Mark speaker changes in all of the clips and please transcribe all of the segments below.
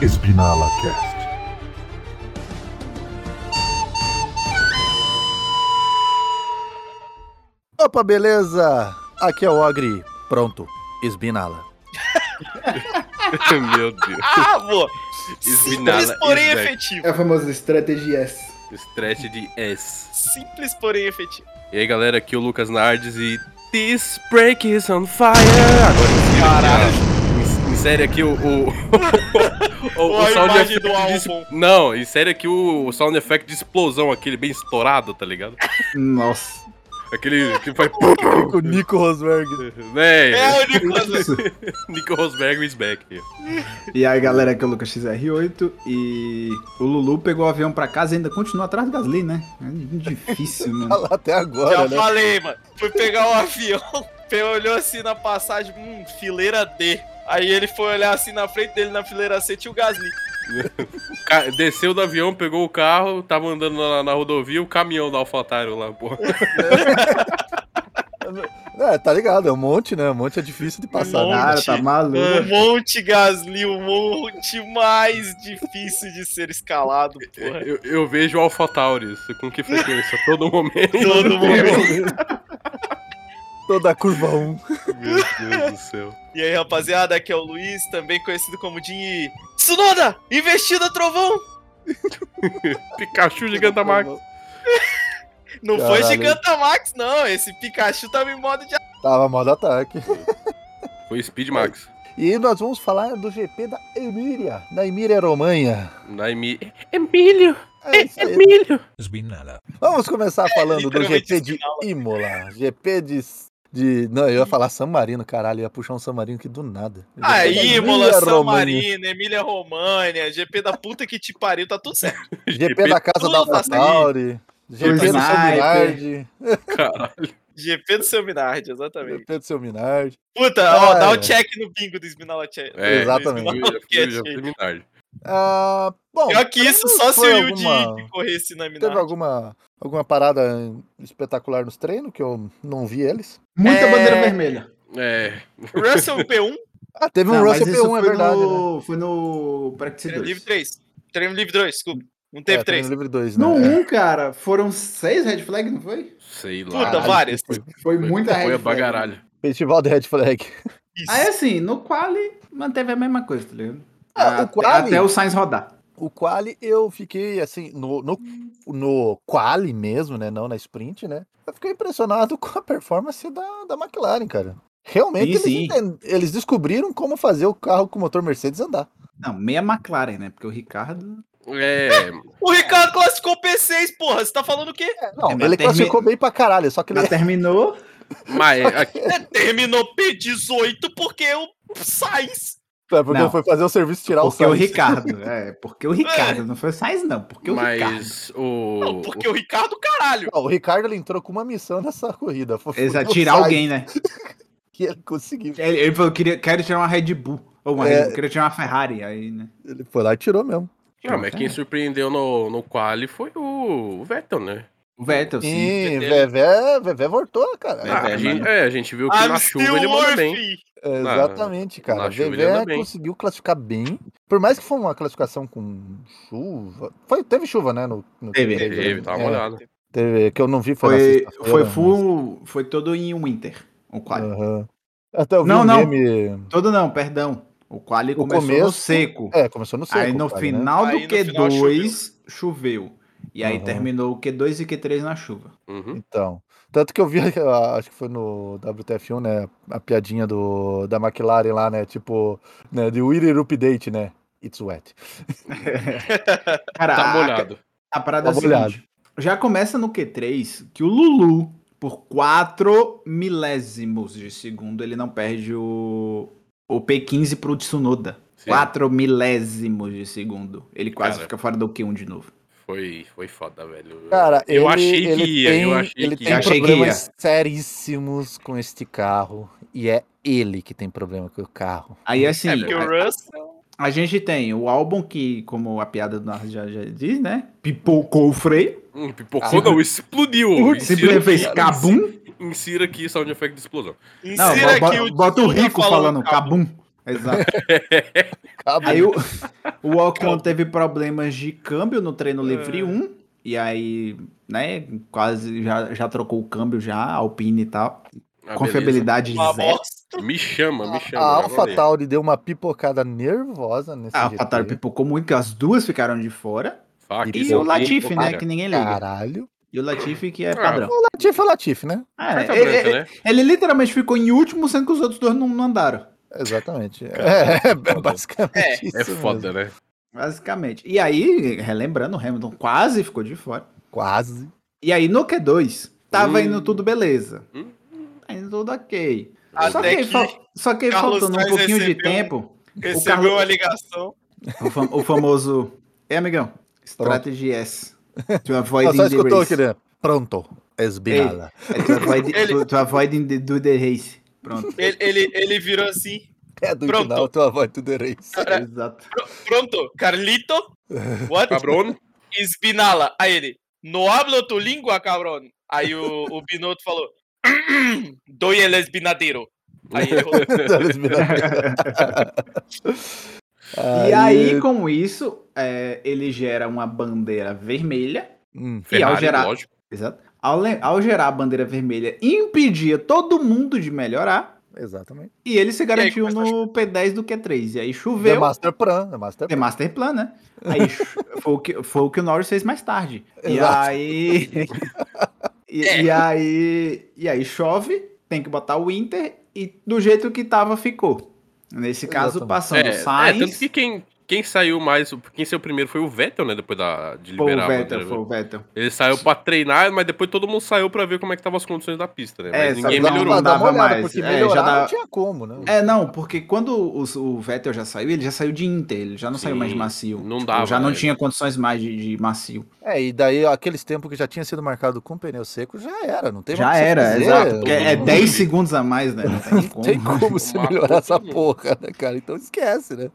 Speaker 1: Espinala Cast.
Speaker 2: Opa, beleza? Aqui é o Ogre. Pronto, esbinala.
Speaker 3: Meu Deus.
Speaker 4: Ah, boa! Simples,
Speaker 3: Esminala.
Speaker 4: porém
Speaker 3: Snack.
Speaker 4: efetivo.
Speaker 5: É a famosa estratégia S.
Speaker 3: Stretch de S.
Speaker 4: Simples, porém efetivo.
Speaker 3: E aí, galera, aqui é o Lucas Nardes e. This break is on fire! Agora Caralho! Insere aqui o. O, o, o,
Speaker 4: a
Speaker 3: sound
Speaker 4: imagem do
Speaker 3: effect de es-
Speaker 4: álbum.
Speaker 3: Não, insere aqui o, o sound effect de explosão, aquele bem estourado, tá ligado?
Speaker 5: Nossa.
Speaker 3: Aquele que faz.
Speaker 2: O Nico Rosberg.
Speaker 3: né?
Speaker 4: É o Nicolas.
Speaker 5: Isso.
Speaker 3: Nico Rosberg is back.
Speaker 5: E aí, galera, aqui é o Lucas XR8 e o Lulu pegou o avião pra casa e ainda continua atrás do Gasly, né? É difícil,
Speaker 2: Tá
Speaker 5: mano.
Speaker 2: lá até
Speaker 4: Já
Speaker 2: agora, né?
Speaker 4: falei, mano. Fui pegar o avião, pe- olhou assim na passagem, hum, fileira D. Aí ele foi olhar assim na frente dele, na fileira C, tinha o Gasly.
Speaker 3: Ca- Desceu do avião, pegou o carro, tava andando na, na rodovia, o caminhão do Alphatário lá, porra.
Speaker 2: É, tá ligado, é um monte, né? Um monte é difícil de passar.
Speaker 4: Um
Speaker 2: né?
Speaker 5: Cara, tá maluco.
Speaker 4: Um monte Gasly, um monte mais difícil de ser escalado, porra.
Speaker 3: Eu, eu vejo AlphaTauris com que frequência? Todo momento.
Speaker 4: Todo mundo.
Speaker 2: Toda a curva 1.
Speaker 3: Meu Deus do céu.
Speaker 4: E aí, rapaziada, aqui é o Luiz, também conhecido como Jim. Tsunoda! Investida Trovão!
Speaker 3: Pikachu Gigantamax.
Speaker 2: um.
Speaker 4: Não
Speaker 2: Caralho.
Speaker 4: foi Gigantamax, não. Esse Pikachu tava em modo de
Speaker 2: Tava modo ataque.
Speaker 3: Foi Speed Max.
Speaker 2: E nós vamos falar do GP da Emília, da Emília Romanha.
Speaker 3: Na Emi... Emílio!
Speaker 2: É isso aí.
Speaker 3: Emílio!
Speaker 1: Esbinala.
Speaker 2: Vamos começar falando do
Speaker 4: literalmente
Speaker 2: GP de Imola. GP de. de- Não, eu ia falar San Marino, caralho. Eu ia puxar um San Marino aqui do nada.
Speaker 4: Aí,
Speaker 2: Emília
Speaker 4: Imola, San
Speaker 2: Romanha.
Speaker 4: Marino, Emília România, GP da puta que te pariu, tá tudo certo.
Speaker 2: GP da Casa da
Speaker 4: tudo tá certo.
Speaker 2: Tauri. GP
Speaker 5: é.
Speaker 2: do Seu
Speaker 5: Sniper.
Speaker 2: Minardi.
Speaker 3: Cara,
Speaker 4: GP do seu Minardi, exatamente.
Speaker 2: GP do Seu Minardi.
Speaker 4: Puta, ó,
Speaker 2: Ah,
Speaker 4: dá o
Speaker 2: é.
Speaker 4: check no bingo do Esminala Check.
Speaker 3: É,
Speaker 2: Exatamente.
Speaker 3: eu já fui, já fui milagre.
Speaker 2: Ah, bom,
Speaker 4: Pior que isso,
Speaker 2: não
Speaker 4: só se o
Speaker 2: foi
Speaker 4: Yuji
Speaker 2: alguma-
Speaker 4: corresse na Minardi.
Speaker 2: teve alguma, alguma parada espetacular nos treinos que eu não vi eles.
Speaker 5: Muita
Speaker 4: É.
Speaker 5: bandeira vermelha.
Speaker 3: É,
Speaker 4: Russell P1,
Speaker 2: Ah, teve um
Speaker 5: Não, mas
Speaker 2: Russell
Speaker 5: isso
Speaker 2: P1, é
Speaker 5: foi
Speaker 2: verdade. né?
Speaker 5: No... Foi no Practice
Speaker 4: treino livre
Speaker 5: 2.
Speaker 4: 3. Treino livre 2, desculpa. Não teve
Speaker 2: É, treino
Speaker 4: 3.
Speaker 2: livre 2, né?
Speaker 5: No
Speaker 2: É.
Speaker 5: 1, cara, foram seis red flags, não foi?
Speaker 3: sei lá.
Speaker 4: Puta, várias.
Speaker 3: Foi, foi,
Speaker 5: Foi muita
Speaker 3: foi
Speaker 5: red
Speaker 3: a
Speaker 5: flag.
Speaker 3: bagaralho.
Speaker 2: Ah, Festival de Red Flag.
Speaker 4: Isso.
Speaker 5: Aí assim, no quali manteve a mesma coisa, tá ligado?
Speaker 2: Ah, o
Speaker 5: Até-
Speaker 2: quali-
Speaker 5: Até o Sainz rodar.
Speaker 2: O quali, eu fiquei assim, no, no,
Speaker 5: Hum.
Speaker 2: no quali mesmo, né? Não na sprint, né? Eu fiquei impressionado com a performance da, da McLaren, cara. Realmente, eles,
Speaker 5: Sim, sim.
Speaker 2: enten- eles descobriram como fazer o carro com o motor Mercedes andar.
Speaker 5: Não, meia McLaren, né? Porque o Ricardo.
Speaker 3: É,
Speaker 4: O Ricardo classificou P6, porra. Você tá falando o quê?
Speaker 2: Não,
Speaker 5: É, mas
Speaker 2: ele
Speaker 5: termi-
Speaker 2: classificou bem pra caralho, só que ele
Speaker 5: Mas terminou.
Speaker 3: mas aqui,
Speaker 4: Terminou P18 porque o Sainz.
Speaker 2: É, porque
Speaker 5: Não.
Speaker 2: ele foi fazer o serviço tirar
Speaker 5: Porque
Speaker 2: o
Speaker 5: o
Speaker 2: Sainz.
Speaker 5: Ricardo. É, porque o Ricardo. Não foi o Sainz, não. Porque o Ricardo.
Speaker 3: mas o.
Speaker 4: Não, porque o Ricardo, caralho.
Speaker 2: Não, o Ricardo ele entrou com uma missão nessa corrida. Foi
Speaker 5: Eles
Speaker 2: foder o
Speaker 5: tirar
Speaker 2: Sainz,
Speaker 5: alguém, né?
Speaker 2: Que ele conseguiu.
Speaker 5: Ele, ele falou: queria, quero tirar uma Red Bull. Ou uma
Speaker 2: É.
Speaker 5: Red Bull, queria tirar uma Ferrari. Aí, né?
Speaker 2: Ele foi lá e tirou mesmo.
Speaker 3: Não, Ah, mas quem surpreendeu no, no quali foi o o Vettel, né?
Speaker 5: O Vettel, sim.
Speaker 2: Sim,
Speaker 4: entendeu?
Speaker 2: Vevé, Vevé voltou, cara.
Speaker 5: É,
Speaker 3: Ah, a
Speaker 5: velho,
Speaker 3: gente,
Speaker 5: mano.
Speaker 3: é, a gente viu que na chuva ele manda bem.
Speaker 4: worthy.
Speaker 2: É, exatamente, cara.
Speaker 3: Ah, na chuva ele anda
Speaker 2: Vevé
Speaker 3: bem.
Speaker 2: conseguiu classificar bem. Por mais que foi uma classificação com chuva. Foi, teve chuva, né? No, no
Speaker 5: Teve.
Speaker 2: teve,
Speaker 3: Teve, tava
Speaker 2: é,
Speaker 3: molhado.
Speaker 2: teve, que eu não vi foi,
Speaker 5: Foi,
Speaker 2: na
Speaker 5: foi,
Speaker 2: sexta-feira, né? Ah.
Speaker 5: full, foi todo em Winter. O
Speaker 2: mas-
Speaker 5: quali.
Speaker 2: Aham. Até eu vi
Speaker 5: Não,
Speaker 2: um
Speaker 5: não.
Speaker 2: meme.
Speaker 5: Todo não, perdão. O quali começou
Speaker 2: começo-
Speaker 5: no seco.
Speaker 2: É, começou no seco.
Speaker 5: aí no
Speaker 2: cara, né?
Speaker 5: final do
Speaker 4: Aí no final
Speaker 5: Q2 choveu. E aí
Speaker 2: Aham.
Speaker 5: terminou o Q2 e o Q3 na chuva.
Speaker 3: Uhum.
Speaker 2: Então, tanto que eu vi, a- acho que foi no WTF1, né, a piadinha do, da McLaren lá, né, tipo, né, de Weird Europe Date, né, it's wet.
Speaker 5: Cara,
Speaker 3: Tá
Speaker 5: a-
Speaker 3: molhado.
Speaker 5: A parada
Speaker 2: Tá
Speaker 5: é a
Speaker 2: molhado.
Speaker 5: seguinte, já começa no Q3 que o Lulu, por 4 milésimos de segundo, ele não perde o, o P15 pro Tsunoda.
Speaker 3: Sim,
Speaker 5: 4 milésimos de segundo. Ele quase
Speaker 3: Cara.
Speaker 5: fica fora do Q1 de novo.
Speaker 3: Foi, foi foda, velho.
Speaker 2: Cara,
Speaker 3: eu
Speaker 2: ele-
Speaker 3: achei que
Speaker 2: ele
Speaker 3: ia,
Speaker 2: tem,
Speaker 3: eu achei
Speaker 2: ele
Speaker 3: que
Speaker 2: tem
Speaker 3: ia.
Speaker 5: Achei que
Speaker 2: problemas seríssimos com este carro, e é ele que tem problema com o carro.
Speaker 5: Aí assim,
Speaker 3: É, porque
Speaker 4: Que o
Speaker 5: a-
Speaker 4: Russell.
Speaker 5: a, gente tem o álbum que, como a piada do Nardo já, já diz, né? Pipocou o freio.
Speaker 3: Hum, pipocou
Speaker 2: Ah,
Speaker 3: não, explodiu.
Speaker 5: Simplesmente fez
Speaker 3: aqui,
Speaker 5: cabum.
Speaker 3: Insira aqui sound effect de explosão.
Speaker 5: Não,
Speaker 4: Insira
Speaker 5: bo-
Speaker 4: aqui
Speaker 5: bota o
Speaker 4: Tsunoda
Speaker 5: Rico falando cabum. Exato.
Speaker 2: Acaba.
Speaker 5: Aí o, o Ocon teve problemas de câmbio no treino
Speaker 3: É.
Speaker 5: livre 1. E aí, né, quase já, já trocou o câmbio já, Alpine e tal.
Speaker 3: Ah,
Speaker 5: Confiabilidade
Speaker 4: Uma
Speaker 5: zero.
Speaker 4: bosta.
Speaker 3: beleza. Me chama, me
Speaker 2: a
Speaker 3: chama. eu vou
Speaker 2: Ah, Alpha
Speaker 3: ver.
Speaker 2: Tauri deu uma pipocada nervosa nesse
Speaker 5: Ah, A
Speaker 2: GP.
Speaker 5: AlphaTauri pipocou muito, porque as duas ficaram de fora.
Speaker 3: Fuck,
Speaker 5: E,
Speaker 2: Isso
Speaker 3: isso
Speaker 5: o
Speaker 3: é
Speaker 5: Latifi, né,
Speaker 3: bobagem.
Speaker 5: que ninguém liga.
Speaker 2: Caralho.
Speaker 5: E o Latifi que
Speaker 3: Ah,
Speaker 5: é padrão.
Speaker 2: O Latif é o Latif, né?
Speaker 5: Ah,
Speaker 3: Carta
Speaker 5: ele,
Speaker 3: branca,
Speaker 5: ele-
Speaker 3: né?
Speaker 5: ele literalmente ficou em último, sendo que os outros dois não, não andaram.
Speaker 2: Exatamente. É, é
Speaker 3: foda.
Speaker 2: basicamente
Speaker 4: É,
Speaker 2: isso.
Speaker 3: É foda,
Speaker 2: mesmo.
Speaker 3: né?
Speaker 5: Basicamente. E aí, relembrando, o Hamilton quase ficou de fora.
Speaker 2: Quase.
Speaker 5: E aí no Q2, tava
Speaker 3: Hum.
Speaker 5: indo tudo beleza.
Speaker 3: Hum.
Speaker 5: Tá indo tudo ok.
Speaker 4: Até
Speaker 5: só que, aí
Speaker 4: que
Speaker 5: fal- só que aí
Speaker 4: Carlos
Speaker 5: faltando um
Speaker 4: Sainz
Speaker 5: pouquinho de
Speaker 4: recebeu-
Speaker 5: tempo,
Speaker 4: Recebeu
Speaker 5: Carlos-
Speaker 4: uma ligação.
Speaker 5: o, fam- o famoso. É, amigão, é strategy S. To avoid
Speaker 2: Não, só
Speaker 5: in the
Speaker 2: escutou
Speaker 5: race.
Speaker 2: aqui, né? Pronto. Esbinala.
Speaker 5: É, to avoid,
Speaker 4: Ele-
Speaker 5: to avoid in the, do the race. Pronto.
Speaker 4: Ele, ele, ele virou assim.
Speaker 2: É do
Speaker 4: Pronto.
Speaker 2: final, tua voz do Dereis.
Speaker 5: Exato.
Speaker 4: Pronto, Carlito. What?
Speaker 3: Cabrón.
Speaker 4: Espinala. Aí ele, não hablo tu língua, cabrón. Aí o, o Binotto falou, doy el espinadero. Aí ele rolou.
Speaker 5: E aí, com isso, é, ele gera uma bandeira vermelha.
Speaker 2: Hum,
Speaker 5: ao gerar-
Speaker 3: lógico.
Speaker 5: Exato. Ao, le- ao gerar a bandeira vermelha, impedia todo mundo de melhorar.
Speaker 2: exatamente.
Speaker 5: E ele se garantiu
Speaker 4: começou a
Speaker 5: no P10 do Q3. E aí
Speaker 2: The
Speaker 5: choveu.
Speaker 2: Master Plan. The Master
Speaker 5: The
Speaker 2: Plan.
Speaker 5: Master Plan, né? Aí cho- foi, o que, foi o que o Norris fez mais tarde. E
Speaker 2: Exato.
Speaker 5: aí. e,
Speaker 3: É.
Speaker 5: e aí. E aí chove, tem que botar o Inter e do jeito que tava ficou. Nesse caso,
Speaker 2: Exatamente.
Speaker 5: passando
Speaker 3: É, é, tanto
Speaker 5: Sainz.
Speaker 3: que quem, quem saiu mais, quem saiu primeiro foi o Vettel, né? Depois da, de
Speaker 5: Foi
Speaker 3: liberar
Speaker 5: o
Speaker 3: a
Speaker 5: Vettel,
Speaker 3: bandeira. né?
Speaker 5: foi o Vettel.
Speaker 3: Ele saiu pra treinar, mas depois todo mundo saiu pra ver como é que estavam as condições da pista, né?
Speaker 5: É,
Speaker 3: Mas
Speaker 5: sabe,
Speaker 3: ninguém
Speaker 5: dá uma-
Speaker 3: melhorou.
Speaker 5: dá
Speaker 2: Dá uma olhada,
Speaker 5: mais.
Speaker 2: porque
Speaker 5: É, já
Speaker 2: melhorar
Speaker 5: dá-
Speaker 2: não tinha como, né?
Speaker 5: É, não, porque quando os- o Vettel já saiu, ele já saiu de Inter, ele já não saiu
Speaker 3: Sim,
Speaker 5: mais de macio. Tipo,
Speaker 3: não dava,
Speaker 5: já não
Speaker 3: né?
Speaker 5: tinha condições mais de, de macio.
Speaker 2: É, e daí aqueles tempos que já tinha sido marcado com pneu seco, já era, não tem mais o
Speaker 5: já
Speaker 2: que você
Speaker 5: era,
Speaker 2: fazer,
Speaker 5: exato. porque
Speaker 2: não
Speaker 5: é 10 segundos a mais, né? Não tem como.
Speaker 2: tem como se
Speaker 3: Matou
Speaker 2: melhorar essa
Speaker 3: todo mundo.
Speaker 2: porra, né, cara? Então esquece, né?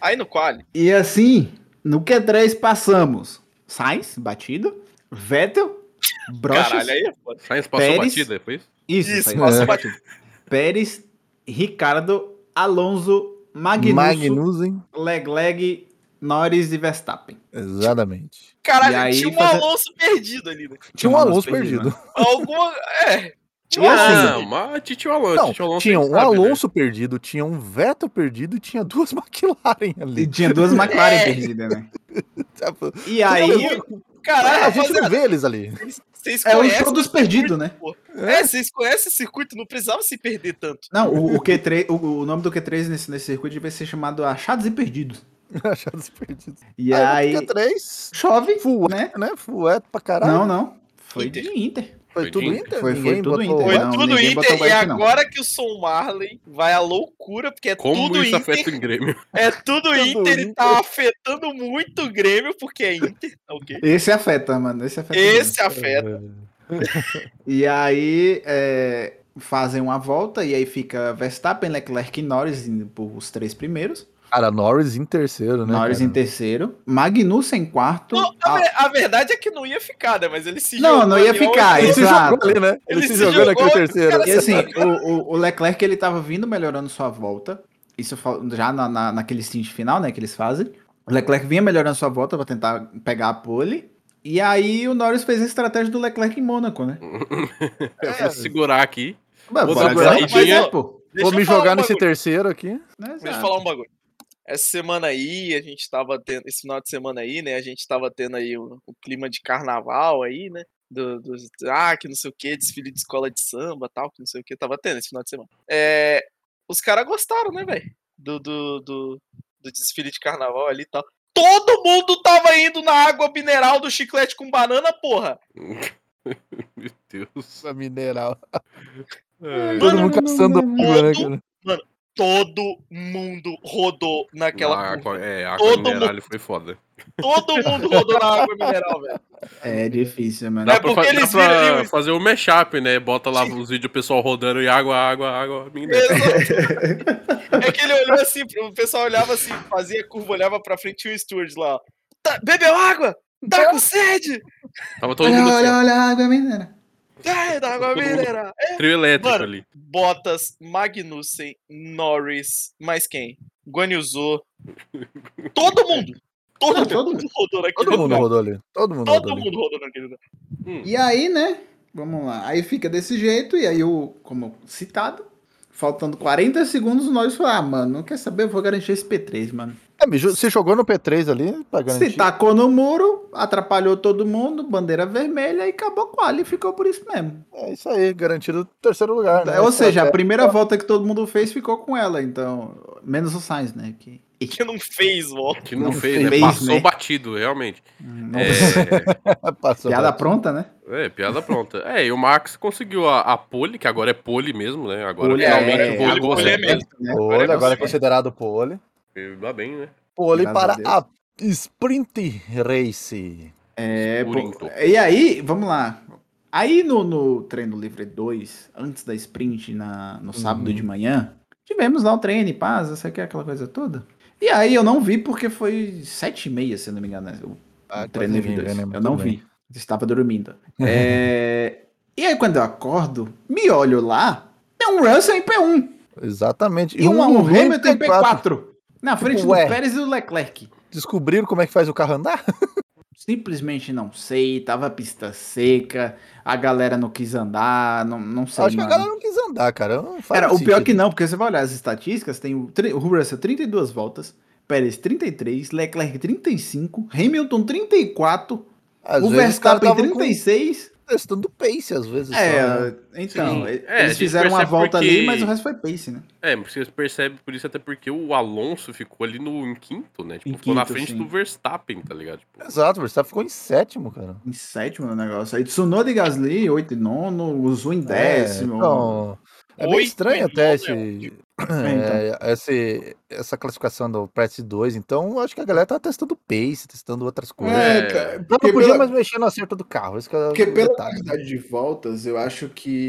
Speaker 4: Aí no quali.
Speaker 5: E assim, no Q3 passamos. Sainz, batido. Vettel, Brochas.
Speaker 4: Caralho, aí é foda.
Speaker 3: Sainz passou
Speaker 5: Pérez.
Speaker 3: batida depois?
Speaker 5: Isso,
Speaker 4: Isso,
Speaker 5: Sainz,
Speaker 4: nossa,
Speaker 5: é.
Speaker 4: batido.
Speaker 5: Pérez, Ricardo, Alonso, Magnussen,
Speaker 2: Magnussen.
Speaker 5: Leclerc, Norris e Verstappen.
Speaker 2: Exatamente.
Speaker 5: E
Speaker 4: Caralho,
Speaker 5: aí,
Speaker 4: tinha um
Speaker 5: fazer-
Speaker 4: Alonso perdido ali, né?
Speaker 2: Tinha um Alonso perdido.
Speaker 4: Alguma... É. Tinha um
Speaker 5: E assim,
Speaker 4: Alonso
Speaker 3: Não,
Speaker 4: perdido.
Speaker 3: mas Titio Alonso.
Speaker 2: Não,
Speaker 3: Titio Alonso
Speaker 2: tinha
Speaker 3: sempre
Speaker 2: um
Speaker 3: sabe, né?
Speaker 2: Alonso perdido, tinha um Vettel perdido e tinha duas McLaren
Speaker 5: E
Speaker 2: ali.
Speaker 5: tinha duas McLaren
Speaker 4: É.
Speaker 5: perdidas, né?
Speaker 2: Tipo,
Speaker 5: E
Speaker 2: Tudo
Speaker 5: aí,
Speaker 2: bem,
Speaker 5: Ah,
Speaker 4: Caralho,
Speaker 2: É, a gente não
Speaker 4: rapaziada,
Speaker 2: vê eles ali.
Speaker 4: vocês
Speaker 5: é o
Speaker 4: conhecem...
Speaker 5: show dos perdidos, né?
Speaker 4: É, vocês conhecem esse circuito, não precisava se perder tanto.
Speaker 5: Não, o, o Q3, o, o nome do Q3 nesse, nesse circuito devia ser chamado Achados e Perdidos.
Speaker 2: Achados perdidos. Ah,
Speaker 5: E
Speaker 4: Ah,
Speaker 2: no
Speaker 5: aí,
Speaker 2: Q3,
Speaker 5: chove,
Speaker 2: full,
Speaker 5: né?
Speaker 2: né? Full é pra caralho.
Speaker 5: Não, não. Foi
Speaker 4: Inter.
Speaker 5: de Inter.
Speaker 2: Foi tudo
Speaker 3: Foi de-
Speaker 2: Inter?
Speaker 5: foi- foi
Speaker 2: Ninguém
Speaker 5: tudo
Speaker 2: botou-
Speaker 5: Inter,
Speaker 4: Foi
Speaker 5: não,
Speaker 4: tudo
Speaker 5: ninguém
Speaker 4: Inter
Speaker 5: botou
Speaker 4: e
Speaker 5: bike, não.
Speaker 4: agora que o Som Marley vai à loucura, porque é
Speaker 3: Como
Speaker 4: tudo
Speaker 3: isso
Speaker 4: Inter,
Speaker 3: afeta o Grêmio?
Speaker 4: é tudo Inter e
Speaker 2: Inter.
Speaker 4: tá afetando muito o Grêmio, porque é Inter, tá ok?
Speaker 5: Esse afeta, mano. Esse afeta.
Speaker 4: Esse afeta.
Speaker 5: mesmo. E aí é, fazem uma volta e aí fica Verstappen, Leclerc e Norris indo os três primeiros.
Speaker 2: Cara, Norris em terceiro, né?
Speaker 5: Norris
Speaker 2: cara?
Speaker 5: em terceiro. Magnussen em quarto.
Speaker 4: Não,
Speaker 5: Ah,
Speaker 4: a, ve- a verdade é que não ia ficar, né? Mas ele se
Speaker 5: não,
Speaker 4: jogou
Speaker 5: não ia
Speaker 4: ali, ó,
Speaker 5: ficar,
Speaker 2: Ah, Ele se jogou
Speaker 5: exato.
Speaker 2: ali, né? Ele, se, jogou naquele
Speaker 4: outro
Speaker 2: terceiro.
Speaker 4: cara-
Speaker 5: E assim, o, o- o Leclerc ele tava vindo melhorando sua volta. Isso fa- já na, na, naquele stint final, né? Que eles fazem. O Leclerc vinha melhorando sua volta pra tentar pegar a pole. E aí o Norris fez a estratégia do Leclerc em Mônaco, né?
Speaker 2: é,
Speaker 5: É,
Speaker 3: Eu vou segurar aqui.
Speaker 5: Mas
Speaker 3: Vou
Speaker 5: bora
Speaker 3: dar uma
Speaker 5: dizer que
Speaker 4: saidinha.
Speaker 5: foi, né, pô.
Speaker 4: Deixa
Speaker 2: Vou
Speaker 4: eu
Speaker 2: me
Speaker 4: falar
Speaker 2: jogar
Speaker 4: um
Speaker 2: nesse
Speaker 4: bagulho,
Speaker 2: terceiro aqui.
Speaker 5: Ah,
Speaker 4: Deixa eu
Speaker 5: tá.
Speaker 4: falar um bagulho. Essa semana aí, a gente tava tendo. Esse final de semana aí, né? A gente tava tendo aí o, o clima de carnaval aí, né? Do, do, ah, que não sei o que, desfile de escola de samba tal, que não sei o que, tava tendo esse final de semana. É, os caras gostaram, né, velho? Do, do, do, do desfile de carnaval ali e tal. Todo mundo tava indo na água mineral do chiclete com banana, porra!
Speaker 3: Meu Deus.
Speaker 2: Essa mineral.
Speaker 3: É.
Speaker 2: Todo mundo caçando água, né, cara?
Speaker 4: Todo mundo rodou naquela
Speaker 3: a,
Speaker 4: curva.
Speaker 3: água- é, a
Speaker 4: Todo
Speaker 3: Mineralho foi foda.
Speaker 4: Todo mundo rodou na água mineral, velho.
Speaker 5: É difícil, mano.
Speaker 3: Dá
Speaker 4: É
Speaker 3: pra,
Speaker 4: porque
Speaker 3: fa- dá
Speaker 4: eles
Speaker 3: pra
Speaker 4: viram, viu?
Speaker 3: fazer o mashup, né? Bota lá os vídeos, o pessoal rodando e água, água, água, mineral.
Speaker 4: Exato. É que ele olhou assim, o pessoal olhava assim, fazia curva, olhava pra frente tinha o Steward lá. ó. Tá, bebeu água? Tá com sede?
Speaker 3: Tava todo
Speaker 5: Olha,
Speaker 3: mundo assim,
Speaker 5: olha, olha a água mineira.
Speaker 4: Ai, da Tá, água mineira.
Speaker 3: Trio elétrico
Speaker 4: Mano.
Speaker 3: ali.
Speaker 4: Bottas, Magnussen, Norris, mais quem? Guanizou. Todo mundo! Todo,
Speaker 5: Não, todo
Speaker 4: mundo rodou naquele
Speaker 2: Todo mundo
Speaker 4: lugar.
Speaker 2: rodou ali. Todo mundo rodou
Speaker 4: Todo
Speaker 2: ali.
Speaker 4: mundo rodou naquele lugar.
Speaker 5: E aí, né? Vamos lá. Aí fica desse jeito, e aí o, como citado, faltando 40 segundos, o Norris falou: Ah, mano, não quer saber? Eu vou garantir esse P3, mano.
Speaker 2: É, bicho, se jogou no P3 ali, pra garantir.
Speaker 5: Se tacou no muro, atrapalhou todo mundo, bandeira vermelha e acabou com ali, ficou por isso mesmo.
Speaker 2: É isso aí, garantido terceiro lugar. né?
Speaker 5: É, Ou seja, a
Speaker 2: Até-
Speaker 5: primeira volta que todo mundo fez ficou com ela, então. Menos o Sainz, né? Que...
Speaker 4: Que não fez, volta.
Speaker 3: Que não,
Speaker 5: Não
Speaker 3: fez, né?
Speaker 5: fez,
Speaker 3: Passou
Speaker 5: né?
Speaker 3: batido, realmente.
Speaker 5: Não,
Speaker 3: É,
Speaker 2: Passou, passou.
Speaker 5: piada pronta, né?
Speaker 3: é, piada pronta. É, e o Max conseguiu a, a pole, que agora é pole mesmo, né? Agora
Speaker 5: Pole,
Speaker 3: finalmente
Speaker 5: é,
Speaker 3: voltou
Speaker 4: agora
Speaker 3: a
Speaker 4: é
Speaker 3: ser
Speaker 4: mesmo.
Speaker 2: Pole, agora é
Speaker 3: Parece-
Speaker 2: considerado pole.
Speaker 3: pole. Dá bem, né?
Speaker 2: Pole
Speaker 5: Graças
Speaker 2: para
Speaker 5: a Deus.
Speaker 2: a, Sprint Race.
Speaker 5: É, pô.
Speaker 3: Purinto.
Speaker 5: E aí, vamos lá. Aí no, no treino livre 2, antes da sprint na, no sábado
Speaker 2: Uhum.
Speaker 5: de manhã, tivemos lá o treino, e paz, essa aqui, aquela coisa toda. E aí eu não vi porque foi 7 e meia, se eu não me engano, né, o o treino livre 2. Eu não vi. Estava dormindo. É, E aí quando eu acordo, me olho lá, tem um Russell em P1
Speaker 2: Exatamente.
Speaker 5: e, um, um Hamilton em Tipo,
Speaker 2: P4.
Speaker 5: P4. Na frente do
Speaker 2: Ué.
Speaker 5: Pérez e do Leclerc.
Speaker 2: Descobriram como é que faz o carro andar?
Speaker 5: Simplesmente não sei, tava a pista seca, a galera não quis andar, não, não sei.
Speaker 2: Acho que a
Speaker 5: mano.
Speaker 2: galera não quis andar, cara. Não faz
Speaker 5: Era, o pior
Speaker 2: sentido.
Speaker 5: que não, porque você vai olhar as estatísticas, tem o, tri- o Russell 32 voltas, Pérez 33, Leclerc 35, Hamilton 34,
Speaker 2: Às
Speaker 5: o
Speaker 2: vezes os caras
Speaker 5: Verstappen
Speaker 2: tavam com-
Speaker 5: 36.
Speaker 2: testando pace, às vezes. só, né?
Speaker 5: É, então,
Speaker 3: Sim.
Speaker 5: e-
Speaker 3: É, a
Speaker 5: eles
Speaker 3: gente
Speaker 5: fizeram uma
Speaker 3: percebe
Speaker 5: volta
Speaker 3: porque-
Speaker 5: ali, mas o resto foi pace, né?
Speaker 3: É, você percebe por isso até porque o Alonso ficou ali no em quinto, né? Tipo,
Speaker 5: Em
Speaker 3: ficou na
Speaker 5: quinto,
Speaker 3: frente
Speaker 5: sim.
Speaker 3: do Verstappen, tá ligado? Tipo,
Speaker 2: Exato, o Verstappen ficou em sétimo, cara.
Speaker 5: Em sétimo no negócio. Aí Tsunoda e Gasly, 8 e 9, Uzu em décimo.
Speaker 2: É, então, é bem
Speaker 4: Oito
Speaker 2: estranho
Speaker 4: e
Speaker 2: até
Speaker 4: nono,
Speaker 2: esse,
Speaker 5: É,
Speaker 2: é, esse- essa classificação do PS2. Então, eu acho que a galera tá testando pace, testando outras coisas.
Speaker 3: É,
Speaker 5: cara,
Speaker 2: Não,
Speaker 5: porque
Speaker 2: não podia
Speaker 5: pela-
Speaker 2: mais mexer no acerto do carro. Isso que é
Speaker 5: Porque
Speaker 2: o
Speaker 5: pela
Speaker 2: detalhe.
Speaker 5: quantidade de voltas, eu acho que.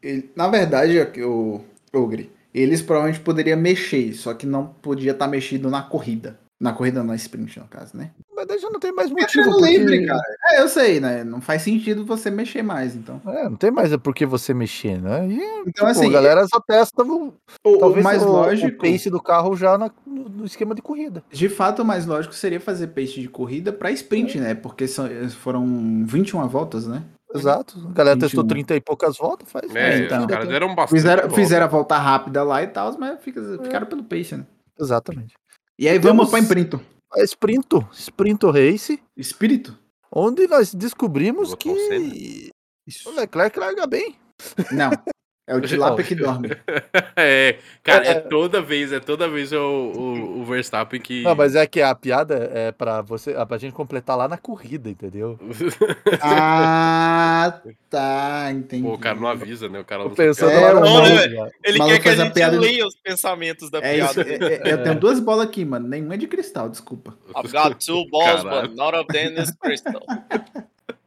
Speaker 5: ele- na verdade, é que o Ogre, eles provavelmente poderiam mexer, só que não podia estar mexido na corrida. Na corrida, na sprint, no caso, né?
Speaker 2: Mas daí já não tem mais
Speaker 5: É
Speaker 2: motivo.
Speaker 5: treino
Speaker 2: porque-
Speaker 5: livre, cara. É, eu sei, né? Não faz sentido você mexer mais, então.
Speaker 2: É, não tem mais por que você mexer, né? E,
Speaker 5: Então,
Speaker 2: assim,
Speaker 5: assim,
Speaker 2: a galera só testa o,
Speaker 5: o, o
Speaker 2: talvez
Speaker 5: mais
Speaker 2: o, o
Speaker 5: lógico.
Speaker 2: pace do carro já na- no, no esquema de corrida.
Speaker 5: De fato, o mais lógico seria fazer pace de corrida pra sprint, né? Porque são, foram 21 voltas, né?
Speaker 2: Exato. A galera testou
Speaker 5: 21.
Speaker 2: 30 e poucas voltas, faz.
Speaker 3: é,
Speaker 2: faz
Speaker 5: então.
Speaker 3: os
Speaker 2: sentido
Speaker 3: caras
Speaker 2: até.
Speaker 3: deram bastante.
Speaker 5: Fizeram,
Speaker 3: volta.
Speaker 5: fizeram a volta rápida lá e tal, mas fica- ficaram pelo pace, né?
Speaker 2: Exatamente.
Speaker 5: E aí
Speaker 2: Temos-
Speaker 5: vamos pra imprinto.
Speaker 2: A Sprinto, Sprinto Race,
Speaker 5: Espírito?
Speaker 2: onde nós descobrimos
Speaker 3: Botou né? o
Speaker 2: que o Leclerc larga bem.
Speaker 5: Não. É o tilápia que dorme.
Speaker 3: É, cara, é toda vez, é toda vez o, o, o Verstappen que.
Speaker 2: Não, mas é que a piada é pra você, é pra gente completar lá na corrida, entendeu?
Speaker 5: Ah, tá, entendi.
Speaker 3: Pô, o cara não avisa, né? O cara
Speaker 2: Tô
Speaker 3: não
Speaker 2: pensando
Speaker 5: É,
Speaker 2: lá na
Speaker 4: não, né,
Speaker 2: volta,
Speaker 4: velho?
Speaker 2: já.
Speaker 4: Ele
Speaker 5: Maluco
Speaker 4: quer que a
Speaker 5: fez a
Speaker 4: gente
Speaker 5: piada-
Speaker 4: leia os pensamentos da
Speaker 5: É isso,
Speaker 4: piada.
Speaker 5: é- é- eu tenho duas bolas aqui, mano. Nenhuma é de cristal, desculpa.
Speaker 4: I've got two balls,
Speaker 3: Caralho.
Speaker 4: but none of them is crystal.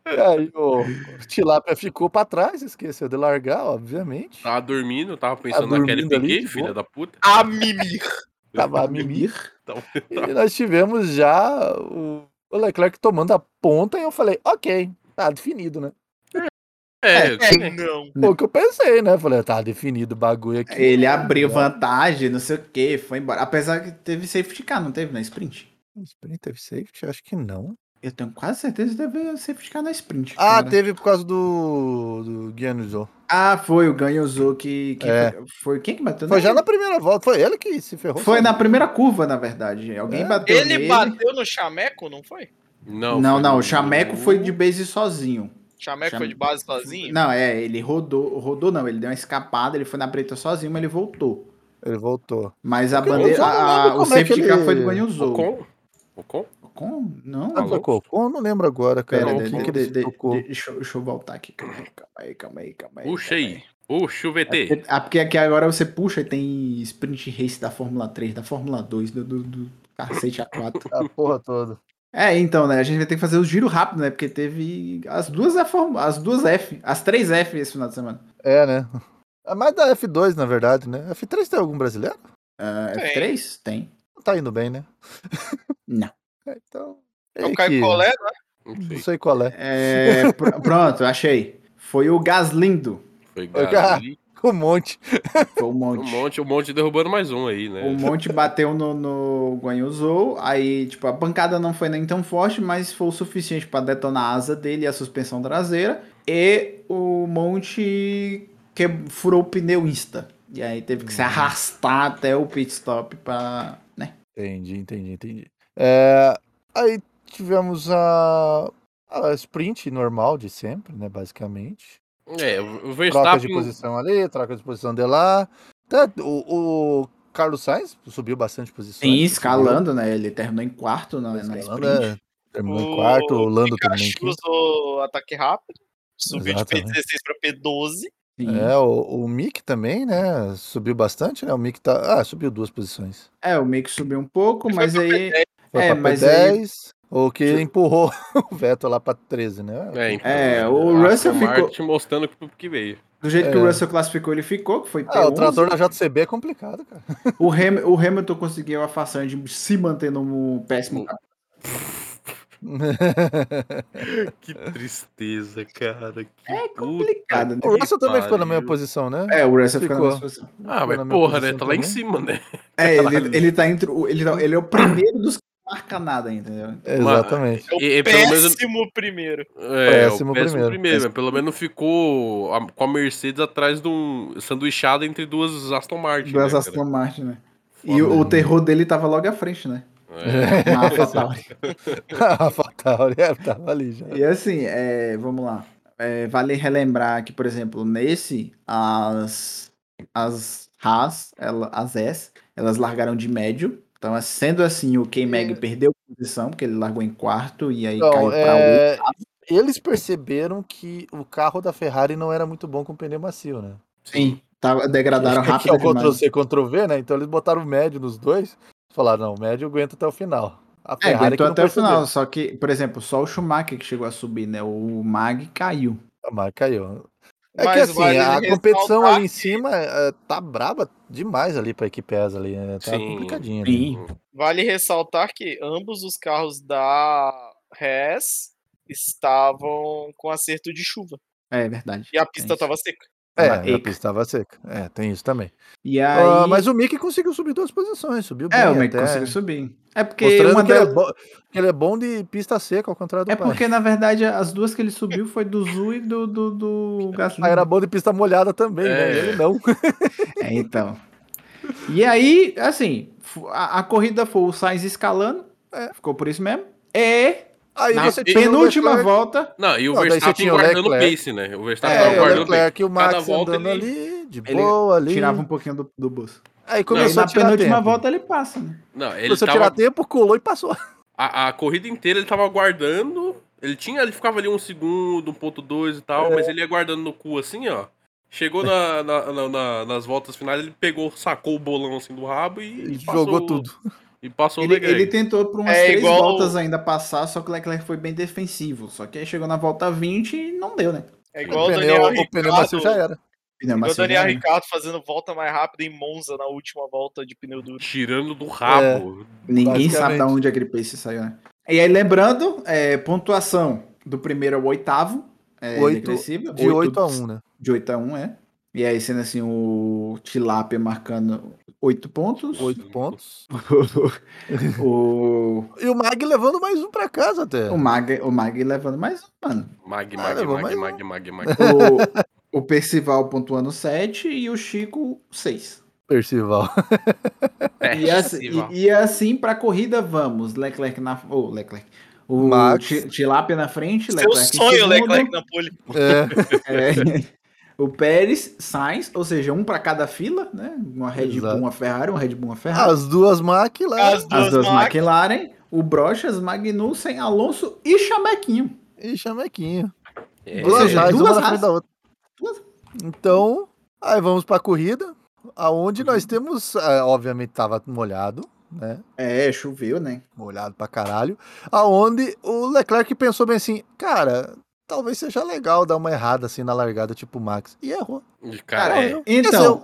Speaker 2: É, E aí o Tilápia ficou pra trás, esqueceu de largar, obviamente.
Speaker 3: Tava dormindo, tava pensando
Speaker 2: Tá
Speaker 3: naquele
Speaker 2: dormindo ali,
Speaker 3: Piquet,
Speaker 2: de
Speaker 3: filha
Speaker 2: boa.
Speaker 3: da puta.
Speaker 4: A mimir.
Speaker 2: Tava a mimir.
Speaker 3: Então,
Speaker 5: Tá.
Speaker 2: E nós tivemos já o o Leclerc tomando a ponta e eu falei, ok, tá definido, né?
Speaker 3: é,
Speaker 4: Não.
Speaker 2: Foi o que eu pensei, né? Falei, tá definido o bagulho aqui.
Speaker 5: Ele abriu vantagem, não sei o que, foi embora. Apesar que teve safety car, não teve na sprint?
Speaker 2: Um Sprint teve safety? Acho que não.
Speaker 5: Eu tenho quase certeza que teve safety car na sprint.
Speaker 2: Ah,
Speaker 5: cara.
Speaker 2: teve por causa do, do Guianizou.
Speaker 5: Ah, foi o Ganhozou que, que
Speaker 2: É.
Speaker 5: foi, foi- quem que bateu?
Speaker 2: Foi
Speaker 5: nele?
Speaker 2: já na primeira volta, foi ele que se ferrou.
Speaker 5: Foi
Speaker 2: sabe?
Speaker 5: na primeira curva, na verdade. Alguém
Speaker 2: É?
Speaker 5: bateu
Speaker 4: Ele
Speaker 5: nele.
Speaker 4: bateu no chameco, não foi?
Speaker 3: Não,
Speaker 5: Não, não,
Speaker 3: foi
Speaker 5: o Chameco foi de base sozinho.
Speaker 4: Chameco
Speaker 5: Chame-
Speaker 4: foi de base sozinho?
Speaker 5: Não, é, ele rodou, rodou não, ele deu uma escapada, ele foi na preta sozinho, mas ele voltou.
Speaker 2: Ele voltou.
Speaker 5: Mas a
Speaker 2: Porque eu
Speaker 5: bandeira,
Speaker 2: só não
Speaker 5: a-
Speaker 2: lembro
Speaker 5: o
Speaker 2: como é que
Speaker 5: safety
Speaker 2: ele-
Speaker 5: car foi do Guanyu
Speaker 3: Ocon? Ocon?
Speaker 5: Como? Não,
Speaker 2: Ah, foi Cocô? Não lembro agora, cara.
Speaker 5: pera,
Speaker 3: não,
Speaker 2: quem
Speaker 5: de-
Speaker 3: não,
Speaker 5: de-
Speaker 2: que ele
Speaker 5: de- de-
Speaker 2: tocou.
Speaker 5: deixa, eu- deixa eu voltar aqui, calma aí, calma aí, calma aí. Calma aí
Speaker 3: Puxa
Speaker 5: calma
Speaker 3: aí. Puxa o VT.
Speaker 5: Ah, porque aqui agora você puxa e tem sprint race da Fórmula 3, da Fórmula 2, do, do, do cacete A4.
Speaker 2: A porra toda.
Speaker 5: É, então, né, a gente vai ter que fazer o giro rápido, né, porque teve as duas, da Fórmula- as duas F, as três F esse final de semana.
Speaker 2: É, né? É mais da F2, na verdade, né? F3 tem algum brasileiro?
Speaker 5: Ah,
Speaker 4: Tem.
Speaker 5: F3? Tem.
Speaker 2: Não tá indo bem, né?
Speaker 5: Não.
Speaker 2: É, Então.
Speaker 4: É o
Speaker 2: meio
Speaker 4: Caio
Speaker 2: que-
Speaker 4: Colé, né?
Speaker 3: Não
Speaker 2: Não
Speaker 3: sei.
Speaker 2: sei qual é.
Speaker 5: É, pr- pronto, achei. Foi o Gaslindo.
Speaker 3: Foi
Speaker 2: Ô, cara.
Speaker 3: Gasly,
Speaker 2: Um monte.
Speaker 5: Foi o
Speaker 3: um
Speaker 5: Monte.
Speaker 3: monte, um monte derrubando mais um aí, né?
Speaker 5: O Monte bateu no, no Guanyuzou, aí, tipo, a pancada não foi nem tão forte, mas foi o suficiente pra detonar a asa dele e a suspensão traseira. E o Monte que furou o pneu insta. E aí teve
Speaker 2: Hum.
Speaker 5: que se arrastar até o pit stop pra. né?
Speaker 2: Entendi, entendi, entendi. É, aí tivemos a, a sprint normal de sempre, né? Basicamente.
Speaker 3: É, o
Speaker 2: Troca de
Speaker 3: Verstappen
Speaker 2: posição ali, troca de posição de lá. Tá, o, o Carlos Sainz subiu bastante posição.
Speaker 5: Sim, escalando, né? Ele terminou em quarto na, na sprint.
Speaker 2: é. Terminou em quarto, o Lando terminou em
Speaker 4: Pikachu
Speaker 2: quinto.
Speaker 4: usou ataque rápido. Subiu
Speaker 2: Exatamente.
Speaker 4: de P16 pra P12.
Speaker 5: Sim.
Speaker 2: É, o, o Mick também, né? Subiu bastante, né? O Mick tá. Ah, subiu duas posições.
Speaker 5: É, o Mick subiu um pouco, mas aí.
Speaker 2: Foi
Speaker 5: É,
Speaker 2: pra
Speaker 5: mas aí-
Speaker 2: P10, o que empurrou o Vettel lá pra 13, né?
Speaker 3: É, então,
Speaker 5: É, o
Speaker 3: a
Speaker 5: Russell
Speaker 3: Aston
Speaker 5: ficou-
Speaker 3: Martin mostrando o que veio.
Speaker 5: Do jeito que
Speaker 2: É.
Speaker 5: o Russell classificou, ele ficou, que foi P11.
Speaker 2: Ah, o trator da JCB é complicado, cara.
Speaker 5: O, Ham- o Hamilton conseguiu a façanha de se manter no péssimo.
Speaker 3: Que tristeza, cara. Que
Speaker 5: É complicado, né?
Speaker 2: O Russell também ficou na
Speaker 3: pariu.
Speaker 2: mesma posição, né?
Speaker 5: É, o Russell ficou,
Speaker 2: Ficou.
Speaker 5: na situação.
Speaker 3: Ah,
Speaker 2: Ficou
Speaker 3: mas
Speaker 2: na minha
Speaker 3: porra, né?
Speaker 2: posição
Speaker 3: Tá lá em
Speaker 2: também.
Speaker 3: cima, né?
Speaker 5: É, ele, ele tá entre. o- Ele, tá- ele é o primeiro dos que não marca nada, entendeu?
Speaker 2: Exatamente.
Speaker 4: É o
Speaker 3: E- e pelo menos-
Speaker 4: péssimo primeiro.
Speaker 3: É,
Speaker 2: Péssimo
Speaker 3: o péssimo
Speaker 2: primeiro.
Speaker 3: primeiro. mas pelo menos ficou a- com a Mercedes atrás de um sanduichado entre duas Aston Martin.
Speaker 5: Do
Speaker 3: né,
Speaker 5: Aston Martin, né? tá
Speaker 3: cara?
Speaker 5: E o, o
Speaker 3: Foda.
Speaker 5: terror dele tava logo à frente, né?
Speaker 3: É.
Speaker 5: Na AlphaTauri.
Speaker 2: A Fatauri é, tava ali já.
Speaker 5: E assim, é, vamos lá. É, vale relembrar que, por exemplo, nesse, as, as Haas, ela- as S, elas largaram de médio. Então, sendo assim, o K-Mag perdeu posição, porque ele largou em quarto e aí
Speaker 2: É. Então,
Speaker 5: caiu pra oito.
Speaker 2: é, eles perceberam que o carro da Ferrari não era muito bom com pneu macio, né?
Speaker 5: Sim, tava, degradaram
Speaker 2: Aqui é
Speaker 5: rápido
Speaker 2: o Ctrl
Speaker 5: demais.
Speaker 2: C, Ctrl V, né? Então eles botaram o médio nos dois. Falaram, não, o médio aguenta até o final. A
Speaker 5: É,
Speaker 2: Ferrari que
Speaker 5: aguentou
Speaker 2: não
Speaker 5: até o
Speaker 2: percebeu.
Speaker 5: final, só que, por exemplo, só o Schumacher que chegou a subir, né? O Mag caiu.
Speaker 2: Ah, mas caiu. É que
Speaker 4: Mas
Speaker 2: assim,
Speaker 4: vale
Speaker 2: a competição
Speaker 4: ressaltar
Speaker 2: ali em cima eh, tá braba demais ali pra equipe ESA ali, né? Tá
Speaker 3: Sim.
Speaker 2: complicadinha. né?
Speaker 5: Sim.
Speaker 4: Vale ressaltar que ambos os carros da Haas estavam com acerto de chuva.
Speaker 5: É verdade.
Speaker 4: E a pista
Speaker 5: É isso.
Speaker 4: estava seca.
Speaker 2: É,
Speaker 5: Mas-
Speaker 2: a pista tava seca. É, tem isso também.
Speaker 5: E
Speaker 2: Ah,
Speaker 5: aí.
Speaker 2: mas o Mick conseguiu subir duas posições, subiu bem
Speaker 5: É, o Mag
Speaker 2: até,
Speaker 5: conseguiu subir. É porque
Speaker 2: Mostrando
Speaker 5: uma
Speaker 2: que, ele
Speaker 5: delas.
Speaker 2: é bom, que ele é bom de pista seca, ao contrário do
Speaker 5: É
Speaker 2: pai.
Speaker 5: porque, na verdade, as duas que ele subiu foi do Zu e do, do, do Gasly.
Speaker 2: Ah, era bom de pista molhada também, né?
Speaker 3: É.
Speaker 2: Ele não.
Speaker 5: É, então. E aí, assim, fu- a, a corrida foi o Sainz escalando, é, ficou por isso mesmo. E
Speaker 2: Aí
Speaker 5: na
Speaker 2: você tinha o
Speaker 5: penúltima
Speaker 2: Leclerc-
Speaker 5: volta,
Speaker 3: Não, e o
Speaker 2: Não, daí você
Speaker 3: Verstappen
Speaker 2: tinha o
Speaker 3: guardando o
Speaker 2: Leclerc.
Speaker 3: pace, né? O
Speaker 2: É,
Speaker 3: Verstappen
Speaker 5: tava
Speaker 2: o
Speaker 3: guardando o pace.
Speaker 2: Leclerc e o
Speaker 3: Cada
Speaker 2: Max
Speaker 3: volta
Speaker 2: andando
Speaker 3: ele-
Speaker 2: ali, de
Speaker 5: ele
Speaker 2: boa ali.
Speaker 5: tirava um pouquinho do, do bus.
Speaker 2: Aí
Speaker 5: E aí,
Speaker 2: começou
Speaker 5: na
Speaker 2: a tirar
Speaker 5: penúltima
Speaker 2: tempo.
Speaker 5: volta ele passa, né?
Speaker 3: Não, ele
Speaker 2: começou a
Speaker 3: tava
Speaker 2: tirar tempo, colou e passou.
Speaker 3: A, a corrida inteira ele tava guardando. Ele tinha, ele ficava ali um segundo, 1.2 e tal,
Speaker 2: É.
Speaker 3: mas ele ia guardando no cu assim, ó. Chegou na, na- na- na- nas voltas finais, ele pegou, sacou o bolão assim do rabo e,
Speaker 2: E
Speaker 3: e
Speaker 2: jogou tudo.
Speaker 3: E passou o
Speaker 5: Ele,
Speaker 3: Leclerc.
Speaker 5: ele tentou por umas
Speaker 4: É
Speaker 5: três
Speaker 4: igual-
Speaker 5: voltas ainda passar, só que o Leclerc foi bem defensivo. Só que aí chegou na volta 20 e não deu, né?
Speaker 2: O
Speaker 4: É igual o
Speaker 2: pneu,
Speaker 4: Daniel
Speaker 2: o pneu macio já
Speaker 4: Ricciardo.
Speaker 2: era.
Speaker 4: Igual
Speaker 5: Pneu
Speaker 4: o
Speaker 5: macio
Speaker 4: Daniel
Speaker 5: já, né?
Speaker 4: Ricardo fazendo volta mais rápida em Monza na última volta de pneu duro.
Speaker 3: Tirando do rabo.
Speaker 2: É,
Speaker 5: Ninguém sabe
Speaker 2: Basicamente.
Speaker 5: de onde a Gripace saiu, né? E aí, lembrando, é, pontuação do primeiro ao oitavo. É,
Speaker 2: Oito-
Speaker 5: degressiva,
Speaker 2: De 8 a 1, né?
Speaker 5: De 8 a 1, é. E aí, sendo assim, o Tilápia marcando 8 pontos.
Speaker 2: 8 pontos.
Speaker 5: o,
Speaker 2: E o Mag levando mais um pra casa até.
Speaker 5: o, Mag, o Mag levando mais um, mano.
Speaker 3: Mag,
Speaker 2: Ah,
Speaker 3: mag,
Speaker 2: levou
Speaker 3: mag,
Speaker 2: mais um.
Speaker 3: mag, mag, mag.
Speaker 5: O, o Percival pontuando 7 e o Chico 6.
Speaker 2: Percival.
Speaker 4: É
Speaker 3: É,
Speaker 5: E assim,
Speaker 3: Péssimo.
Speaker 5: e, e assim pra corrida vamos. Leclerc na. Ô, Leclerc. O
Speaker 2: Max.
Speaker 5: Ti- Tilápia na frente,
Speaker 4: Seu
Speaker 5: Leclerc. em
Speaker 4: sonho,
Speaker 5: segundo.
Speaker 4: Leclerc na pole.
Speaker 2: É,
Speaker 5: É. O Pérez, Sainz, ou seja, um pra cada fila, né? Uma Red Bull,
Speaker 2: Exato.
Speaker 5: uma Ferrari, uma Red Bull, uma Ferrari.
Speaker 2: as duas Mac lá.
Speaker 4: As
Speaker 5: As
Speaker 4: duas,
Speaker 5: duas
Speaker 4: máquinas.
Speaker 5: McLaren, o Brochas, Magnussen, Alonso e Chamequinho.
Speaker 2: E chamequinho.
Speaker 3: É,
Speaker 5: Ou
Speaker 2: Duas
Speaker 5: seja,
Speaker 2: Haas, uma
Speaker 5: duas
Speaker 2: na frente
Speaker 5: Haas.
Speaker 2: da outra.
Speaker 5: Duas.
Speaker 2: Então, aí vamos pra corrida. Aonde nós
Speaker 5: Uhum.
Speaker 2: temos, ah, obviamente tava molhado, né?
Speaker 5: É, choveu, né?
Speaker 2: Molhado pra caralho. Aonde o Leclerc pensou bem assim, cara, talvez seja legal dar uma errada assim na largada, tipo o Max. E errou.
Speaker 3: e, cara, é,
Speaker 2: Morreu.
Speaker 5: Então,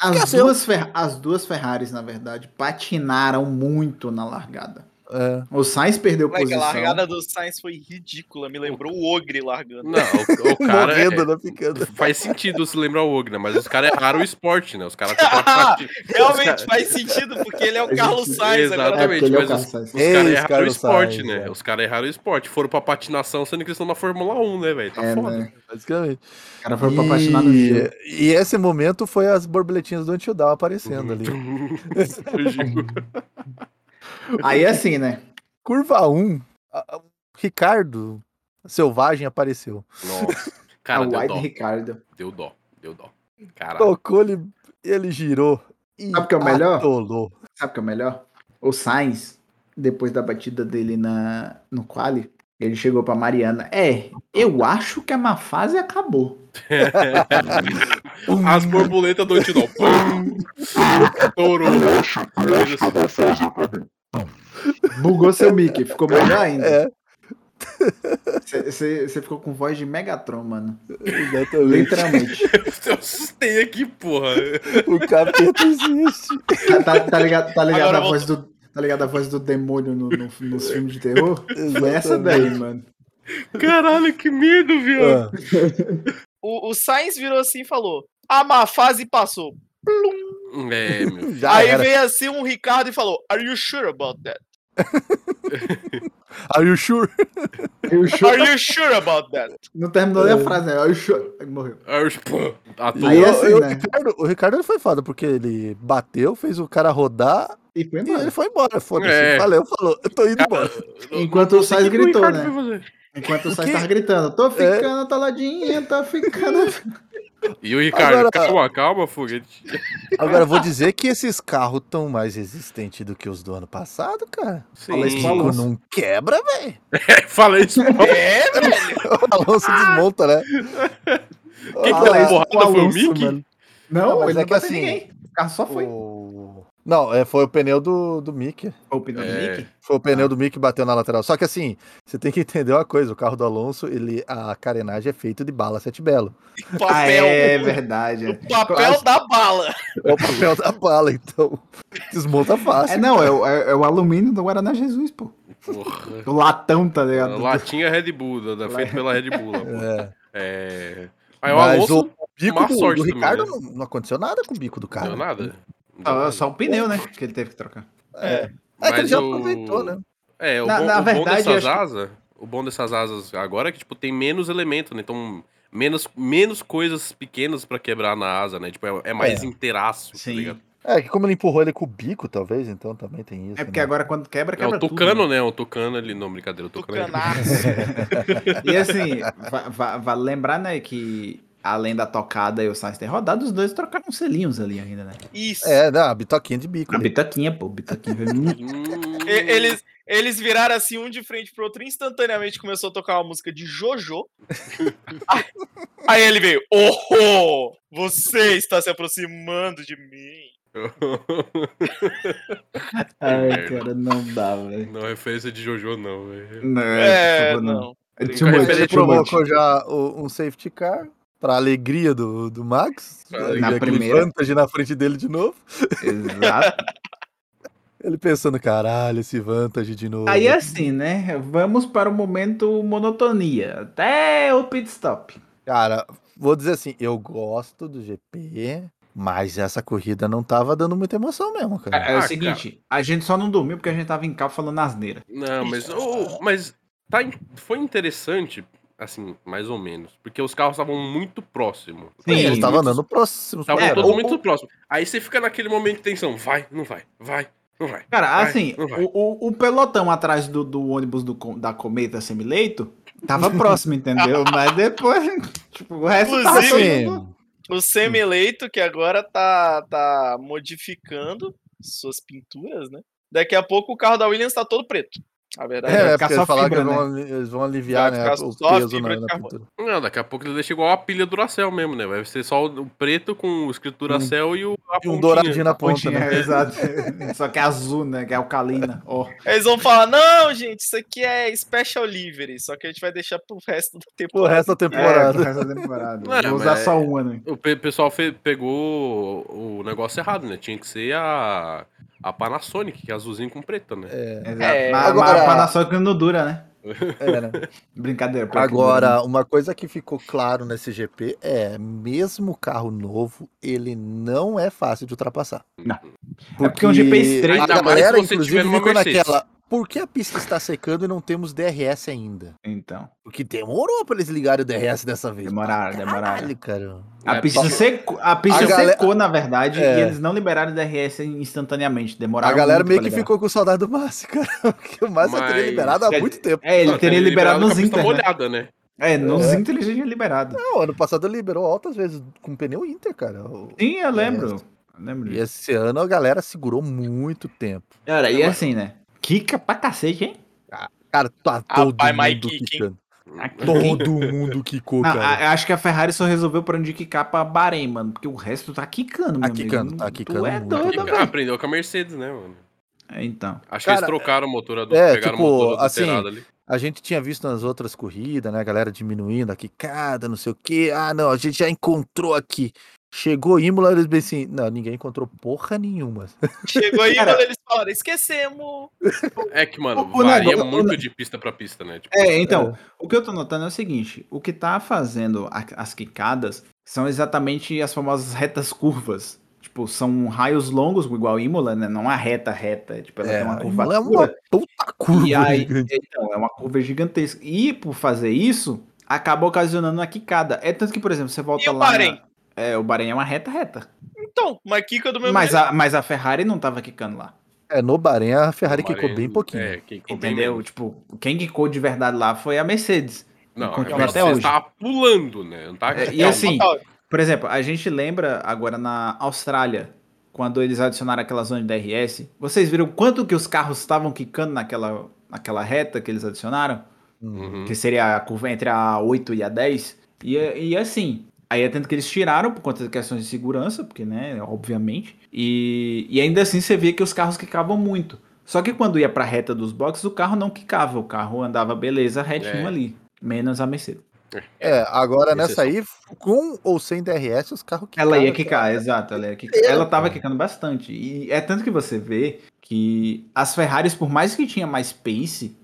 Speaker 5: as
Speaker 2: Esqueceu.
Speaker 5: duas, Fer- as duas Ferraris, na verdade, patinaram muito na largada.
Speaker 2: É.
Speaker 5: O Sainz perdeu
Speaker 4: Moleque, a
Speaker 5: posição. É,
Speaker 4: largada do Sainz foi ridícula, me lembrou o Ogre largando.
Speaker 3: Não, o, o cara. é-
Speaker 2: Morrendo, não né, ficando.
Speaker 3: faz sentido se lembrar o Ogna, mas os caras erraram o esporte, né? Os caras contrataram-
Speaker 4: Realmente faz sentido, porque ele é o Carlos Sainz agora.
Speaker 5: É, porque ele é o
Speaker 3: mas
Speaker 5: Carlos Sainz.
Speaker 3: Os caras
Speaker 2: Ei,
Speaker 3: erraram
Speaker 2: Carlos
Speaker 3: o esporte,
Speaker 2: Sainz,
Speaker 3: né?
Speaker 2: é.
Speaker 3: Os caras erraram o esporte. Foram pra patinação, sendo que eles estão na Fórmula 1, né, velho? Tá
Speaker 5: É,
Speaker 3: foda.
Speaker 5: né?
Speaker 2: Basicamente.
Speaker 5: O cara foi pra apaixonar no Gil.
Speaker 2: e esse momento foi as borboletinhas do Antidal
Speaker 5: Uhum.
Speaker 2: aparecendo ali.
Speaker 3: Fugiu.
Speaker 5: Aí assim, né?
Speaker 2: Curva 1, a- a- Ricardo Selvagem apareceu.
Speaker 3: Nossa.
Speaker 5: A
Speaker 3: Cara, deu
Speaker 5: White
Speaker 3: dó.
Speaker 5: Ricardo.
Speaker 3: Deu dó. Deu dó. Caralho.
Speaker 2: Tocou, ele, ele girou. E
Speaker 5: Tá. Sabe o que é o melhor?
Speaker 2: Atolou.
Speaker 5: Sabe o que é o melhor? O Sainz, depois da batida dele na, no quali, ele chegou pra Mariana. É, eu acho que a má fase acabou. Hum.
Speaker 3: As borboletas do Antidão. Touro.
Speaker 5: Bugou seu Mickey, ficou melhor ainda.
Speaker 2: É,
Speaker 5: Você ficou com voz de Megatron, mano.
Speaker 2: exatamente.
Speaker 5: Literalmente.
Speaker 3: Eu assustei aqui, porra.
Speaker 2: o capeta existe.
Speaker 5: Tá, tá- tá ligado, tá ligado
Speaker 4: Agora
Speaker 5: a voz do. Tá ligado a voz do demônio no, no- nos filmes de terror? Foi essa daí,
Speaker 2: Exatamente.
Speaker 5: mano.
Speaker 3: Caralho, que medo, viado.
Speaker 2: Ah,
Speaker 4: O, o Sainz virou assim e falou: a má fase passou.
Speaker 5: Ah.
Speaker 3: É, meu.
Speaker 2: já
Speaker 4: Aí
Speaker 2: era.
Speaker 4: veio assim um Ricardo e falou: Are you sure about that?
Speaker 2: Are you sure?
Speaker 5: E o show
Speaker 4: Are you sure about that?
Speaker 5: não terminou nem a frase, né? Aí o show. aí Morreu.
Speaker 3: Aí eu- pô, A toa.
Speaker 5: Aí
Speaker 2: E o-
Speaker 5: assim,
Speaker 2: e o,
Speaker 5: né?
Speaker 2: Ricardo, o Ricardo ele foi foda, porque ele bateu, fez o cara rodar
Speaker 5: E foi
Speaker 2: e ele
Speaker 5: embora.
Speaker 2: foi embora. Foda-se.
Speaker 3: É.
Speaker 2: Valeu, falou. Eu tô indo embora.
Speaker 5: Enquanto o Sainz
Speaker 3: O que que o
Speaker 5: gritou,
Speaker 3: Ricardo
Speaker 5: né?
Speaker 3: foi fazer?
Speaker 5: Enquanto o Sainz
Speaker 2: quê?
Speaker 5: tava gritando, tô ficando atoladinha, tô ficando.
Speaker 3: E o Ricardo,
Speaker 2: Agora-
Speaker 3: calma, calma, foguete.
Speaker 2: Agora, vou dizer que esses carros tão mais resistentes do que os do ano passado, cara.
Speaker 3: Sim.
Speaker 5: Fala isso,
Speaker 2: O
Speaker 5: Paulo.
Speaker 2: Kiko não quebra, velho.
Speaker 3: Fala isso.
Speaker 4: É, velho.
Speaker 2: O Alonso desmonta, né?
Speaker 3: Quem
Speaker 5: Ah,
Speaker 3: que deu a
Speaker 5: isso
Speaker 3: porrada foi o
Speaker 2: Alonso,
Speaker 3: Mickey?
Speaker 2: mano.
Speaker 5: Não,
Speaker 2: Não, mas
Speaker 5: ele não
Speaker 2: é que
Speaker 5: bateu
Speaker 2: assim,
Speaker 5: ninguém. O carro só foi.
Speaker 2: O- Não, é, foi o pneu do, do Mickey.
Speaker 5: O pneu do
Speaker 3: É.
Speaker 5: Mickey?
Speaker 2: Foi o pneu do Mickey que bateu na lateral. Só que assim, você tem que entender uma coisa: o carro do Alonso, ele, a carenagem é feita de bala sete belo.
Speaker 5: Ah, é
Speaker 4: Papel.
Speaker 5: verdade. é.
Speaker 4: o papel da bala.
Speaker 2: É o papel da bala, então. Desmonta
Speaker 5: É,
Speaker 2: fácil.
Speaker 5: não, é, o- é- é o alumínio do Guaraná Jesus, pô.
Speaker 3: Porra.
Speaker 5: O latão, tá
Speaker 3: É,
Speaker 5: ligado?
Speaker 3: Latinha Red Bull, da, da- feita pela Red Bull. lá, pô.
Speaker 2: É.
Speaker 3: É. Aí o
Speaker 2: Mas
Speaker 3: Alonso
Speaker 2: o
Speaker 3: não
Speaker 2: bico
Speaker 3: má
Speaker 2: do,
Speaker 3: sorte
Speaker 2: do
Speaker 3: também,
Speaker 2: Ricardo
Speaker 3: né?
Speaker 2: não, não aconteceu nada com o bico do carro.
Speaker 3: deu nada. Não deu
Speaker 5: Só,
Speaker 3: nada.
Speaker 5: só o pneu, né? Que ele teve que trocar.
Speaker 2: É que ele
Speaker 3: Mas
Speaker 2: já
Speaker 3: o-
Speaker 2: aproveitou, né?
Speaker 3: É, o,
Speaker 5: Na-
Speaker 3: bom,
Speaker 5: na
Speaker 3: o bom
Speaker 5: verdade,
Speaker 3: dessas
Speaker 5: acho que-
Speaker 3: asas, o bom dessas asas agora é que, tipo, tem menos elemento, né? Então, menos, menos coisas pequenas pra quebrar na asa, né? Tipo, é, é mais
Speaker 2: É.
Speaker 3: inteiraço, tá ligado?
Speaker 2: É, que como ele empurrou ele com o bico, talvez, então também tem isso.
Speaker 5: É porque
Speaker 2: né?
Speaker 5: agora quando quebra,
Speaker 3: É
Speaker 5: quebra
Speaker 3: o
Speaker 5: tudo,
Speaker 3: Tucano, né? O Tucano ali, não, brincadeira, o Tucano. é Red Bull.
Speaker 4: Tucanaço.
Speaker 5: né? E assim, va- va- vale lembrar, né, que além da tocada e o Sainz ter rodado, os dois trocaram selinhos ali ainda, né?
Speaker 4: Isso.
Speaker 2: É, não, a bitoquinha de bico.
Speaker 5: A
Speaker 2: ali.
Speaker 5: bitoquinha, pô, bitoquinha. foi muito-
Speaker 3: Hum.
Speaker 4: E- Eles, eles viraram assim um de frente pro outro instantaneamente começou a tocar uma música de Jojo. aí, aí ele veio, oh, você está se aproximando de mim.
Speaker 3: Hum.
Speaker 5: Ai, cara, não dá, velho.
Speaker 3: Não, é referência de Jojo, não, velho.
Speaker 5: Não,
Speaker 4: É,
Speaker 5: por favor,
Speaker 4: não.
Speaker 5: É
Speaker 3: Ele
Speaker 5: too much,
Speaker 3: referência
Speaker 2: Ele
Speaker 5: too much.
Speaker 2: provocou já o- um safety car, pra alegria do, do Max.
Speaker 3: Pra
Speaker 2: né,
Speaker 5: alegria.
Speaker 2: já
Speaker 5: Na
Speaker 2: aquele
Speaker 5: primeira.
Speaker 2: Vantage na frente dele de novo.
Speaker 5: Exato.
Speaker 2: Ele pensando, caralho, esse Vantage de novo.
Speaker 5: Aí assim, né? Vamos para o momento monotonia. Até o pit stop.
Speaker 2: Cara, vou dizer assim, eu gosto do GP, mas essa corrida não tava dando muita emoção mesmo, cara.
Speaker 5: É, é
Speaker 3: Ah,
Speaker 5: o seguinte, a gente só não dormiu porque a gente tava em casa falando asneira.
Speaker 3: Não, mas, ô, mas tá, in- foi interessante, assim, mais ou menos. Porque os carros estavam muito próximos.
Speaker 5: É, Sim,
Speaker 2: Eles
Speaker 5: muito-
Speaker 2: estavam andando próximos.
Speaker 3: Estavam
Speaker 5: É,
Speaker 2: cara.
Speaker 3: todos
Speaker 5: o-
Speaker 3: muito próximos. Aí você fica naquele momento de tensão. Vai, não vai, vai, não vai.
Speaker 5: Cara,
Speaker 3: Vai,
Speaker 5: assim,
Speaker 3: não vai.
Speaker 5: o, o- o pelotão atrás do, do ônibus do com- da Cometa Semileito tava próximo, entendeu? Mas depois, tipo, o resto
Speaker 2: tá
Speaker 5: tava todo
Speaker 4: Inclusive-
Speaker 5: mundo-
Speaker 2: assim,
Speaker 4: O semi-eleito que agora tá, tá modificando suas pinturas, né? Daqui a pouco o carro da Williams tá todo preto. A verdade
Speaker 5: vai
Speaker 2: É, é
Speaker 5: ficar
Speaker 2: porque
Speaker 5: só
Speaker 2: eles falaram
Speaker 5: fibra,
Speaker 2: que
Speaker 5: né?
Speaker 2: vão, ali- eles vão aliviar
Speaker 4: Vai
Speaker 2: né,
Speaker 4: ficar
Speaker 2: o
Speaker 4: só
Speaker 2: peso
Speaker 4: fibra
Speaker 2: na,
Speaker 4: de
Speaker 2: na
Speaker 4: carbono.
Speaker 2: pintura.
Speaker 3: Não, daqui a pouco ele deixa igual a pilha Duracell mesmo, né? Vai ser só o preto com o escrito
Speaker 5: Hum.
Speaker 3: Duracell e
Speaker 2: E
Speaker 3: o a
Speaker 2: um
Speaker 3: pontinha.
Speaker 2: douradinho na ponta,
Speaker 5: Pontinha,
Speaker 2: né?
Speaker 5: exato. Só que é azul, né? Que é alcalina. Ó.
Speaker 4: Eles vão falar, não, gente, isso aqui é special livery, só que a gente vai deixar pro resto do tempo.
Speaker 2: O resto da
Speaker 5: É,
Speaker 2: temporada.
Speaker 5: pro resto da temporada.
Speaker 3: Não,
Speaker 5: Vou usar
Speaker 3: mas- é-
Speaker 5: só uma, né?
Speaker 3: O pe- pessoal fe- pegou o negócio errado, né? Tinha que ser a, A Panasonic, que é azulzinho com preto, né?
Speaker 5: Exato.
Speaker 4: É,
Speaker 5: mas,
Speaker 2: agora-
Speaker 5: mas a Panasonic não dura, né?
Speaker 2: É, né?
Speaker 5: Brincadeira. pior que
Speaker 2: Agora, uma coisa que ficou claro nesse GP é, mesmo carro novo, ele não é fácil de ultrapassar.
Speaker 5: Não. É porque um GP estreito-
Speaker 2: A
Speaker 3: Ainda mais
Speaker 2: galera,
Speaker 3: se você tiver
Speaker 2: inclusive,
Speaker 3: numa
Speaker 2: ficou
Speaker 3: Mercedes.
Speaker 2: naquela. Por que a pista está secando e não temos DRS ainda?
Speaker 5: dura. Então,
Speaker 2: Porque demorou pra eles ligarem o DRS dessa vez.
Speaker 5: demoraram, demoraram.
Speaker 2: Caralho, cara.
Speaker 5: A
Speaker 3: É,
Speaker 5: pista,
Speaker 3: só-
Speaker 5: secou, a pista
Speaker 2: A galera-
Speaker 5: secou, na verdade,
Speaker 2: É.
Speaker 5: e eles não liberaram o DRS instantaneamente. Demoraram
Speaker 2: A galera
Speaker 5: muito
Speaker 2: meio
Speaker 5: pra
Speaker 2: que
Speaker 5: liberar.
Speaker 2: ficou com saudade do Massi, cara. Porque o Massi já teria
Speaker 3: Mas-
Speaker 2: liberado há
Speaker 5: Quer
Speaker 2: muito tempo.
Speaker 5: É, ele
Speaker 3: Não,
Speaker 5: teria
Speaker 3: tá
Speaker 5: liberado
Speaker 3: com a
Speaker 5: nos
Speaker 3: pista
Speaker 5: Inter. né?
Speaker 3: molhada, né?
Speaker 5: É, nos
Speaker 2: É.
Speaker 5: Inter ele já tinha liberado.
Speaker 2: Não, ano passado ele liberou altas vezes com pneu Inter, cara. O-
Speaker 5: Sim, eu lembro. Eu lembro
Speaker 2: É. E é-
Speaker 5: disso.
Speaker 2: esse ano a galera segurou muito tempo.
Speaker 5: Cara, e assim, né? Kika pra cacete, hein?
Speaker 2: Cara, tá
Speaker 4: Ah,
Speaker 2: todo
Speaker 4: pai, mas
Speaker 2: mundo
Speaker 4: que-
Speaker 2: quicando.
Speaker 3: É
Speaker 5: Aqui.
Speaker 2: Todo mundo quicou,
Speaker 5: Não,
Speaker 2: cara.
Speaker 5: a- eu acho que a Ferrari só resolveu pra onde quicar pra Bahrein, mano. Porque o resto tá quicando, meu
Speaker 2: Tá
Speaker 5: amigo.
Speaker 2: quicando, tá
Speaker 5: Tu
Speaker 2: quicando
Speaker 5: é
Speaker 2: muito.
Speaker 5: doido,
Speaker 2: Toda
Speaker 3: E,
Speaker 5: velho.
Speaker 3: aprendeu com a Mercedes, né, mano?
Speaker 5: É, então.
Speaker 3: Acho que
Speaker 2: Cara,
Speaker 3: eles trocaram o motor adulto,
Speaker 2: é,
Speaker 3: pegaram
Speaker 2: tipo,
Speaker 3: o motor
Speaker 2: assim,
Speaker 3: adulterado ali.
Speaker 2: A gente tinha visto nas outras corridas, né? A galera diminuindo a quicada, não sei o quê. Ah, não, a gente já encontrou aqui. Chegou Imola, eles bem assim. Não, ninguém encontrou porra nenhuma.
Speaker 4: Chegou aí
Speaker 5: Cara-
Speaker 4: quando eles falaram, esquecemos.
Speaker 3: É que, mano,
Speaker 5: O- o
Speaker 3: varia
Speaker 5: negócio- o
Speaker 3: muito
Speaker 5: ne-
Speaker 3: de pista pra pista, né? Tipo,
Speaker 5: É, então. O que eu tô notando é o seguinte: o que tá fazendo a- as quicadas são exatamente as famosas retas curvas. Tipo, são raios longos, igual a Imola, né? Não é reta, reta. Tipo, ela tem uma curva.
Speaker 2: Imola é uma puta curva.
Speaker 5: E aí,
Speaker 2: gigante.
Speaker 5: então, é uma curva gigantesca. E por fazer isso, acaba ocasionando uma quicada. É tanto que, por exemplo, você volta
Speaker 4: E o
Speaker 5: lá. na-
Speaker 4: Bahrein?
Speaker 5: É, o Bahrein é uma reta reta.
Speaker 4: Então, mas Kika do mesmo
Speaker 5: Mas
Speaker 4: jeito.
Speaker 5: a, mas a Ferrari não tava quicando lá.
Speaker 2: É, no Bahrein a Ferrari
Speaker 3: Bahrein,
Speaker 2: quicou bem pouquinho.
Speaker 3: É, quicou bem
Speaker 5: Entendeu?
Speaker 3: menos.
Speaker 5: Tipo, quem quicou de verdade lá foi a Mercedes.
Speaker 3: Não,
Speaker 5: continua
Speaker 3: a
Speaker 5: até
Speaker 3: Mercedes
Speaker 5: hoje.
Speaker 3: tava pulando, né? Não tava
Speaker 5: É, e
Speaker 3: calma.
Speaker 5: assim,
Speaker 4: Total.
Speaker 5: por exemplo, a gente lembra agora na Austrália, quando eles adicionaram aquela zona de DRS, vocês viram quanto que os carros estavam quicando naquela, naquela reta que eles adicionaram?
Speaker 2: Hum.
Speaker 3: Uhum.
Speaker 5: que seria a curva entre a 8 e a 10. E, e assim, aí é tanto que eles tiraram por conta de questões de segurança, porque, né, obviamente. E, e ainda assim você via que os carros quicavam muito. Só que quando ia pra reta dos boxes, o carro não quicava, o carro andava beleza retinho
Speaker 3: É.
Speaker 5: ali. Menos a Mercedes.
Speaker 2: É, agora nessa
Speaker 3: Exceção.
Speaker 2: aí, com ou sem DRS, os carros
Speaker 5: Ela ia
Speaker 2: quicaram,
Speaker 5: quicar, exato. Ela, ia quicar. ela tava quicando bastante. E é tanto que você vê que as Ferraris, por mais que tinha mais pace,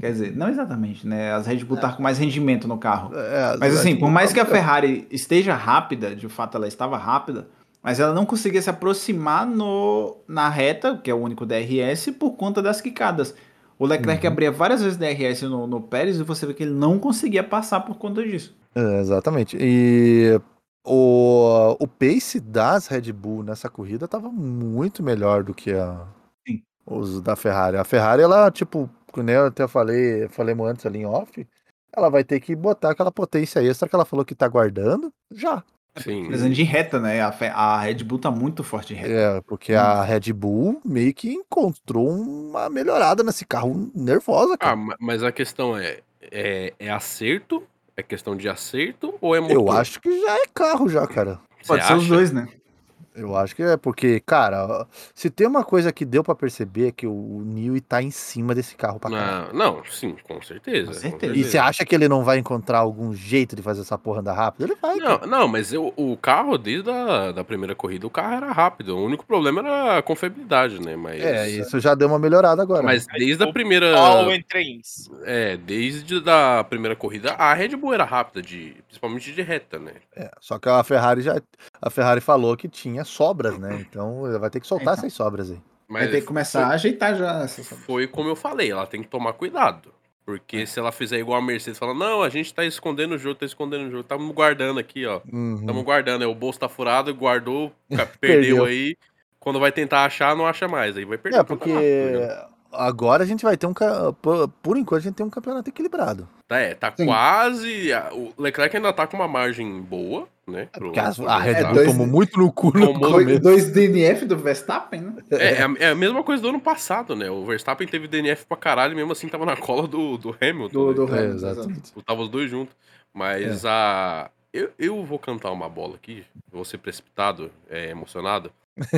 Speaker 5: quer dizer, não exatamente, né? As Red Bull estavam com mais rendimento no carro.
Speaker 2: É,
Speaker 5: Mas assim, por mais que a
Speaker 2: Ferrari.
Speaker 5: Ferrari esteja rápida, de fato ela estava rápida, mas ela não conseguia se aproximar no, na reta, que é o único DRS, por conta das quicadas. O Leclerc abria várias vezes DRS no, no Pérez e você vê que ele não conseguia passar por conta disso.
Speaker 2: É, exatamente. E o, o pace das Red Bull nessa corrida tava muito melhor do que a,
Speaker 5: Sim.
Speaker 2: os da Ferrari. A Ferrari, ela, tipo, como eu até falei, falamos antes ali em off, ela vai ter que botar aquela potência extra que ela falou que tá guardando já.
Speaker 3: Sim.
Speaker 5: Mas de reta, né? A, Fe- a Red Bull tá muito forte em reta.
Speaker 2: É, porque a Red Bull meio que encontrou uma melhorada nesse carro nervosa,
Speaker 3: Ah,
Speaker 2: cara.
Speaker 3: ma- mas a questão é, é, é acerto? É questão de acerto ou é motor?
Speaker 2: eu acho que já é carro já, cara.
Speaker 3: Você
Speaker 5: Pode ser os
Speaker 3: acha?
Speaker 5: dois, né?
Speaker 2: Eu acho que é porque, cara, se tem uma coisa que deu pra perceber é que o Newey tá em cima desse carro
Speaker 3: Ah,
Speaker 2: pra caralho.
Speaker 3: Não, não, sim, com certeza.
Speaker 5: Com certeza.
Speaker 3: é.
Speaker 2: E você acha que ele não vai encontrar algum jeito de fazer essa porra andar rápido? Ele vai.
Speaker 3: Não, não, mas eu- o carro, desde a da primeira corrida, o carro era rápido. O único problema era a confiabilidade, né? Mas,
Speaker 2: É, isso já deu uma melhorada agora.
Speaker 3: mas desde a primeira.
Speaker 4: All in trains.
Speaker 3: É, desde da primeira corrida, a Red Bull era rápida, de, principalmente de reta, né?
Speaker 2: É, só que a Ferrari já. A Ferrari falou que tinha sobras, né? Então ela vai ter que soltar
Speaker 5: Então.
Speaker 2: essas sobras aí.
Speaker 5: Vai ter que começar a ajeitar já essa.
Speaker 3: Foi como eu falei, ela tem que tomar cuidado. Porque se ela fizer igual a Mercedes, fala, não, a gente tá escondendo o jogo, tá escondendo o jogo, estamos guardando aqui, ó.
Speaker 2: Uhum.
Speaker 3: Estamos guardando, é, o bolso tá furado, guardou, ca-
Speaker 2: Perdeu.
Speaker 3: perdeu aí. Quando vai tentar achar, não acha mais, aí vai perder.
Speaker 2: É,
Speaker 3: o campeonato, tá
Speaker 2: porque
Speaker 3: ligado?
Speaker 2: agora a gente vai ter um. ca- Por por enquanto a gente tem um campeonato equilibrado.
Speaker 3: Tá, é, tá
Speaker 5: Sim.
Speaker 3: quase... a- O Leclerc ainda tá com uma margem boa, né? pro-
Speaker 2: Porque a,
Speaker 3: pro
Speaker 2: a Red
Speaker 5: É,
Speaker 2: Bull
Speaker 5: dois-
Speaker 2: tomou muito no cu no
Speaker 3: Tomou-
Speaker 2: começo.
Speaker 5: dois DNF do Verstappen, né?
Speaker 3: É, é a- é a mesma coisa do ano passado, né? O Verstappen teve DNF pra caralho, e mesmo assim tava na cola do, do Hamilton.
Speaker 5: Do, É.
Speaker 3: né?
Speaker 5: do
Speaker 2: É,
Speaker 5: Hamilton, exato.
Speaker 2: exatamente.
Speaker 3: Tava os dois juntos. Mas a. Eu, eu vou cantar uma bola aqui, vou ser precipitado, é, emocionado.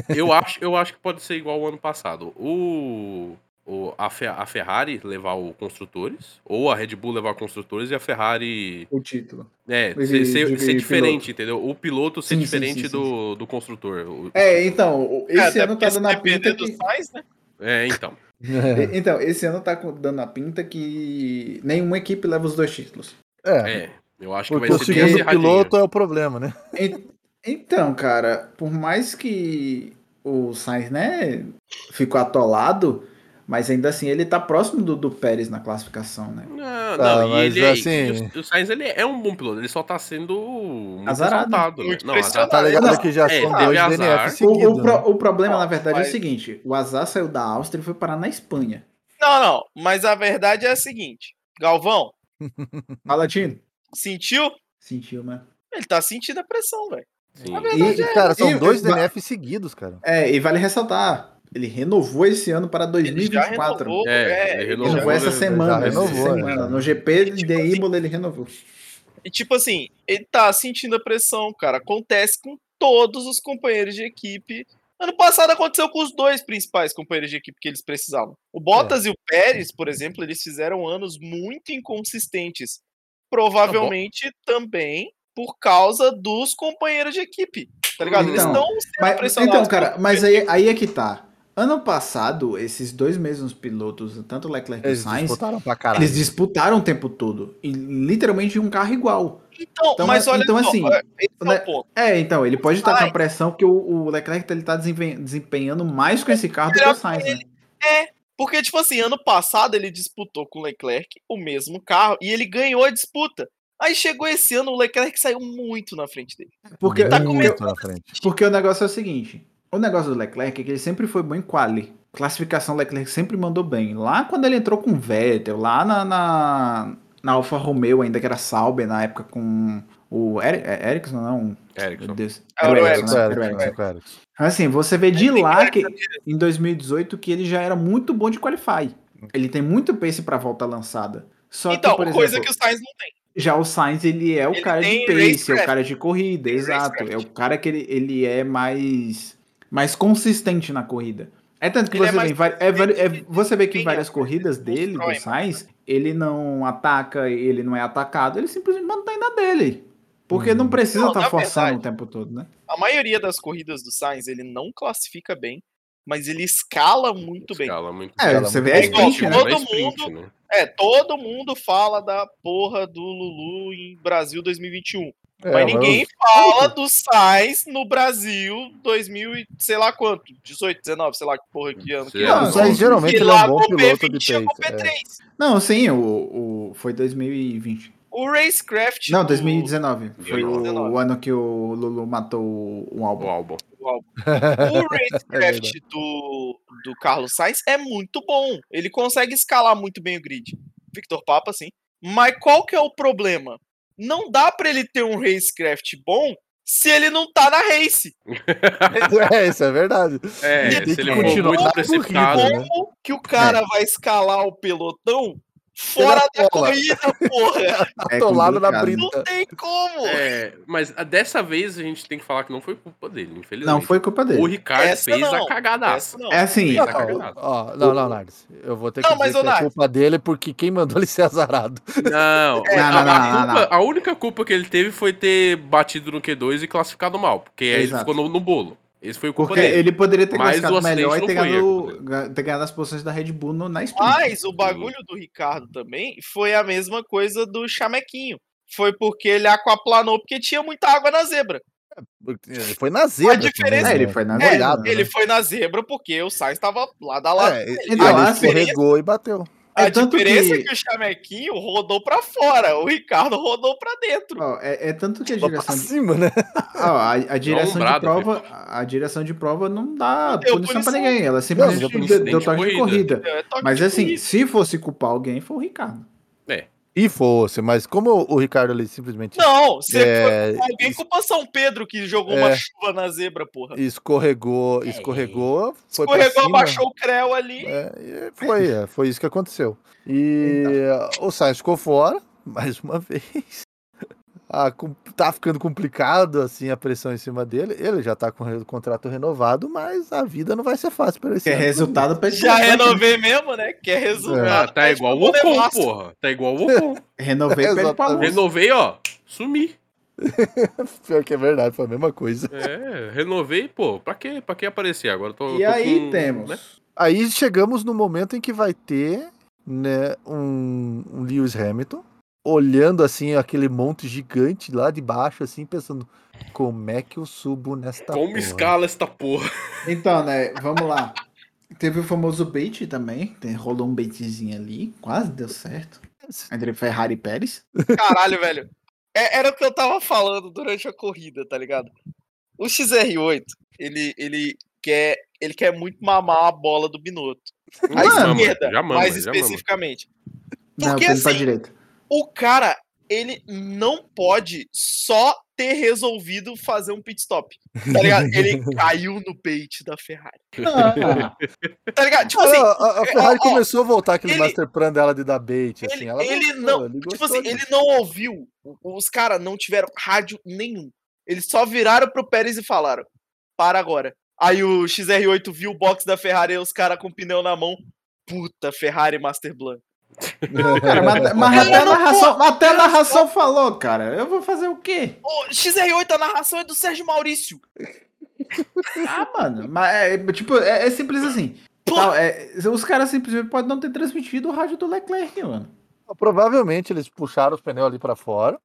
Speaker 3: Eu acho, eu acho que pode ser igual ao ano passado. O, o- a, Fe- a Ferrari levar o Construtores, ou a Red Bull levar o Construtores e a Ferrari
Speaker 5: O título.
Speaker 3: é,
Speaker 5: E-
Speaker 3: ser, ser-
Speaker 5: diga
Speaker 3: ser
Speaker 5: aí,
Speaker 3: diferente, entendeu? O piloto ser
Speaker 5: Sim, sim,
Speaker 3: diferente
Speaker 5: sim, sim,
Speaker 3: do, do construtor. O-
Speaker 5: É, então, o- esse
Speaker 4: até
Speaker 5: ano
Speaker 4: porque
Speaker 5: tá
Speaker 4: se
Speaker 5: dando a
Speaker 4: depender
Speaker 5: pinta
Speaker 4: do
Speaker 5: que...
Speaker 4: Sainz, né?
Speaker 3: É, então.
Speaker 2: É.
Speaker 5: E- Então, esse ano tá co- dando a pinta que nenhuma equipe leva os dois títulos.
Speaker 3: É. Eu acho que
Speaker 2: Porque
Speaker 3: vai
Speaker 2: o
Speaker 3: ser bem
Speaker 2: segundo
Speaker 3: acirradinho.
Speaker 2: piloto é o problema, né?
Speaker 5: En- Então, cara, por mais que o Sainz, né, ficou atolado, mas ainda assim ele tá próximo do, do Pérez na classificação, né?
Speaker 3: Não,
Speaker 2: Tá,
Speaker 3: não,
Speaker 2: mas
Speaker 3: e ele é-
Speaker 2: assim-
Speaker 3: e o, o Sainz ele é um bom piloto, ele só tá sendo muito
Speaker 5: Azarado.
Speaker 3: exaltado, né?
Speaker 4: Muito
Speaker 3: Não,
Speaker 4: pressionado.
Speaker 2: Tá ligado
Speaker 5: Não,
Speaker 2: que já
Speaker 3: é,
Speaker 2: são
Speaker 3: teve
Speaker 2: dois
Speaker 3: azar.
Speaker 2: DNF
Speaker 5: O, o
Speaker 2: seguidos.
Speaker 5: pro-
Speaker 2: né?
Speaker 5: o problema,
Speaker 4: Não,
Speaker 5: na verdade, é
Speaker 4: mas-
Speaker 5: o seguinte: o azar saiu da Áustria e foi parar na Espanha.
Speaker 4: Não, não. Mas a verdade é a seguinte. Galvão,
Speaker 5: Fala, Tino.
Speaker 4: sentiu?
Speaker 5: Sentiu, né?
Speaker 4: Ele tá sentindo a pressão, velho.
Speaker 3: Sim.
Speaker 4: Na
Speaker 2: E,
Speaker 4: verdade é.
Speaker 2: cara, são
Speaker 5: E-
Speaker 2: dois
Speaker 5: vai-
Speaker 2: DNF seguidos, cara.
Speaker 5: É, e vale ressaltar: ele renovou esse ano para
Speaker 4: Ele já
Speaker 5: 2024.
Speaker 4: renovou.
Speaker 3: É, ele
Speaker 4: ele
Speaker 5: Renovou
Speaker 3: Renovou,
Speaker 5: essa
Speaker 3: né?
Speaker 5: semana,
Speaker 2: Já renovou,
Speaker 5: essa semana.
Speaker 2: né?
Speaker 5: No GP
Speaker 4: Tipo
Speaker 5: de Imola ele renovou.
Speaker 4: E tipo assim, ele tá sentindo a pressão, cara. Acontece com todos os companheiros de equipe. Ano passado aconteceu com os dois principais companheiros de equipe que eles precisavam. O
Speaker 5: É.
Speaker 4: Bottas e o Pérez, por exemplo, eles fizeram anos muito inconsistentes. Provavelmente também por causa dos companheiros de equipe. Tá ligado? eles
Speaker 5: Então,
Speaker 4: estão sendo
Speaker 5: Mas-
Speaker 4: pressionados.
Speaker 5: então, cara,
Speaker 4: por-
Speaker 5: mas aí, aí é que tá. Ano passado, esses dois mesmos pilotos, tanto Leclerc e
Speaker 2: Eles
Speaker 5: Sainz,
Speaker 2: disputaram pra caralho.
Speaker 5: É eles disputaram o tempo todo. E literalmente um carro igual.
Speaker 4: Então,
Speaker 5: então,
Speaker 4: mas
Speaker 5: mas-
Speaker 4: olha
Speaker 5: então,
Speaker 4: só,
Speaker 5: assim,
Speaker 4: esse é
Speaker 5: né,
Speaker 4: o ponto.
Speaker 5: É, então, ele pode estar com a
Speaker 4: Sainz.
Speaker 5: pressão que o, o Leclerc ele tá desempen- desempenhando mais com esse carro do que o Sainz, né?
Speaker 4: Porque, tipo assim, ano passado ele disputou com o Leclerc o mesmo carro e ele ganhou a disputa. Aí chegou esse ano, o Leclerc saiu muito na frente dele.
Speaker 5: Porque,
Speaker 4: tá
Speaker 2: Muito
Speaker 4: começando
Speaker 2: na frente.
Speaker 5: porque o negócio é o seguinte: o negócio do Leclerc é que ele sempre foi bom em quali. Classificação, o Leclerc sempre mandou bem. Lá quando ele entrou com o Vettel, lá na, na, na Alfa Romeo, ainda que era Sauber, na época com o Eri- é Ericsson, não, Meu
Speaker 3: Erickson.
Speaker 5: Deus.
Speaker 4: Era o
Speaker 5: Era o
Speaker 4: Ericsson, né?
Speaker 5: Ericsson, né?
Speaker 2: Claro,
Speaker 5: era o Ericsson.
Speaker 2: claro.
Speaker 5: Assim, você vê de
Speaker 4: Aí tem
Speaker 5: lá que
Speaker 4: Ericsson
Speaker 5: em 2018 que ele já era muito bom de qualify. Ele tem muito pace pra volta lançada. Só
Speaker 4: então,
Speaker 5: que, por
Speaker 4: coisa
Speaker 5: exemplo,
Speaker 4: que o Sainz não tem.
Speaker 5: já o Sainz ele é o
Speaker 4: Ele
Speaker 5: cara de
Speaker 4: tem
Speaker 5: pace, é
Speaker 4: racecraft.
Speaker 5: o cara de corrida,
Speaker 4: Tem
Speaker 5: exato.
Speaker 4: racecraft.
Speaker 5: É o cara que ele, ele é mais mais consistente na corrida. É tanto que
Speaker 4: Ele é
Speaker 5: você
Speaker 4: mais
Speaker 5: vê, em vari- é vari- é-
Speaker 4: consistente,
Speaker 5: você vê que
Speaker 4: ele
Speaker 5: em várias corridas dele, do
Speaker 4: constrói,
Speaker 5: Sainz, ele não ataca, ele não é atacado, ele simplesmente mantém na dele. Porque não precisa
Speaker 4: Não,
Speaker 5: estar
Speaker 4: na
Speaker 5: forçando
Speaker 4: verdade-
Speaker 5: o tempo todo, né?
Speaker 4: A maioria das corridas do Sainz, ele não classifica bem, mas ele escala muito bem.
Speaker 3: Escala muito.
Speaker 5: É,
Speaker 2: Ela
Speaker 5: você
Speaker 2: muito
Speaker 5: vê a
Speaker 4: bem.
Speaker 5: sprint,
Speaker 4: Igual,
Speaker 5: né?
Speaker 4: Todo
Speaker 3: É sprint, né?
Speaker 4: É, todo mundo fala da porra do Lulu em Brasil 2021.
Speaker 2: É,
Speaker 4: mas
Speaker 2: mas
Speaker 4: ninguém fala do Sainz no Brasil 2000 e sei lá quanto, 18, 19, sei lá que porra que ano. que
Speaker 3: Sei
Speaker 4: ano.
Speaker 3: lá,
Speaker 2: Não, o Sainz geralmente
Speaker 4: E
Speaker 2: ele é
Speaker 4: lá
Speaker 2: um
Speaker 4: com
Speaker 2: bom
Speaker 4: o
Speaker 2: piloto de
Speaker 4: P20 chegou o
Speaker 2: pace. é.
Speaker 4: P3.
Speaker 5: Não, sim, o, o, foi 2020.
Speaker 4: O Racecraft.
Speaker 5: Não,
Speaker 4: do-
Speaker 5: 2019. Foi o,
Speaker 4: 2019.
Speaker 5: o ano que o Lulu matou um
Speaker 3: O
Speaker 5: álbum.
Speaker 3: álbum.
Speaker 4: do álbum. O Racecraft
Speaker 2: verdade.
Speaker 4: do, do Carlos Sainz é muito bom. Ele consegue escalar muito bem o grid. Victor Papa, sim. Mas qual que é o problema? Não dá pra ele ter um Racecraft bom se ele não tá na race.
Speaker 2: É, isso é verdade.
Speaker 3: É,
Speaker 2: Ele tem
Speaker 3: se
Speaker 2: que
Speaker 3: ele for
Speaker 2: continuar
Speaker 3: muito
Speaker 2: na
Speaker 3: precipitado,
Speaker 2: corrida, né? É.
Speaker 4: Como que o cara vai escalar o pelotão fora
Speaker 2: Pela
Speaker 4: da
Speaker 2: cola.
Speaker 4: corrida, porra?
Speaker 5: É
Speaker 2: Atolado na
Speaker 5: complicado.
Speaker 4: Não
Speaker 2: brita.
Speaker 4: tem como.
Speaker 3: É, mas a- dessa vez a gente tem que falar que não foi culpa dele, infelizmente.
Speaker 5: Não foi culpa
Speaker 3: O
Speaker 5: dele.
Speaker 3: Ricardo
Speaker 4: Essa
Speaker 3: fez
Speaker 4: não,
Speaker 3: a cagadaça.
Speaker 4: Essa não.
Speaker 5: É assim,
Speaker 3: Fez a
Speaker 2: Não,
Speaker 3: cagadaça.
Speaker 2: ó, não, não, Nardes. Eu vou ter que
Speaker 4: Não, mas,
Speaker 2: dizer
Speaker 4: ô,
Speaker 2: que é
Speaker 4: Nardes.
Speaker 2: culpa dele porque quem mandou ele ser azarado.
Speaker 3: Não,
Speaker 5: É,
Speaker 3: a,
Speaker 5: não, não,
Speaker 3: a
Speaker 5: não, não,
Speaker 3: culpa- a única culpa que ele teve foi ter batido no Q2 e classificado mal, porque aí ele
Speaker 5: Exato.
Speaker 3: ficou no, no bolo. Esse foi o culpa
Speaker 5: porque
Speaker 3: dele.
Speaker 5: ele poderia ter
Speaker 3: Mas o
Speaker 5: classificado
Speaker 3: acidente
Speaker 5: melhor
Speaker 3: não
Speaker 5: e ter
Speaker 3: foi erro né?
Speaker 5: ganhado,
Speaker 3: dele.
Speaker 5: ga- ter ganhado as posições da Red Bull no, na sprint.
Speaker 4: Mas o bagulho do Ricardo também foi a mesma coisa do Chamequinho. Foi porque ele aquaplanou porque tinha muita água na zebra.
Speaker 2: Ele é, foi na zebra.
Speaker 4: A diferença-
Speaker 5: É,
Speaker 2: também,
Speaker 5: ele
Speaker 2: né?
Speaker 5: foi na
Speaker 2: Uma
Speaker 4: É,
Speaker 5: olhada,
Speaker 2: olhada,
Speaker 4: ele
Speaker 2: né?
Speaker 4: foi na zebra porque o Sainz estava lá da lá.
Speaker 2: É, ele,
Speaker 4: "Ah,
Speaker 5: Então,
Speaker 2: ele
Speaker 5: assim-
Speaker 2: escorregou e bateu.
Speaker 4: a
Speaker 5: é tanto
Speaker 4: diferença é
Speaker 5: que-
Speaker 4: que o Chamequinho rodou pra fora, o Ricardo rodou pra dentro.
Speaker 5: Ó, é, é tanto que a
Speaker 2: Botou pra
Speaker 5: direção de,
Speaker 2: cima, né?
Speaker 5: ó, a, a direção
Speaker 3: ombrada,
Speaker 5: de prova, a direção de prova não dá
Speaker 4: Não deu
Speaker 5: punição,
Speaker 4: punição.
Speaker 5: pra ninguém, ela simplesmente
Speaker 2: Não, deu
Speaker 5: deu, deu
Speaker 3: punição.
Speaker 5: toque de
Speaker 3: Corrida.
Speaker 5: corrida.
Speaker 4: É toque
Speaker 5: Mas
Speaker 4: de
Speaker 5: assim,
Speaker 4: corrida.
Speaker 5: se fosse culpar alguém, foi o Ricardo.
Speaker 2: E fosse, mas como o Ricardo ali simplesmente
Speaker 4: Não, se
Speaker 2: é,
Speaker 4: for- alguém
Speaker 2: es-
Speaker 4: culpa São Pedro que jogou
Speaker 2: É.
Speaker 4: uma chuva na zebra, porra.
Speaker 2: escorregou, escorregou, foi pra
Speaker 4: É, Escorregou,
Speaker 2: cima.
Speaker 4: abaixou o Creu ali.
Speaker 2: É, e foi, é, foi isso que aconteceu. E o Sainz ficou fora, mais uma vez. a com- tá ficando complicado assim a pressão em cima dele. Ele já tá com o re- contrato renovado, mas a vida não vai ser fácil para ele. esse
Speaker 5: Que é
Speaker 2: ano também.
Speaker 5: resultado pra
Speaker 4: Já renovei mesmo, né? Que é resultado.
Speaker 3: Ah, tá igual o
Speaker 4: tipo
Speaker 3: Ocon,
Speaker 4: um negócio.
Speaker 3: porra. Tá igual o Ocon.
Speaker 5: Renovei pra ele pra
Speaker 2: Exatamente.
Speaker 5: Lúcio.
Speaker 3: Renovei, ó. Sumi.
Speaker 2: Pior que é verdade, foi a mesma coisa.
Speaker 3: É, renovei, pô. Pra que pra quê aparecer? Agora eu tô.
Speaker 5: E
Speaker 3: tô
Speaker 5: aí
Speaker 3: com,
Speaker 5: temos.
Speaker 3: né?
Speaker 2: Aí chegamos no momento em que vai ter né, um, um Lewis Hamilton olhando assim aquele monte gigante lá de baixo, assim, pensando como é que eu subo nesta
Speaker 3: Como
Speaker 2: porra?"
Speaker 3: escala esta porra?
Speaker 5: Então, né, vamos lá. Teve o famoso bait também. tem- Rolou um baitzinho ali. Quase deu certo. Entre Ferrari e Pérez.
Speaker 4: Caralho, velho. É- era o que eu tava falando durante a corrida, tá ligado? O XR8, ele, ele, quer, ele quer muito mamar a bola do Binotto. A
Speaker 5: Mano,
Speaker 4: esquerda,
Speaker 3: já mama,
Speaker 4: mais
Speaker 3: já mama.
Speaker 4: especificamente.
Speaker 5: Não,
Speaker 4: Porque,
Speaker 5: pra ele pra
Speaker 4: assim,
Speaker 5: direita.
Speaker 4: O cara, ele não pode só ter resolvido fazer um pit stop. Tá ligado? Ele caiu no bait da Ferrari.
Speaker 5: Ah. Não,
Speaker 4: Tá ligado? Tipo
Speaker 2: Ah,
Speaker 4: assim,
Speaker 2: a, a Ferrari
Speaker 4: ó, ó,
Speaker 2: começou a voltar aquele
Speaker 4: ele-
Speaker 2: master plan dela de dar bait,
Speaker 4: Ele-
Speaker 2: assim. Ela
Speaker 4: ele
Speaker 2: gostou,
Speaker 4: não-
Speaker 2: ele
Speaker 4: Tipo
Speaker 2: gostou
Speaker 4: assim,
Speaker 2: disso.
Speaker 4: ele não ouviu. O- Os caras não tiveram rádio nenhum. Eles só viraram pro Pérez e falaram: para agora. Aí o XR8 viu o box da Ferrari e os caras com o pneu na mão. Puta, Ferrari Master Blanc.
Speaker 5: cara, mas, mas até, a
Speaker 4: não
Speaker 5: narração, até a narração falou, cara. Eu vou fazer o quê?
Speaker 4: O XR8, a narração é do Sérgio Maurício.
Speaker 5: Ah, mano. Mas, é, tipo, é, é simples assim. Tal, é, os caras simplesmente podem não ter transmitido o rádio do Leclerc, mano.
Speaker 2: Então, Provavelmente eles puxaram os pneus ali pra fora.
Speaker 4: É.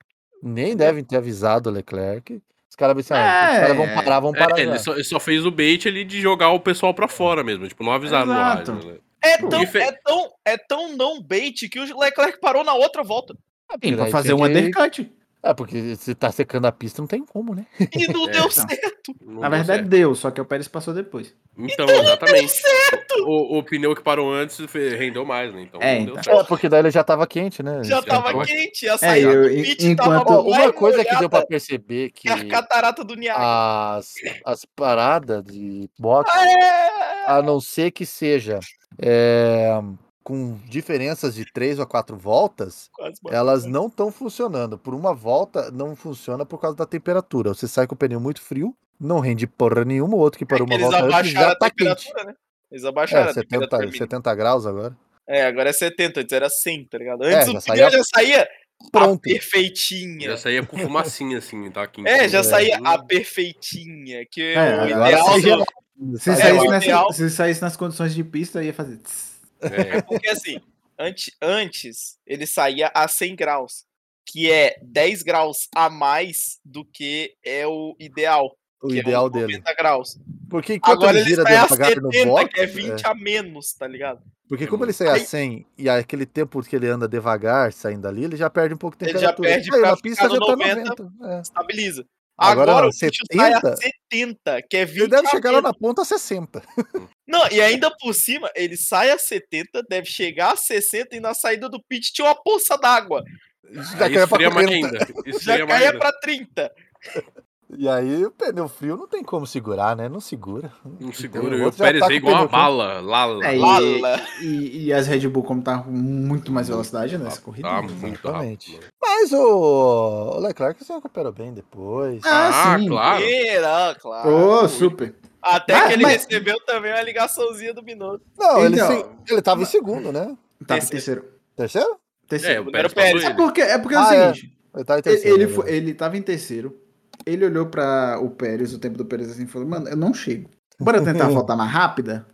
Speaker 2: Nem devem ter avisado o Leclerc. Os caras pensaram, ah, os
Speaker 5: É.
Speaker 2: caras vão parar, vão parar.
Speaker 3: É,
Speaker 2: já.
Speaker 3: ele só, ele só fez o bait ali de jogar o pessoal pra fora mesmo. Tipo, não avisaram
Speaker 5: Exato.
Speaker 3: no rádio, né?
Speaker 4: É
Speaker 3: Pô,
Speaker 4: tão,
Speaker 3: e fe-
Speaker 4: é, tão, é tão não bait que o Leclerc parou na outra volta.
Speaker 5: Sim, pra
Speaker 2: Aí
Speaker 5: fazer
Speaker 2: tem
Speaker 5: um
Speaker 2: que-
Speaker 5: undercut.
Speaker 2: É, porque se tá secando a pista, não tem como, né?
Speaker 4: E não
Speaker 3: É,
Speaker 4: deu
Speaker 5: não.
Speaker 4: certo.
Speaker 3: Não
Speaker 5: Na
Speaker 3: deu
Speaker 5: verdade, deu, só que o Pérez passou depois.
Speaker 3: Então, exatamente. O, o pneu que parou antes fe- rendeu mais, né? Então,
Speaker 5: É,
Speaker 3: não
Speaker 5: então.
Speaker 3: deu
Speaker 2: É,
Speaker 3: certo.
Speaker 2: porque daí ele já tava quente, né?
Speaker 4: Já
Speaker 3: é
Speaker 2: Ele
Speaker 4: tava
Speaker 3: tava-
Speaker 4: quente.
Speaker 2: É,
Speaker 4: A saída
Speaker 5: eu-
Speaker 4: do
Speaker 5: en-
Speaker 4: pit
Speaker 5: enquanto-
Speaker 4: tava
Speaker 2: Ó, uma
Speaker 4: mais
Speaker 2: coisa que deu pra
Speaker 4: molhada
Speaker 2: perceber que
Speaker 4: que a catarata do Niaga.
Speaker 2: as, as paradas de boxe,
Speaker 3: Ah,
Speaker 4: É.
Speaker 2: a não ser que seja é, com diferenças de três ou quatro voltas,
Speaker 4: Quase bateu.
Speaker 2: elas não estão funcionando. Por uma volta, não funciona por causa da temperatura. Você sai com o pneu muito frio, não rende porra nenhuma. O outro que parou uma
Speaker 4: É Eles
Speaker 2: volta antes
Speaker 4: abaixaram
Speaker 2: já
Speaker 4: a
Speaker 2: tá quente.
Speaker 4: temperatura, né? Eles
Speaker 2: É,
Speaker 4: abaixaram a
Speaker 2: 70,
Speaker 4: temperatura. mínima.
Speaker 2: 70 graus agora.
Speaker 4: É, agora é 70, antes era 100, tá ligado?
Speaker 2: É,
Speaker 4: Antes
Speaker 2: já
Speaker 4: o
Speaker 2: saía-
Speaker 4: pneu já saía a
Speaker 2: Pronto.
Speaker 4: perfeitinha.
Speaker 3: Já saía com fumacinha, assim, tá? Aqui em
Speaker 4: É,
Speaker 3: cima.
Speaker 4: já
Speaker 2: É.
Speaker 4: saía a perfeitinha, que
Speaker 5: É,
Speaker 4: o
Speaker 5: agora
Speaker 4: ideal
Speaker 5: saía-
Speaker 4: não,
Speaker 5: Se,
Speaker 4: É,
Speaker 5: saísse
Speaker 4: o
Speaker 5: nessa-
Speaker 4: ideal-
Speaker 5: se saísse nas condições de pista, ia fazer. tss.
Speaker 3: É.
Speaker 4: porque assim, antes, antes ele saía a 100 graus, que é 10 graus a mais do que é o ideal,
Speaker 2: o
Speaker 4: que é
Speaker 2: ideal
Speaker 4: os
Speaker 2: dele.
Speaker 4: 90 graus.
Speaker 2: Porque enquanto
Speaker 4: Agora
Speaker 2: ele
Speaker 4: ele
Speaker 2: gira
Speaker 4: sai a
Speaker 2: devagar no
Speaker 4: 70,
Speaker 2: box, é,
Speaker 4: que é 20 a menos, tá ligado?
Speaker 2: porque como
Speaker 3: Uhum.
Speaker 2: ele sai a
Speaker 4: Aí-
Speaker 2: 100 e aquele tempo que ele anda devagar saindo ali, ele já perde um pouco de
Speaker 4: Ele já
Speaker 2: temperatura.
Speaker 4: perde
Speaker 2: Caiu
Speaker 4: pra
Speaker 2: na
Speaker 4: ficar
Speaker 2: pista
Speaker 4: no
Speaker 2: já tá
Speaker 4: 90.
Speaker 2: 90. É.
Speaker 4: Estabiliza.
Speaker 2: Agora,
Speaker 4: Agora,
Speaker 5: é
Speaker 2: não,
Speaker 4: o bicho sai a
Speaker 2: 70?
Speaker 4: 70, que é 20
Speaker 2: Ele deve
Speaker 4: a
Speaker 2: chegar lá
Speaker 4: menos.
Speaker 2: na ponta 60.
Speaker 4: Não, e ainda por cima, ele sai a 70, deve chegar a 60 e na saída do pit tinha uma poça d'água.
Speaker 2: Já
Speaker 3: Aí
Speaker 2: caiu pra
Speaker 3: esfria mais
Speaker 2: 40.
Speaker 3: ainda.
Speaker 4: Já
Speaker 3: Esfria mais
Speaker 4: caia
Speaker 3: ainda.
Speaker 4: pra 30.
Speaker 2: E aí o pneu frio não tem como segurar, né? Não segura.
Speaker 3: Não
Speaker 2: Então,
Speaker 3: segura.
Speaker 2: o
Speaker 3: E o
Speaker 2: outro já
Speaker 3: Pérez
Speaker 2: tá
Speaker 3: é
Speaker 2: com
Speaker 3: igual uma
Speaker 2: pneu curto.
Speaker 3: bala. Lala.
Speaker 5: É, e-
Speaker 4: Lala.
Speaker 5: E, e as Red Bull, como tá com muito mais velocidade nessa
Speaker 3: Tá-
Speaker 5: corrida.
Speaker 3: Tá
Speaker 5: né?
Speaker 3: muito
Speaker 2: Exatamente.
Speaker 3: rápido. mano.
Speaker 2: Mas o, o Leclerc se recuperou bem depois.
Speaker 5: Ah,
Speaker 3: Ah,
Speaker 5: sim.
Speaker 3: claro.
Speaker 4: Era, claro.
Speaker 5: Ô, super.
Speaker 4: Até
Speaker 5: Ah,
Speaker 4: que ele
Speaker 5: mas-
Speaker 4: recebeu também uma ligaçãozinha do Binotto.
Speaker 2: Não, ele,
Speaker 5: Então-
Speaker 2: se- ele tava em segundo, né?
Speaker 5: Tá,
Speaker 4: Terceiro.
Speaker 5: terceiro.
Speaker 2: Terceiro?
Speaker 3: É,
Speaker 5: Terceiro.
Speaker 3: o Pérez
Speaker 4: Primeiro
Speaker 3: passou
Speaker 4: Pérez.
Speaker 5: É,
Speaker 3: ele.
Speaker 5: porque é, porque é
Speaker 2: Ah,
Speaker 5: o
Speaker 2: é.
Speaker 5: seguinte:
Speaker 2: Ele tava em
Speaker 5: ele,
Speaker 2: terceiro.
Speaker 5: ele
Speaker 2: né?
Speaker 5: foi- ele tava em terceiro. Ele olhou pra o Pérez, o tempo do Pérez, assim, e falou: Mano, eu não chego. Bora tentar voltar mais rápida?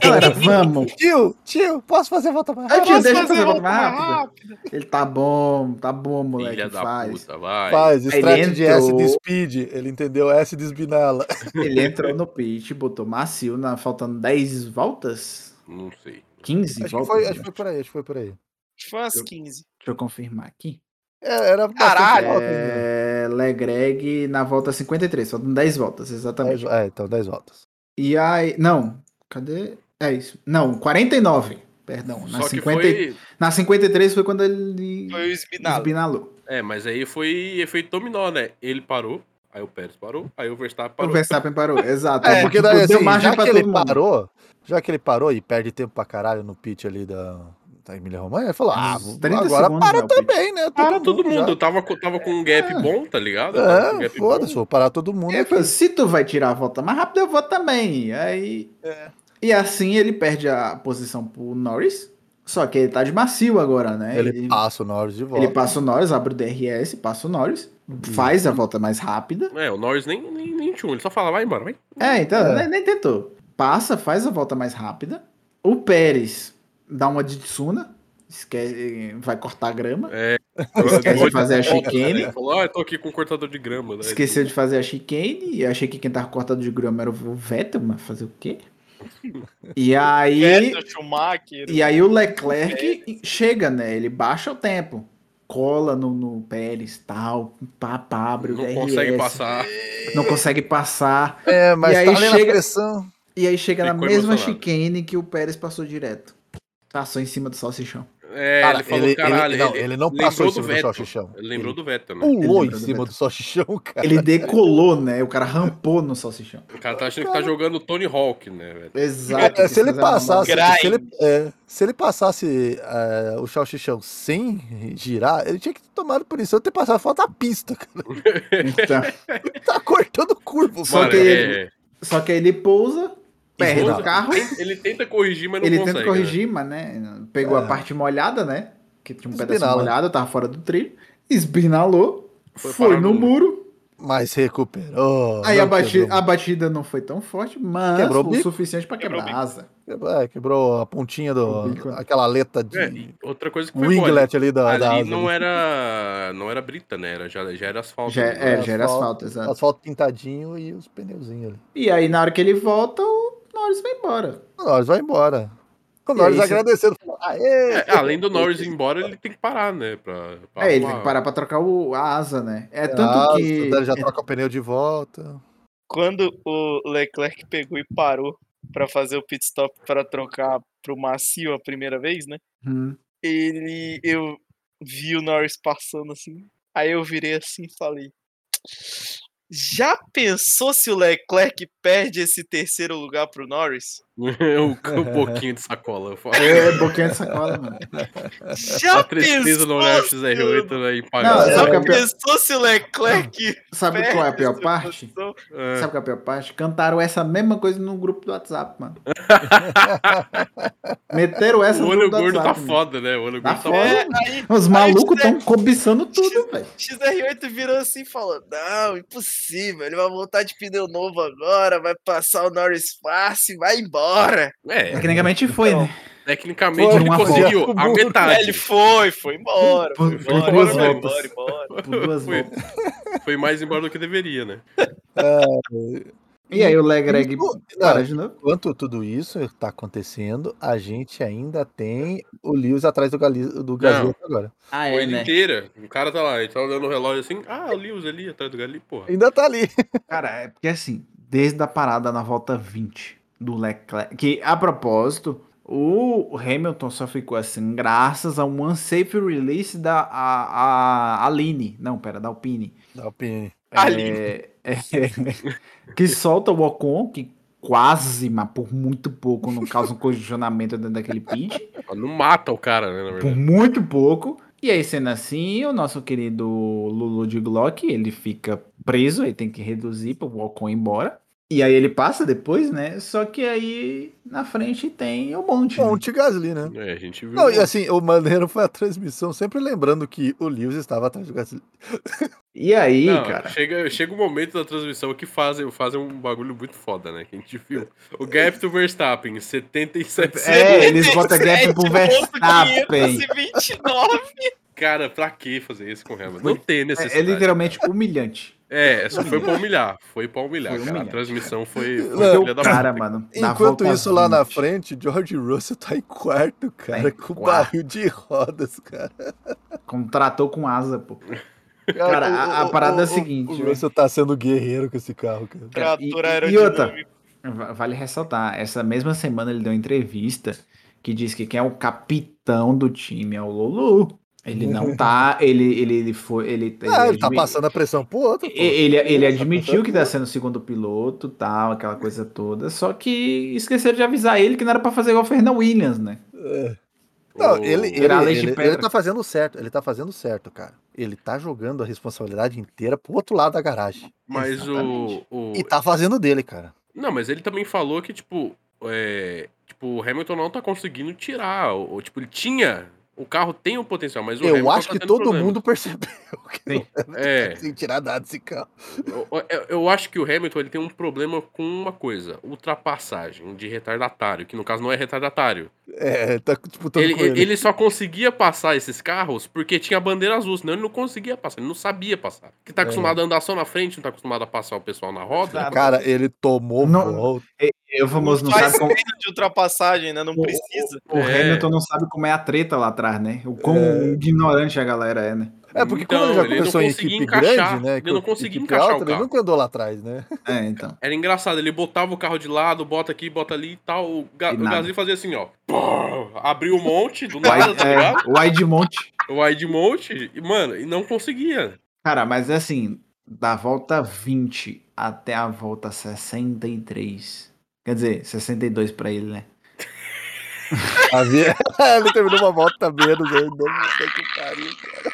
Speaker 5: Galera, vamos.
Speaker 2: né? Tio, tio, posso fazer a volta mais
Speaker 5: Ah,
Speaker 2: rápida?
Speaker 5: tio, deixa eu
Speaker 4: fazer
Speaker 5: fazer a volta
Speaker 4: volta
Speaker 5: mais
Speaker 4: mais
Speaker 5: rápida. Ele tá bom, tá bom, moleque.
Speaker 3: Filha da
Speaker 5: Faz.
Speaker 3: puta, vai.
Speaker 2: Faz,
Speaker 5: Ele
Speaker 2: strat de S de
Speaker 5: entrou.
Speaker 2: speed. Ele entendeu S de esbinala.
Speaker 5: Ele entrou no pit, botou macio, na, faltando 10 voltas?
Speaker 3: Não sei.
Speaker 5: 15
Speaker 2: Acho que,
Speaker 5: voltas?
Speaker 2: foi,
Speaker 5: eu
Speaker 2: acho que foi por aí, acho que foi por aí.
Speaker 4: Foi umas
Speaker 5: Eu-
Speaker 4: 15.
Speaker 5: Deixa eu confirmar aqui.
Speaker 2: É, era bastante
Speaker 4: Caralho!
Speaker 2: volta, né?
Speaker 5: É, Legreg na volta 53, faltam 10 voltas, exatamente.
Speaker 2: Dez- É, então 10 voltas.
Speaker 5: E aí. Não, cadê? É isso. Não, 49. Perdão. Na,
Speaker 3: Só que
Speaker 5: 50,
Speaker 3: foi.
Speaker 5: na 53 foi quando ele
Speaker 4: Foi o Spinalli.
Speaker 5: espinalou.
Speaker 3: É, mas aí foi efeito dominó, né? Ele parou, aí o Pérez parou, aí o Verstappen
Speaker 5: O
Speaker 3: parou.
Speaker 5: Verstappen parou, exato.
Speaker 2: É, porque daí,
Speaker 5: Tipo,
Speaker 2: assim, já que ele
Speaker 5: mundo.
Speaker 2: parou, já que ele parou e perde tempo pra caralho no pitch ali da, a Emília Romagna falou: ah,
Speaker 5: Uns
Speaker 2: vou-
Speaker 5: 30
Speaker 2: agora
Speaker 5: segundos,
Speaker 2: para
Speaker 5: né, o pitch.
Speaker 2: também, né?
Speaker 3: Para todo mundo,
Speaker 2: já.
Speaker 3: eu tava, co- tava com um gap bom, tá ligado? Eu tava com um
Speaker 2: É,
Speaker 3: gap
Speaker 2: foda-se,
Speaker 3: bom.
Speaker 2: vou parar todo mundo.
Speaker 5: Ele falou, se tu vai tirar a volta mais rápido, eu vou também. Aí. E assim ele perde a posição pro Norris. Só que ele tá de macio agora, né?
Speaker 2: Ele passa o Norris de volta. Hum.
Speaker 5: ele passa o Norris, abre o DRS, passa o Norris, faz a volta mais rápida.
Speaker 3: É, o Norris nem, nem, nem tinha um, ele só fala, vai embora, vai.
Speaker 5: É, então,
Speaker 2: É.
Speaker 5: Nem, nem tentou. Passa, faz a volta mais rápida. O Pérez dá uma de Tsuna, esquece, vai cortar a grama.
Speaker 2: É,
Speaker 5: Esquece de fazer a
Speaker 2: né?
Speaker 5: chicane.
Speaker 3: Ele falou, ah, eu tô aqui com um cortador de grama. né?
Speaker 5: Esqueceu de fazer a chicane e eu achei que quem tava cortado de grama era o Vettel, mas fazer o quê? E
Speaker 3: É, tá
Speaker 5: aí,
Speaker 4: Vettel, Schumacher.
Speaker 5: e aí o Leclerc chega, né? Ele baixa o tempo, cola no, no Pérez, tal, pá, pá, abre o
Speaker 3: Não
Speaker 5: DRS,
Speaker 3: consegue passar. É,
Speaker 5: não consegue passar.
Speaker 2: É, mas
Speaker 5: E aí
Speaker 2: tá ali
Speaker 5: chega-
Speaker 2: na pressão.
Speaker 5: E aí chega na
Speaker 3: Ficou
Speaker 5: mesma
Speaker 3: emocionado.
Speaker 5: chicane que o Pérez passou direto. Passou em cima do salsichão.
Speaker 3: É,
Speaker 2: Cara,
Speaker 3: ele falou,
Speaker 2: ele-
Speaker 3: caralho.
Speaker 2: ele- não, ele não
Speaker 3: lembrou
Speaker 2: passou em
Speaker 3: do
Speaker 2: cima do
Speaker 3: Vettel.
Speaker 2: salsichão.
Speaker 3: Ele lembrou do Vettel, né?
Speaker 2: Pulou em
Speaker 5: Ele-
Speaker 2: cima do salsichão, cara.
Speaker 5: Ele decolou, né? O cara rampou no salsichão.
Speaker 3: O cara tá achando que tá jogando Tony Hawk, né, velho?
Speaker 5: Exato.
Speaker 2: É, se ele
Speaker 5: Isso é uma
Speaker 2: passasse,
Speaker 4: Grind.
Speaker 2: se ele, é, se ele passasse é, o salsichão sem girar, ele tinha que ter tomado punição de ter passado fora da pista, cara.
Speaker 5: Então,
Speaker 2: Ele tá cortando curva,
Speaker 5: Só
Speaker 2: mano.
Speaker 5: que-
Speaker 3: é-
Speaker 5: só que aí ele pousa, perde
Speaker 3: Pousa.
Speaker 5: o carro.
Speaker 3: Ele tenta corrigir, mas não
Speaker 5: Ele
Speaker 3: consegue.
Speaker 5: tenta corrigir, mas né? Pegou a parte molhada, né? Que tinha um pedaço
Speaker 2: Esbinala.
Speaker 5: molhado, tava fora do trilho. Esbinalou,
Speaker 3: Foi
Speaker 5: foi,
Speaker 3: parar
Speaker 5: no
Speaker 3: no
Speaker 5: muro.
Speaker 2: Mas recuperou.
Speaker 5: aí
Speaker 2: não
Speaker 5: a batida,
Speaker 2: quebrou.
Speaker 5: a batida não foi tão forte, mas
Speaker 2: Quebrou o
Speaker 5: foi o
Speaker 2: bico?
Speaker 5: suficiente pra
Speaker 4: Quebrou
Speaker 5: quebrar
Speaker 4: o
Speaker 5: a asa.
Speaker 2: Quebrou- é, quebrou a pontinha
Speaker 5: O
Speaker 2: do.
Speaker 5: bico. né?
Speaker 2: aquela aleta de.
Speaker 3: É, e outra coisa que
Speaker 2: o
Speaker 3: foi boa, ali,
Speaker 2: winglet ali da. da
Speaker 3: ali
Speaker 2: asa,
Speaker 3: não é-
Speaker 2: né?
Speaker 3: era não era brita, né? Era, já, já era asfalto.
Speaker 5: Já,
Speaker 3: né?
Speaker 5: é, já era
Speaker 2: Asfalto.
Speaker 5: asfalto, exato.
Speaker 2: Asfalto pintadinho e os pneuzinhos ali.
Speaker 5: E aí, na hora que ele volta, o Norris vai embora.
Speaker 2: O Norris vai embora. O
Speaker 5: E
Speaker 2: Norris
Speaker 5: aí, se-
Speaker 2: agradecendo. falou, Aê!
Speaker 3: É, além do Norris ir embora, ele tem que parar, né? Pra, pra
Speaker 5: é, ele tem
Speaker 3: arrumar.
Speaker 5: que parar pra trocar o, a asa, né? É tanto
Speaker 2: Ah,
Speaker 5: que.
Speaker 2: ele já troca o pneu de volta.
Speaker 4: Quando o Leclerc pegou e parou pra fazer o pit stop pra trocar pro macio a primeira vez, né?
Speaker 5: Hum.
Speaker 4: Ele, eu vi o Norris passando assim. Aí eu virei assim e falei: Já pensou se o Leclerc perde esse terceiro lugar pro Norris?
Speaker 3: o, o um, pouquinho de sacola. Eu falo.
Speaker 5: É, boquinha de sacola, mano.
Speaker 4: Já
Speaker 3: A tristeza no olhar
Speaker 4: pensou?
Speaker 3: XR8 né, e
Speaker 5: Não,
Speaker 3: pagar.
Speaker 5: sabe
Speaker 4: Já
Speaker 5: o que é pior?
Speaker 4: pensou se o Leclerc
Speaker 5: Sabe
Speaker 4: perde
Speaker 5: qual é a
Speaker 4: essa
Speaker 5: pior parte?
Speaker 4: posição?
Speaker 3: É.
Speaker 5: Sabe qual é a pior parte? Cantaram essa mesma coisa no grupo do WhatsApp, mano. Meteram é essa
Speaker 3: O
Speaker 5: no
Speaker 3: olho
Speaker 5: grupo do
Speaker 3: gordo tá
Speaker 5: WhatsApp. mano.
Speaker 3: foda, né? O olho
Speaker 5: Tá
Speaker 3: gordo tá foda.
Speaker 5: foda.
Speaker 4: É, aí
Speaker 5: Os malucos tão cobiçando tudo, velho.
Speaker 4: XR8 virou assim e falou: Não, impossível, ele vai voltar de pneu novo agora, vai passar o Norris fácil, e vai embora.
Speaker 3: É,
Speaker 5: Tecnicamente foi, né?
Speaker 3: tecnicamente
Speaker 2: Foi
Speaker 3: ele
Speaker 5: uma
Speaker 3: conseguiu
Speaker 2: volta.
Speaker 3: a
Speaker 4: Aí
Speaker 3: metade.
Speaker 4: ele foi, foi embora, foi
Speaker 5: Por- por
Speaker 4: embora,
Speaker 5: duas
Speaker 4: foi
Speaker 5: voltas.
Speaker 4: embora, embora.
Speaker 5: Por duas
Speaker 3: Foi.
Speaker 5: voltas.
Speaker 3: Foi mais embora do que deveria, né?
Speaker 5: E aí o Legreg para de novo.
Speaker 2: Enquanto tudo isso está acontecendo, a gente ainda tem o Lewis atrás do, Gali, do Gasly agora.
Speaker 5: Ah,
Speaker 3: Foi inteira. O cara tá lá, ele tá olhando o relógio assim. Ah, o Lewis ali atrás do Gali, porra.
Speaker 2: Ainda tá ali.
Speaker 5: Cara, é porque assim, desde a parada na volta 20 do Leclerc, que a propósito, o Hamilton só ficou assim graças a um unsafe release da a, a Aline, não, pera, da Alpine.
Speaker 2: Da Alpine.
Speaker 4: Aline.
Speaker 5: É, é, que solta o Ocon, que quase, mas por muito pouco, não causa um congestionamento dentro daquele pit,
Speaker 3: Não mata o cara, né, na
Speaker 5: por
Speaker 3: verdade.
Speaker 5: muito pouco. E aí, sendo assim, o nosso querido Lulu de Glock, ele fica preso, ele tem que reduzir para o Ocon ir embora. E aí ele passa depois, né? Só que aí na frente tem o monte. né?
Speaker 2: Ponte Gasly, né?
Speaker 3: É, a gente viu.
Speaker 2: Não, e assim, o maneiro foi a transmissão, sempre lembrando que o Lewis estava atrás do Gasly.
Speaker 5: E aí,
Speaker 3: Não,
Speaker 5: cara.
Speaker 3: Chega, chega um momento da transmissão que fazem, fazem um bagulho muito foda, né? Que a gente viu. O gap do Verstappen, 77
Speaker 5: É, eles botam gap pro
Speaker 4: 77.529.
Speaker 5: Verstappen.
Speaker 3: Cara, pra que fazer isso com o Hamilton? Não tem necessidade.
Speaker 5: É, é literalmente humilhante.
Speaker 3: É, só foi pra humilhar. Foi pra humilhar,
Speaker 5: Foi
Speaker 3: cara. A
Speaker 5: humilhante.
Speaker 3: transmissão foi, foi
Speaker 2: Não,
Speaker 3: filha da
Speaker 5: Cara,
Speaker 3: puta.
Speaker 5: mano. na
Speaker 2: Enquanto
Speaker 5: volta
Speaker 2: isso, lá na
Speaker 5: 20.
Speaker 2: frente, George Russell tá em quarto, cara,
Speaker 5: Tá em
Speaker 2: com
Speaker 5: quarto.
Speaker 2: barril de rodas, cara.
Speaker 5: Contratou com asa, pô. Cara, a- a parada é a seguinte,
Speaker 2: O,
Speaker 5: né?
Speaker 2: Russell tá sendo guerreiro com esse carro, cara.
Speaker 4: Trator
Speaker 5: E- e- e outra?
Speaker 4: aerodinâmico.
Speaker 5: Va- Vale ressaltar, essa mesma semana ele deu uma entrevista que diz que quem é o capitão do time é o Lulu. Ele não tá, ele, ele, ele foi, ele,
Speaker 2: Ah, ele tá
Speaker 5: admi-
Speaker 2: passando a pressão pro outro. pô.
Speaker 5: e- Ele, ele
Speaker 2: Tá
Speaker 5: admitiu
Speaker 2: passando
Speaker 5: que
Speaker 2: pro
Speaker 5: tá sendo o segundo piloto, tal, aquela coisa toda, só que esqueceram de avisar ele que não era pra fazer igual o Fernando Williams, né?
Speaker 2: Não,
Speaker 3: O-
Speaker 2: ele, ele,
Speaker 5: Tirar leite de
Speaker 2: ele,
Speaker 5: pedra.
Speaker 2: ele tá fazendo certo, ele tá fazendo certo, cara. Ele tá jogando a responsabilidade inteira pro outro lado da garagem.
Speaker 3: Mas o,
Speaker 5: Exatamente.
Speaker 3: o-
Speaker 2: E tá fazendo dele, cara.
Speaker 3: Não, mas ele também falou que, tipo, é, tipo, o Hamilton não tá conseguindo tirar. Ou, ou, tipo, ele tinha. O carro tem o potencial, mas o
Speaker 2: Eu
Speaker 3: Hamilton
Speaker 2: acho
Speaker 3: tá
Speaker 2: que
Speaker 3: tendo
Speaker 2: todo
Speaker 3: problema.
Speaker 2: mundo percebeu que
Speaker 5: Sim.
Speaker 3: É.
Speaker 2: sem tirar nada desse carro.
Speaker 3: Eu, eu- eu acho que o Hamilton ele tem um problema com uma coisa: ultrapassagem de retardatário, que no caso não é retardatário.
Speaker 2: É, tá disputando
Speaker 3: Ele,
Speaker 2: com ele.
Speaker 3: ele só conseguia passar esses carros porque tinha bandeira azul, senão ele não conseguia passar, ele não sabia passar. Que tá
Speaker 2: É.
Speaker 3: acostumado a andar só na frente, não tá acostumado a passar o pessoal na roda.
Speaker 5: Exato.
Speaker 2: Cara, ele tomou
Speaker 5: Não.
Speaker 2: volta.
Speaker 5: Eu, É, famoso, não
Speaker 4: Faz
Speaker 5: sabe como.
Speaker 4: treino de ultrapassagem, né? Não
Speaker 5: O-
Speaker 4: precisa.
Speaker 5: O
Speaker 3: É.
Speaker 5: Hamilton não sabe como é a treta lá atrás, né? O quão ignorante a galera é, né?
Speaker 2: É, porque
Speaker 3: Então,
Speaker 2: quando ele já
Speaker 3: ele não
Speaker 2: começou em
Speaker 3: conseguia
Speaker 2: equipe
Speaker 3: encaixar,
Speaker 2: grande, né?
Speaker 3: ele
Speaker 2: com
Speaker 3: não conseguia
Speaker 2: equipe
Speaker 3: encaixar o
Speaker 2: Ele
Speaker 3: carro.
Speaker 2: nunca andou lá atrás, né?
Speaker 5: É, então.
Speaker 3: Era engraçado, ele botava o carro de lado, bota aqui, bota ali e tal. O, Ga
Speaker 5: E
Speaker 3: o
Speaker 5: nada.
Speaker 3: Gasly fazia assim, ó. Pô, abriu um monte, do
Speaker 5: O
Speaker 3: nada,
Speaker 5: Ed-
Speaker 3: tá ligado?
Speaker 5: é, o Edmonte.
Speaker 3: O wide monte, e, mano, e não conseguia.
Speaker 5: Cara, mas é assim, da volta 20 até a volta 63. Quer dizer, 62 pra ele, né?
Speaker 2: Havia... ele terminou uma volta a menos ainda. Puta que pariu, cara.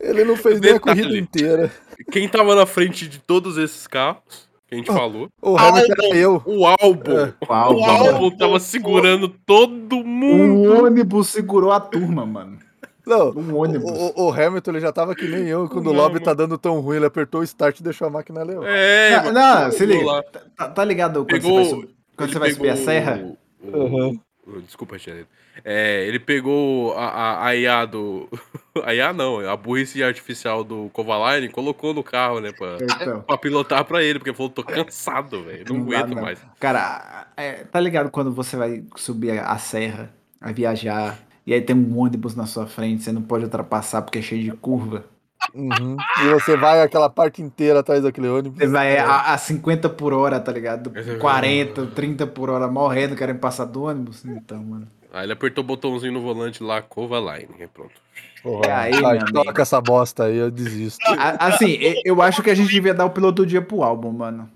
Speaker 2: Ele não fez nem a
Speaker 3: Detalhe.
Speaker 2: corrida inteira.
Speaker 3: Quem tava na frente de todos esses carros, que a
Speaker 5: Ah.
Speaker 3: gente falou,
Speaker 2: O Hamilton
Speaker 3: Albon.
Speaker 2: era eu.
Speaker 3: o álbum.
Speaker 2: É.
Speaker 5: O
Speaker 3: O
Speaker 5: Albon.
Speaker 3: álbum tava segurando todo mundo.
Speaker 5: Um ônibus segurou a turma, mano.
Speaker 2: Não,
Speaker 5: Um
Speaker 2: O-
Speaker 5: ônibus.
Speaker 2: O, o Hamilton ele já tava que nem eu quando o
Speaker 3: Não,
Speaker 2: lobby tá dando tão ruim. Ele apertou o start e deixou a máquina levar.
Speaker 3: É,
Speaker 5: Hum. Não,
Speaker 3: mano.
Speaker 5: não, se
Speaker 3: Vou
Speaker 5: liga.
Speaker 3: lá.
Speaker 5: Tá, tá ligado quando
Speaker 3: Pegou-
Speaker 5: você vai, sub- quando
Speaker 3: Ele
Speaker 5: você vai subir a
Speaker 3: pegou
Speaker 5: serra?
Speaker 3: o- o-
Speaker 5: Uhum.
Speaker 3: o- Desculpa, Tia. É, ele pegou a, a, a IA do. A IA não, a burrice artificial do Kovalainen e colocou no carro, né? Pra,
Speaker 5: Então,
Speaker 3: pra pilotar pra ele, porque falou, tô cansado, velho. Não,
Speaker 5: Não dá,
Speaker 3: aguento
Speaker 5: não.
Speaker 3: mais.
Speaker 5: cara, é, tá ligado quando você vai subir a, a serra, a viajar, e aí tem um ônibus na sua frente, você não pode ultrapassar porque é cheio de curva.
Speaker 2: Uhum. E você vai aquela parte inteira atrás daquele ônibus. É.
Speaker 5: Você vai a, a 50 por hora, tá ligado?
Speaker 3: Esse é
Speaker 5: 40, 30 por hora, morrendo, querendo passar do ônibus. Então, mano.
Speaker 3: Aí ele apertou o botãozinho no volante lá, Kovalainen. e Pronto.
Speaker 2: Porra,
Speaker 5: É aí,
Speaker 2: vai,
Speaker 5: meu amigo.
Speaker 2: toca essa bosta aí, eu desisto.
Speaker 5: A- assim, e- eu acho que a gente devia dar o piloto do dia pro álbum, mano.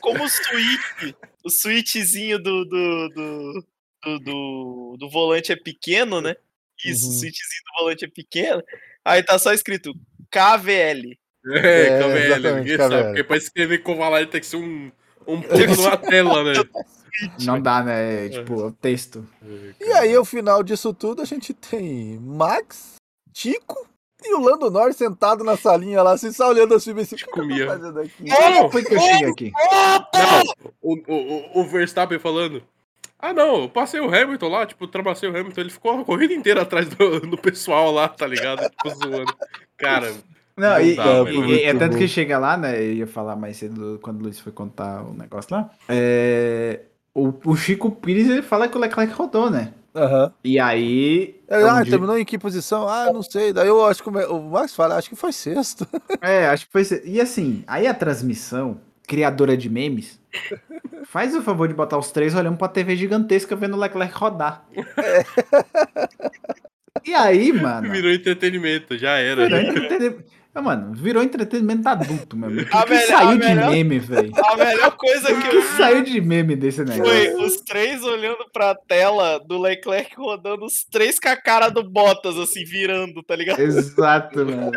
Speaker 4: Como, como o suíte, o suítezinho do do, do, do, do- do volante é pequeno, né? Isso,
Speaker 2: Uhum.
Speaker 4: o suítezinho do volante é pequeno. Aí tá só escrito KVL.
Speaker 3: É,
Speaker 2: É,
Speaker 3: KVL,
Speaker 2: exatamente,
Speaker 3: ninguém sabe.
Speaker 2: KVL.
Speaker 3: Porque pra escrever Kovalainen tem que ser um, um ponto numa tela, né?
Speaker 5: Não dá, né? Tipo, o texto.
Speaker 3: É,
Speaker 2: E aí, o final disso tudo, a gente tem Max, Tico e o Lando Norris sentado na salinha lá, assim, só olhando assim, bem assim, o que eu
Speaker 3: comia.
Speaker 2: tô fazendo aqui?
Speaker 5: Como foi que eu cheguei aqui?
Speaker 3: Não, o, o, o- o Verstappen falando. Ah, não, eu passei o Hamilton lá, tipo, ultrapassei o Hamilton, ele ficou a corrida inteira atrás do, do pessoal lá, tá ligado? Tipo, zoando. Cara,
Speaker 5: Não, e,
Speaker 3: Não dá,
Speaker 5: e-
Speaker 3: velho.
Speaker 5: e- é
Speaker 2: Muito
Speaker 5: tanto que
Speaker 2: bom.
Speaker 5: chega lá, né? Eu ia falar mais cedo quando o Luiz foi contar o negócio lá. É, o, o Chico Pires ele fala que o Leclerc rodou, né?
Speaker 2: Aham.
Speaker 5: E aí.
Speaker 2: Ele,
Speaker 5: um
Speaker 2: ah,
Speaker 5: dia-
Speaker 2: terminou em que posição? Ah, não sei. Daí eu acho que o Ma- o Max fala, "Ah, acho que foi sexto.
Speaker 5: É, acho que foi. esse- E assim, aí a transmissão, criadora de memes, faz o favor de botar os três olhando pra TV gigantesca vendo o Leclerc rodar.
Speaker 4: É.
Speaker 5: E aí, mano.
Speaker 3: virou entretenimento, já era. né?
Speaker 5: Virou entretenimento. Ah, Mano, virou entretenimento adulto mesmo. O que,
Speaker 4: A
Speaker 5: que
Speaker 4: melhor- a
Speaker 5: saiu de
Speaker 4: melhor-
Speaker 5: meme, velho?
Speaker 4: A melhor coisa
Speaker 5: O
Speaker 4: que
Speaker 5: que
Speaker 4: eu
Speaker 5: saiu de meme desse negócio?
Speaker 4: Foi os três olhando pra tela do Leclerc rodando os três com a cara do Bottas, assim, virando, tá ligado?
Speaker 5: Exato, mano.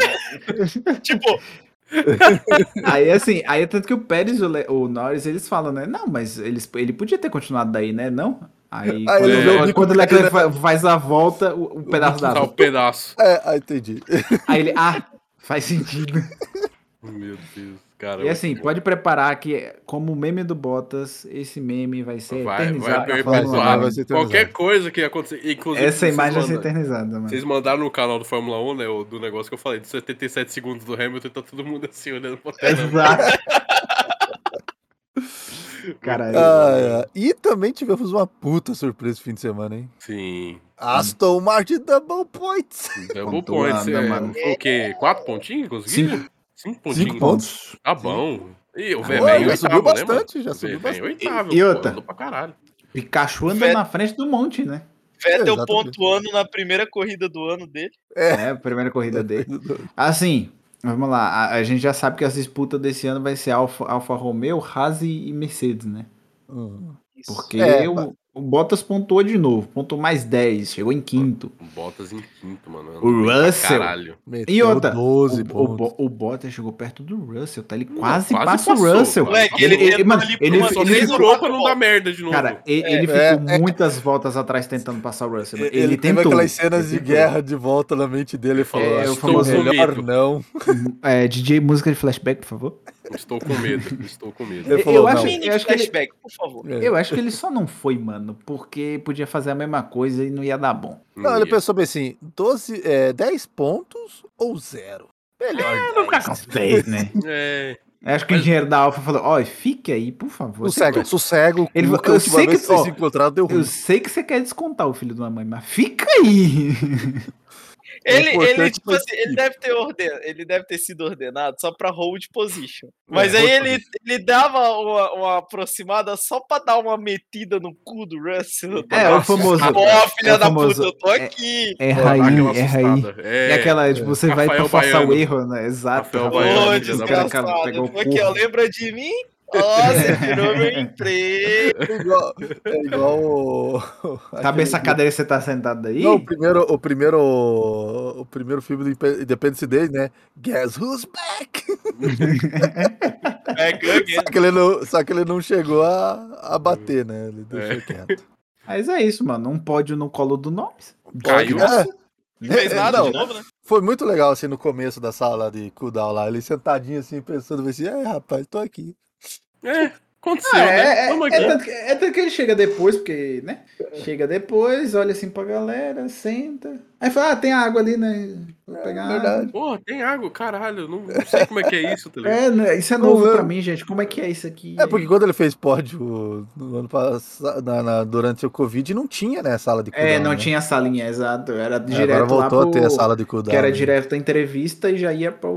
Speaker 4: Tipo,
Speaker 5: Aí assim, aí tanto que o Pérez e o, Le- o Norris, eles falam, né? Não, mas eles, ele podia ter continuado daí, né? Não? Aí,
Speaker 2: Aí
Speaker 5: quando,
Speaker 3: ele vê o
Speaker 5: quando
Speaker 2: bico
Speaker 5: o
Speaker 2: do
Speaker 5: Leclerc
Speaker 2: cara,
Speaker 5: fa- faz a volta, o, o pedaço da
Speaker 3: Tá o
Speaker 5: volta.
Speaker 3: pedaço.
Speaker 2: É, ah, entendi.
Speaker 5: Aí ele, ah, faz sentido.
Speaker 3: Meu Deus, cara.
Speaker 5: E assim, pode preparar que, é como o meme do Bottas, esse meme vai
Speaker 3: Vai,
Speaker 5: ser
Speaker 3: vai
Speaker 5: eternizado. na
Speaker 2: vai,
Speaker 5: Fórmula
Speaker 2: vai,
Speaker 3: perpetuar.
Speaker 5: 1.
Speaker 2: vai ser eternizado.
Speaker 3: Qualquer coisa que acontecer. Inclusive,
Speaker 5: assim. Essa
Speaker 3: vocês
Speaker 5: imagem vai ser
Speaker 3: mandaram-
Speaker 5: eternizada, mano.
Speaker 3: Vocês mandaram no canal do Fórmula 1, né? o- Do negócio que eu falei, dos 77 segundos do Hamilton, tá todo mundo assim olhando pra tela.
Speaker 5: Exato. Cara,
Speaker 2: Ah, é. E também tivemos uma puta surpresa esse fim de semana, hein?
Speaker 3: Sim.
Speaker 2: Aston Martin Double Points.
Speaker 3: Double
Speaker 5: Pontuando,
Speaker 3: points. é,
Speaker 5: né, mano.
Speaker 3: Foi o quê? Quatro pontinhos? Conseguiu?
Speaker 5: Cinco.
Speaker 3: Cinco pontinhos.
Speaker 2: Cinco pontos.
Speaker 3: Tá bom. E o
Speaker 5: Tá
Speaker 3: Vermelho oitavo,
Speaker 5: bom,
Speaker 2: já subiu
Speaker 3: né, mano?
Speaker 2: bastante, já subiu
Speaker 3: Vermelho
Speaker 2: bastante.
Speaker 3: oitavo,
Speaker 5: E- e
Speaker 3: pô,
Speaker 5: outra?
Speaker 3: andou pra caralho.
Speaker 5: Pikachu anda
Speaker 4: Fet-
Speaker 5: na frente do monte, né?
Speaker 4: Vettel
Speaker 2: Exatamente.
Speaker 4: pontuando na primeira corrida do ano dele.
Speaker 5: É, a primeira corrida dele. Assim, vamos lá. A, a gente já sabe que as disputas desse ano vai ser Alfa, Alfa Romeo, Haas e e Mercedes, né?
Speaker 2: Hum.
Speaker 5: Porque
Speaker 2: É,
Speaker 5: o,
Speaker 2: pa-
Speaker 5: O Bottas pontuou de novo, pontuou mais 10, chegou em quinto.
Speaker 3: O Bottas em quinto, mano.
Speaker 5: O Russell.
Speaker 3: Caralho.
Speaker 5: E outra,
Speaker 2: 12
Speaker 5: o, o,
Speaker 2: pontos.
Speaker 5: Bo- o Bottas chegou perto do Russell, tá? Ele
Speaker 3: Não,
Speaker 5: quase,
Speaker 3: quase
Speaker 5: passa o
Speaker 3: passou, tá
Speaker 5: Russell.
Speaker 3: cara.
Speaker 4: Moleque, ele
Speaker 5: Ele- ele-
Speaker 4: entra
Speaker 5: mano,
Speaker 4: ali por
Speaker 5: ele-
Speaker 4: uma-
Speaker 3: Só
Speaker 5: ele
Speaker 3: fez
Speaker 5: ficou-
Speaker 3: durou pra não dar merda de novo.
Speaker 5: Cara, e- ele,
Speaker 2: É,
Speaker 5: ficou
Speaker 2: é.
Speaker 5: muitas voltas atrás tentando passar o Russell. Ele,
Speaker 2: Ele, teve
Speaker 5: tentou.
Speaker 2: aquelas cenas de
Speaker 5: Ele tentou.
Speaker 2: guerra de volta na mente dele e falou:
Speaker 5: É,
Speaker 2: "Acho
Speaker 5: o
Speaker 2: que
Speaker 5: famoso
Speaker 2: melhor
Speaker 3: mito.
Speaker 2: não.
Speaker 5: É, DJ, música de flashback, por favor.
Speaker 3: Estou com medo, estou com medo.
Speaker 2: Ele
Speaker 5: Eu
Speaker 2: falou,
Speaker 5: acho
Speaker 2: não.
Speaker 5: que-
Speaker 4: Mini
Speaker 5: eu acho que ele-
Speaker 4: flashback, por favor.
Speaker 2: É.
Speaker 5: Eu acho que ele só não foi, mano, porque podia fazer a mesma coisa e não ia dar bom.
Speaker 2: Não, ele
Speaker 3: Ia.
Speaker 2: pensou bem assim: 12, é, 10 pontos ou zero?
Speaker 5: É,
Speaker 2: Melhor. dez.
Speaker 5: Talvez, né?
Speaker 3: É,
Speaker 5: Eu acho que o engenheiro da Alfa falou, ó, fique aí, por favor.
Speaker 2: Sossego, sossego.
Speaker 5: Ele
Speaker 2: Cuca,
Speaker 5: falou, eu
Speaker 2: a última
Speaker 5: sei
Speaker 2: vez
Speaker 5: que-
Speaker 2: vocês
Speaker 5: ó,
Speaker 2: se encontraram, deu ruim.
Speaker 5: Eu sei que você quer descontar o filho de uma mãe, mas fica aí.
Speaker 4: Ele, ele,
Speaker 2: importante
Speaker 4: tipo
Speaker 2: foi
Speaker 4: assim,
Speaker 2: isso.
Speaker 4: ele, deve ter orden... ele deve ter sido ordenado só pra hold position. Mas
Speaker 2: É,
Speaker 4: aí
Speaker 2: hold
Speaker 4: ele, ele dava uma, uma aproximada só pra dar uma metida no cu do Russell. tá
Speaker 5: É,
Speaker 4: ligado?
Speaker 5: o famoso.
Speaker 4: Ó, filha
Speaker 5: é o
Speaker 4: da
Speaker 5: famoso-
Speaker 4: puta, eu tô
Speaker 5: é-
Speaker 4: aqui.
Speaker 5: É
Speaker 3: dá
Speaker 5: rainha,
Speaker 3: tá aquela
Speaker 5: é rainha.
Speaker 3: assustada. É,
Speaker 5: É aquela, tipo, você vai pra
Speaker 3: Rafael
Speaker 5: forçar
Speaker 3: Baiano.
Speaker 5: o erro, né? Exato.
Speaker 3: Rafael
Speaker 4: Ô,
Speaker 3: Baiano, filha da
Speaker 4: desgraçado.
Speaker 5: Cara, pegou o
Speaker 4: eu tô aqui,
Speaker 5: cu.
Speaker 4: ó, é? lembra de mim? Ó, você tirou meu emprego.
Speaker 2: É igual. É igual. o-
Speaker 5: Sabe essa
Speaker 2: aquele-
Speaker 5: cadeira que você tá sentado aí?
Speaker 2: Não, o primeiro, o primeiro, o primeiro filme do Impe- Independence Day, né? Guess Who's Back?
Speaker 4: É, gangue.
Speaker 2: Só que ele não, só que ele não chegou a, a bater, né? Ele deixou
Speaker 3: É.
Speaker 2: quieto.
Speaker 5: Mas é isso, mano. Um pódio no colo do Nobis.
Speaker 3: Caiu.
Speaker 2: É,
Speaker 4: Não fez nada
Speaker 2: Não.
Speaker 4: de novo, né?
Speaker 2: foi muito legal, assim, no começo da sala de cooldown lá. Ele sentadinho, assim, pensando, assim, é, rapaz, tô aqui.
Speaker 3: É, aconteceu,
Speaker 5: Ah,
Speaker 3: né?
Speaker 5: é, é,
Speaker 3: Vamos
Speaker 5: é
Speaker 3: aqui.
Speaker 5: tanto que, é tanto que ele chega depois, porque, né? Chega depois, olha assim pra galera, senta. Aí fala, ah, tem água ali, né? Vou pegar.
Speaker 2: É verdade.
Speaker 3: Porra, tem água, caralho. Não, não sei como é que é isso, tá ligado?
Speaker 5: É, né, isso é
Speaker 2: Não,
Speaker 5: novo
Speaker 2: eu-
Speaker 5: pra mim, gente. Como é que é isso aqui?
Speaker 2: É, porque quando ele fez pódio no ano passado, na- na- durante o Covid, não tinha, né, sala de cooldown.
Speaker 5: É, não
Speaker 2: né?
Speaker 5: tinha salinha, exato. Era
Speaker 2: É,
Speaker 5: direto
Speaker 2: Agora voltou
Speaker 5: lá pro...
Speaker 2: a ter a sala de cooldown.
Speaker 5: Que era
Speaker 2: né?
Speaker 5: direto da entrevista e já ia pro...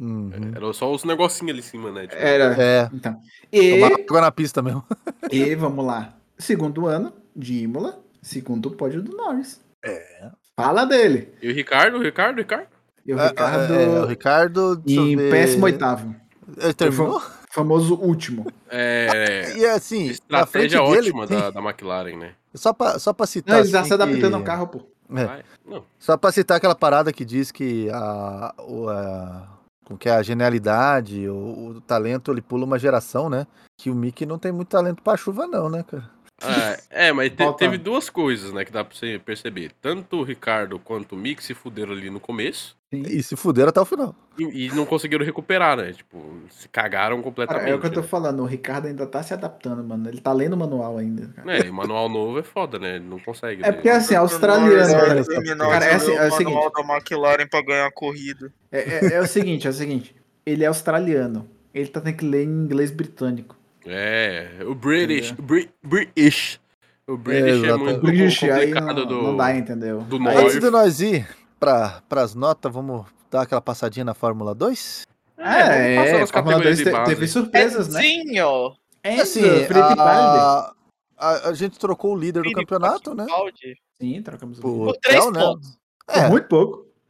Speaker 2: Uhum.
Speaker 3: Era só os negocinhos ali em cima, né? Tipo,
Speaker 5: Era...
Speaker 2: É,
Speaker 5: Então. E...
Speaker 2: tomar água na pista mesmo.
Speaker 5: E vamos lá. Segundo ano de Imola, segundo pódio do Norris.
Speaker 2: É.
Speaker 5: Fala dele.
Speaker 3: E o Ricardo, o Ricardo, o Ricardo?
Speaker 5: E o
Speaker 2: É,
Speaker 5: Ricardo
Speaker 2: é, o Ricardo deixa eu
Speaker 5: em
Speaker 2: ver.
Speaker 5: péssimo oitavo.
Speaker 2: Ele terminou?
Speaker 5: Famoso último.
Speaker 3: É.
Speaker 2: E assim, na frente
Speaker 3: Estratégia é ótima
Speaker 2: dele,
Speaker 3: da, da McLaren, né?
Speaker 2: só, pra, só pra citar.
Speaker 5: Não, ele já
Speaker 2: assim,
Speaker 5: se adaptando
Speaker 2: que-
Speaker 5: ao carro, pô.
Speaker 2: É.
Speaker 3: Vai. Não.
Speaker 2: Só pra citar aquela parada que diz que a. o- a como que é a genialidade, o, o talento, ele pula uma geração, né? Que o Mickey não tem muito talento pra chuva, não, né, cara?
Speaker 3: Ah, é, mas te-
Speaker 5: Falta-
Speaker 3: teve duas coisas, né, que dá pra você perceber. Tanto o Ricardo quanto o Mick se fuderam ali no começo
Speaker 2: E se fuderam até o final.
Speaker 3: e, e não conseguiram recuperar, né? Tipo, se cagaram
Speaker 5: Cara,
Speaker 3: completamente.
Speaker 5: é o que eu tô
Speaker 3: né?
Speaker 5: falando. O Ricardo ainda tá se adaptando, mano. Ele tá lendo o manual ainda. cara.
Speaker 3: É, e manual novo é foda, né? Ele não consegue. né?
Speaker 5: É porque assim, australiano. cara. Cara, é, assim, é o seguinte.
Speaker 4: da McLaren pra ganhar a corrida.
Speaker 5: É, é- é o seguinte, é o seguinte. Ele é australiano. Ele tá tendo que ler em inglês britânico.
Speaker 3: É, o British. Bri- British. O British é,
Speaker 2: exatamente.
Speaker 3: muito
Speaker 5: British, aí não,
Speaker 3: complicado do.
Speaker 5: não dá, entendeu?
Speaker 3: do
Speaker 5: Aí-
Speaker 3: Norris.
Speaker 2: Antes de nós ir pra, pras notas, vamos dar aquela passadinha na Fórmula 2?
Speaker 5: É,
Speaker 3: vamos passar
Speaker 5: é,
Speaker 3: nas
Speaker 5: Fórmula
Speaker 3: categorias
Speaker 5: 2
Speaker 3: de
Speaker 5: te-
Speaker 3: base.
Speaker 5: teve surpresas, né?
Speaker 4: Sim, ó.
Speaker 5: É,
Speaker 2: E assim,
Speaker 5: Felipe Valde.
Speaker 2: a, a, a gente trocou o líder do
Speaker 4: Felipe
Speaker 2: campeonato, né?
Speaker 4: Fittipaldi.
Speaker 5: Sim, trocamos o
Speaker 2: Pô,
Speaker 5: vídeo.
Speaker 4: Por três
Speaker 2: Theo, né?
Speaker 4: pontos.
Speaker 5: Por
Speaker 2: É, muito,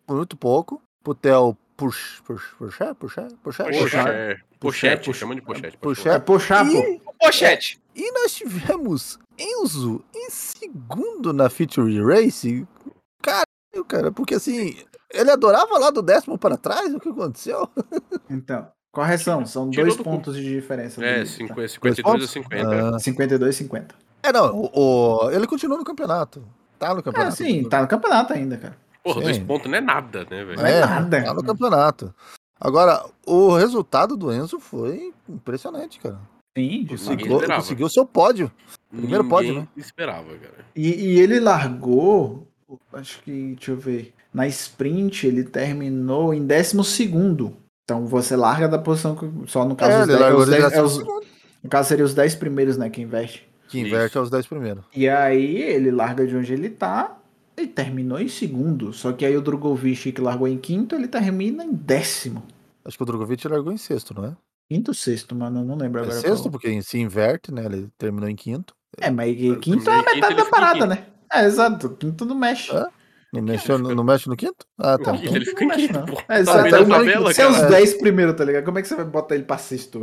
Speaker 5: muito pouco.
Speaker 2: pouco. Pro Theo Push, push, é? puxé, puxé, puxé,
Speaker 5: Poxa.
Speaker 3: é, Pochete, pochete, chama de pochete. pode
Speaker 2: Pochete.
Speaker 5: É puxar, pô.
Speaker 4: Pochete.
Speaker 2: E nós tivemos Enzo em segundo na Feature Race. Caralho, cara, porque assim, ele adorava lá do décimo para trás, o que aconteceu?
Speaker 5: Então, correção, são
Speaker 3: Tirou
Speaker 5: dois
Speaker 3: do cu.
Speaker 5: pontos de diferença.
Speaker 3: falar. É,
Speaker 5: do-
Speaker 3: 50, 52 a 50.
Speaker 5: tá? 52, 50.
Speaker 2: É, não, o, o- ele continua no campeonato. Tá no
Speaker 5: Ah,
Speaker 2: campeonato.
Speaker 5: sim, tá no campeonato ainda, cara.
Speaker 3: Porra, dois
Speaker 2: Sim.
Speaker 3: pontos não é nada, né, velho?
Speaker 5: Não Ah, é nada.
Speaker 2: Tá no campeonato. Agora, o resultado do Enzo foi impressionante, cara.
Speaker 5: Sim, de
Speaker 3: Consegui.
Speaker 5: fato.
Speaker 2: Conseguiu,
Speaker 3: esperava.
Speaker 2: conseguiu o seu pódio. Primeiro
Speaker 3: Ninguém
Speaker 2: pódio, né?
Speaker 3: esperava, cara.
Speaker 5: E, e ele largou, acho que, deixa eu ver, na sprint ele terminou em décimo segundo. Então você larga da posição, que- só no caso
Speaker 2: É,
Speaker 5: os
Speaker 2: ele
Speaker 5: dez-
Speaker 2: largou
Speaker 5: os
Speaker 2: ele
Speaker 5: dez-
Speaker 2: já-
Speaker 5: é, os- No caso seria os 10 primeiros, né, que investe.
Speaker 2: Que inverte aos 10 primeiros.
Speaker 5: E aí ele larga de onde ele tá e terminou em segundo. Só que aí o Drogovic, que largou em quinto, ele termina em décimo.
Speaker 2: Acho que o Drogovic largou em sexto, não é?
Speaker 5: Quinto ou sexto, mano, eu não lembro
Speaker 2: É
Speaker 5: agora. um. qual.
Speaker 2: sexto, porque se inverte, né? Ele terminou em quinto.
Speaker 5: É, mas quinto
Speaker 3: terminou
Speaker 5: é
Speaker 3: em quinto,
Speaker 5: a metade
Speaker 3: ele
Speaker 5: da
Speaker 3: fica em
Speaker 5: parada,
Speaker 3: quinto.
Speaker 5: né? É, exato. Quinto não mexe.
Speaker 2: É? Não mexe, no- não mexe no quinto? Ah, tá.
Speaker 3: Não,
Speaker 2: Então,
Speaker 3: ele fica em
Speaker 5: mexe,
Speaker 3: quinto,
Speaker 5: não.
Speaker 3: pô.
Speaker 5: É,
Speaker 3: Tá
Speaker 5: exato.
Speaker 3: vendo a
Speaker 5: é o único-
Speaker 3: tabela,
Speaker 5: Se é os
Speaker 3: cara?
Speaker 5: 10 primeiro, tá ligado? Como é que você vai botar ele pra sexto?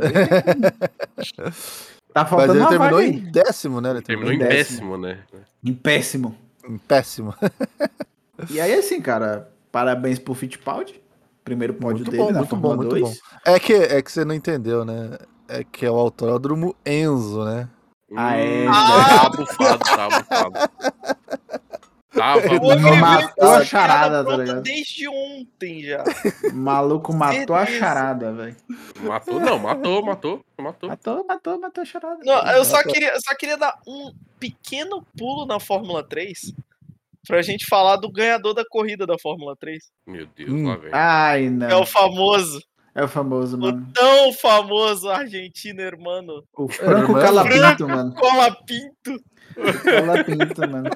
Speaker 5: Tá
Speaker 2: Mas
Speaker 5: faltando
Speaker 2: ele
Speaker 5: uma
Speaker 2: terminou
Speaker 5: vaga aí.
Speaker 2: em décimo, né? Ele
Speaker 3: Terminou em
Speaker 5: Em
Speaker 3: décimo, né?
Speaker 5: Em péssimo.
Speaker 2: em péssimo.
Speaker 5: E aí, assim, cara, parabéns pro Fittipaldi. Primeiro pódio
Speaker 2: Muito
Speaker 5: dele
Speaker 2: bom,
Speaker 5: na
Speaker 2: muito
Speaker 5: Fórmula
Speaker 2: bom, muito
Speaker 5: 2.
Speaker 2: É que, é que você não entendeu, né? É que é o autódromo Enzo, né?
Speaker 5: Ah, é,
Speaker 3: Tá bufado, tá bufado. Tava
Speaker 4: O Oliveira
Speaker 5: matou
Speaker 4: tá
Speaker 5: a charada, tá
Speaker 4: pronta
Speaker 5: ligado?
Speaker 4: Desde ontem já.
Speaker 5: O maluco matou a
Speaker 4: Certeza.
Speaker 5: charada, velho.
Speaker 3: Matou, não, matou, matou, matou.
Speaker 5: Matou, matou, matou a charada.
Speaker 4: Não, eu só queria, eu só queria dar um pequeno pulo na Fórmula 3 pra gente falar do ganhador da corrida da Fórmula 3.
Speaker 3: Meu Deus,
Speaker 2: Hum.
Speaker 3: lá vem.
Speaker 5: Ai, não. É
Speaker 4: É o famoso,
Speaker 5: famoso, mano.
Speaker 4: o tão famoso argentino, hermano.
Speaker 5: O Franco
Speaker 2: Irmão.
Speaker 5: Calapinto, mano.
Speaker 4: Cola Pinto.
Speaker 5: Calapinto, mano.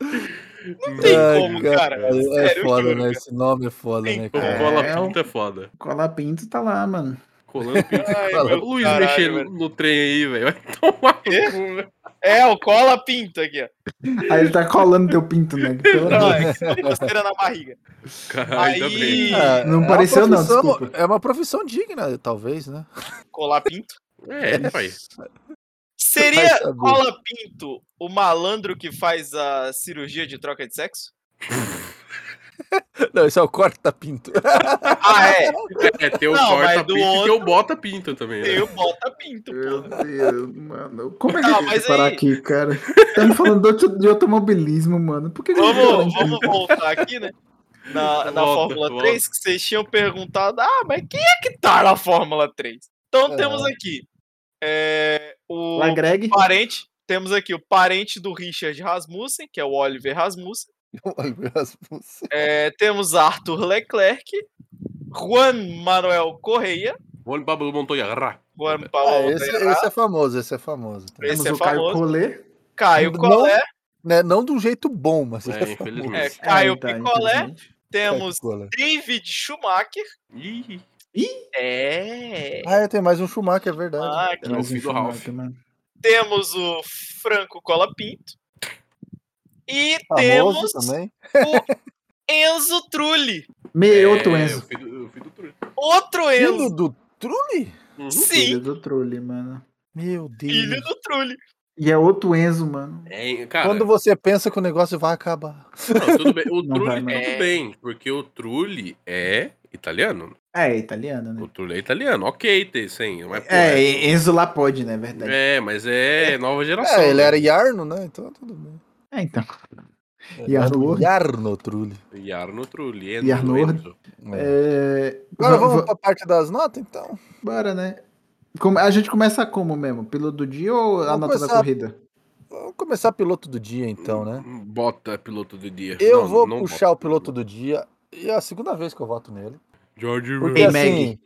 Speaker 4: Não tem
Speaker 2: Ai,
Speaker 4: como, cara.
Speaker 2: É,
Speaker 4: Sério, eu
Speaker 2: foda,
Speaker 4: juro,
Speaker 2: né?
Speaker 4: cara.
Speaker 2: Esse nome é foda, né,
Speaker 3: O
Speaker 5: É,
Speaker 2: cara?
Speaker 3: Cola
Speaker 5: é um-
Speaker 3: Pinto é foda.
Speaker 5: Colapinto tá lá, mano.
Speaker 3: Colando pinto.
Speaker 4: Ai,
Speaker 3: Olha
Speaker 4: meu
Speaker 3: o Luiz
Speaker 4: caralho,
Speaker 3: mexendo
Speaker 4: velho.
Speaker 3: no trem aí, velho. Vai tomar no cu,
Speaker 4: Quê?
Speaker 3: velho.
Speaker 4: É, o Cola Pinto aqui, ó.
Speaker 5: Aí ele tá colando teu pinto, né? Pelo amor de
Speaker 4: Não,
Speaker 5: Deus.
Speaker 4: é que só costeira na barriga.
Speaker 3: Cara, ainda bem.
Speaker 4: Aí,
Speaker 2: É,
Speaker 5: Não
Speaker 2: é uma
Speaker 5: pareceu, não,
Speaker 2: profissão-
Speaker 5: desculpa.
Speaker 2: É uma profissão digna, talvez, né?
Speaker 4: Cola Pinto.
Speaker 3: É, pai.
Speaker 4: Seria
Speaker 2: saber.
Speaker 4: Cola Pinto o malandro que faz a cirurgia de troca de sexo?
Speaker 2: Não, esse é o corta-pinto.
Speaker 4: Ah, é.
Speaker 3: É, tem o
Speaker 4: Não, mas
Speaker 3: corta
Speaker 4: do
Speaker 3: pinto e tem o bota pinto também.
Speaker 4: Tem
Speaker 3: Né?
Speaker 4: o Bota Pinto,
Speaker 5: Meu
Speaker 4: pô.
Speaker 5: Deus, mano. Como é que
Speaker 4: Não,
Speaker 5: a gente
Speaker 4: mas
Speaker 5: vai parar
Speaker 4: aí-
Speaker 5: aqui, cara? Estamos falando de, auto- de automobilismo, mano. Por que que a gente parou
Speaker 4: Vamos,
Speaker 5: aqui?
Speaker 4: vamos voltar aqui, né? Na, na
Speaker 3: Volta,
Speaker 4: Fórmula
Speaker 3: volta.
Speaker 4: 3, que vocês tinham perguntado, ah, mas quem é que tá na Fórmula 3? Então
Speaker 2: É.
Speaker 4: temos aqui é, o
Speaker 5: Lá, Greg?
Speaker 4: parente, temos aqui o parente do Richard Rasmussen, que é o Oliver Rasmussen,
Speaker 2: Oliver Rasmussen.
Speaker 4: é, temos Arthur Leclerc, Juan Manuel Correia,
Speaker 3: Olha o Pablo Montoya. rá.
Speaker 4: Juan
Speaker 2: Ah,
Speaker 4: Paulo
Speaker 2: esse,
Speaker 4: Monteiro,
Speaker 2: esse é famoso, esse é famoso. tá?
Speaker 4: esse
Speaker 5: Temos
Speaker 4: é
Speaker 5: o Caio
Speaker 4: famoso.
Speaker 5: Collet.
Speaker 4: Caio
Speaker 2: Não-
Speaker 4: Collet,
Speaker 2: Né, Não de um jeito bom, mas ele
Speaker 3: É,
Speaker 2: é famoso.
Speaker 4: é,
Speaker 3: infelizmente.
Speaker 4: Caio
Speaker 5: É, tá,
Speaker 4: Picolé,
Speaker 5: infelizmente.
Speaker 4: É, temos David Schumacher,
Speaker 3: Ih,
Speaker 4: é,
Speaker 2: Ah, é, tem mais um Schumacher, é verdade.
Speaker 4: ah, que
Speaker 5: Mas
Speaker 3: o filho do
Speaker 5: enfim,
Speaker 3: Ralph.
Speaker 5: mano.
Speaker 4: Temos o Franco Colapinto. E
Speaker 2: famoso
Speaker 4: temos
Speaker 2: também.
Speaker 4: Enzo Trulli.
Speaker 5: Me, outro
Speaker 3: é,
Speaker 5: Enzo.
Speaker 3: o filho- o filho do Trulli.
Speaker 4: Outro
Speaker 2: Filho
Speaker 4: Enzo.
Speaker 2: do Trulli?
Speaker 3: Uhum.
Speaker 4: Sim,
Speaker 5: Filho do Trulli, mano.
Speaker 2: Meu Deus.
Speaker 4: filho do Trulli.
Speaker 5: E é outro Enzo, mano.
Speaker 3: É, cara,
Speaker 2: Quando você pensa que o negócio vai acabar.
Speaker 3: não, tudo bem. O
Speaker 5: Não
Speaker 3: Trulli, tá
Speaker 5: vai,
Speaker 3: tudo
Speaker 5: não.
Speaker 3: bem, porque o Trulli é italiano.
Speaker 5: É, italiano, né?
Speaker 3: O Trulli é italiano, ok, tem sim, mas, pô,
Speaker 5: É, Enzo lá pode, né? Verdade.
Speaker 3: é, mas é nova geração.
Speaker 2: É, ele
Speaker 3: né?
Speaker 2: era Yarno, né? Então tudo bem.
Speaker 5: É, então.
Speaker 4: É.
Speaker 2: Ele era o
Speaker 5: Yarno.
Speaker 2: Yarno Trulli.
Speaker 3: Jarno Trulli, Enzo,
Speaker 5: Jarno.
Speaker 3: Enzo.
Speaker 5: É,
Speaker 2: Agora
Speaker 5: va-
Speaker 2: vamos
Speaker 5: va-
Speaker 2: pra parte das notas, então.
Speaker 5: Bora, né? Como- a gente começa como mesmo? Pelo do dia ou a
Speaker 2: Vamos
Speaker 5: nota da
Speaker 2: começar-
Speaker 5: corrida?
Speaker 2: Vamos começar piloto do dia, então, né?
Speaker 3: Bota piloto do dia.
Speaker 2: Eu
Speaker 3: Hum, Não,
Speaker 2: vou
Speaker 3: não
Speaker 2: puxar
Speaker 3: bota.
Speaker 2: o piloto do dia. E é a segunda vez que eu voto nele.
Speaker 3: George
Speaker 2: Porque
Speaker 5: Ei,
Speaker 3: Russell.
Speaker 2: assim,
Speaker 5: Maggie.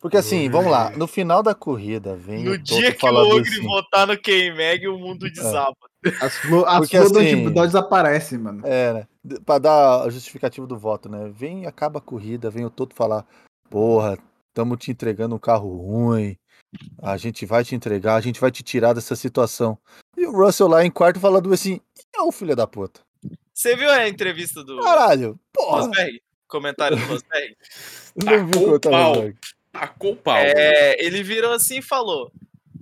Speaker 2: porque assim, vamos lá.
Speaker 5: Hum.
Speaker 2: No final da corrida, vem
Speaker 4: No
Speaker 2: o Toto
Speaker 4: dia que o
Speaker 2: falando
Speaker 4: Ogre
Speaker 2: assim,
Speaker 4: votar no K-Mag, o mundo desaba.
Speaker 5: As flores as
Speaker 2: Porque
Speaker 5: flor do
Speaker 2: assim-
Speaker 5: antibiotico aparecem, mano.
Speaker 2: É, né? D- Pra dar a justificativa do voto, né? Vem, acaba a corrida, vem o Toto falar: Porra, estamos te entregando um carro ruim, a gente vai te entregar, a gente vai te tirar dessa situação. E o Russell lá em quarto falando assim: "Ih, Ô filho da puta,
Speaker 4: Você viu a entrevista do
Speaker 2: caralho, porra,
Speaker 4: Rosberg? Comentário do Rosberg?
Speaker 2: não viu o que eu tava
Speaker 3: Tacou o pau.
Speaker 2: falando.
Speaker 3: Tacou o pau.
Speaker 4: É, ele virou assim e falou.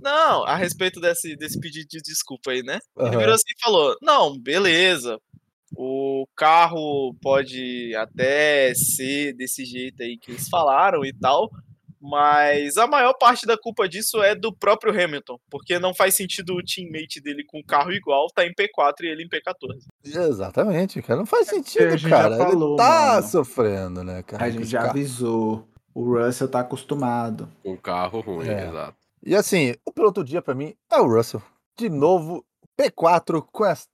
Speaker 4: Não, a respeito desse, desse pedido de desculpa aí, né? Ele virou
Speaker 2: Aham.
Speaker 4: assim e falou: Não, beleza. O carro pode até ser desse jeito aí que eles falaram e tal, mas a maior parte da culpa disso é do próprio Hamilton, porque não faz sentido o teammate dele com o carro igual tá em P4 e ele em P14.
Speaker 2: Exatamente, cara, não faz
Speaker 5: "É a
Speaker 2: sentido,
Speaker 5: gente já
Speaker 2: cara.
Speaker 5: falou,
Speaker 2: Ele tá
Speaker 5: mano.
Speaker 2: sofrendo, né,
Speaker 3: Tá
Speaker 2: cara?
Speaker 5: A
Speaker 2: com
Speaker 5: gente
Speaker 2: esse
Speaker 5: já
Speaker 2: carro.
Speaker 5: avisou. O Russell tá acostumado.
Speaker 3: Com carro ruim,
Speaker 2: É.
Speaker 3: exato.
Speaker 2: E assim, o piloto do dia pra mim é o Russell. De novo, P4 com esta,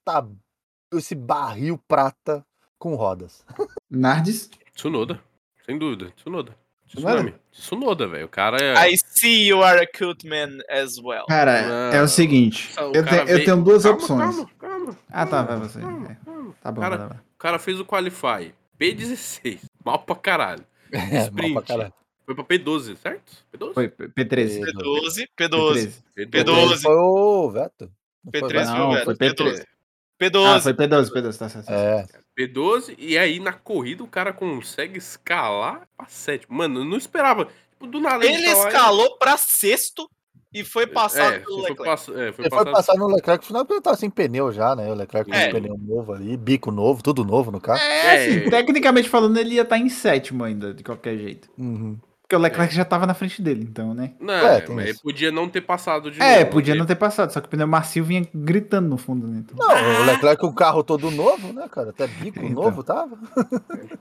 Speaker 2: esse barril prata com rodas.
Speaker 5: Nardes?
Speaker 3: Tsunoda, sem dúvida, Tsunoda.
Speaker 5: Tsunoda?
Speaker 3: Tsunami. Tsunoda, velho. O cara é.
Speaker 4: I see you are a cute man as well.
Speaker 5: Cara,
Speaker 3: Não.
Speaker 5: é o seguinte.
Speaker 3: O
Speaker 5: eu,
Speaker 3: cara
Speaker 5: te- eu
Speaker 3: veio-
Speaker 5: tenho duas
Speaker 3: Calma,
Speaker 5: opções.
Speaker 3: calma, calma,
Speaker 5: Ah, tá, vai
Speaker 3: calma,
Speaker 5: você.
Speaker 3: calma,
Speaker 5: É.
Speaker 3: calma.
Speaker 5: Tá bom,
Speaker 3: Cara,
Speaker 5: vai lá.
Speaker 3: O cara fez o Qualify. P16. Mal pra caralho.
Speaker 2: É, mal pra
Speaker 3: Sprint.
Speaker 2: caralho.
Speaker 3: Foi pra P12, certo? P12?
Speaker 5: Foi P- P13.
Speaker 4: P12, P12,
Speaker 5: P13.
Speaker 4: P12.
Speaker 2: Foi o Veto.
Speaker 4: P13
Speaker 5: Não,
Speaker 4: foi o
Speaker 5: foi
Speaker 4: Vettel, P12.
Speaker 5: P13. Ah,
Speaker 4: P12.
Speaker 5: foi P12, P12, tá certo.
Speaker 2: É,
Speaker 3: P12. E aí, na corrida, o cara consegue escalar a sétimo. Mano, eu não esperava. Tipo, do nada
Speaker 4: Ele
Speaker 3: escalou-
Speaker 4: escalou pra sexto e E foi passado
Speaker 3: é,
Speaker 4: pelo
Speaker 3: foi,
Speaker 4: Leclerc.
Speaker 3: pass- é, foi
Speaker 2: Ele foi
Speaker 3: passado-
Speaker 2: passar no Leclerc no final porque ele tava sem pneu já, né? O Leclerc com
Speaker 3: É.
Speaker 2: um pneu novo ali, bico novo, tudo novo no carro.
Speaker 5: É, assim,
Speaker 3: É.
Speaker 5: tecnicamente falando, ele ia estar em sétimo ainda, de qualquer jeito.
Speaker 2: Uhum.
Speaker 5: Porque
Speaker 3: É.
Speaker 5: o Leclerc já tava na frente dele, então, né?
Speaker 3: Não,
Speaker 2: É, tem
Speaker 3: mas
Speaker 2: isso.
Speaker 3: ele podia não ter passado de
Speaker 5: É,
Speaker 3: novo,
Speaker 5: podia
Speaker 3: né?
Speaker 5: não ter passado, só que o pneu macio vinha gritando no fundo, né? Então,
Speaker 2: Não, o Leclerc com o carro todo novo, né, cara? Até bico
Speaker 5: Então.
Speaker 2: novo tava.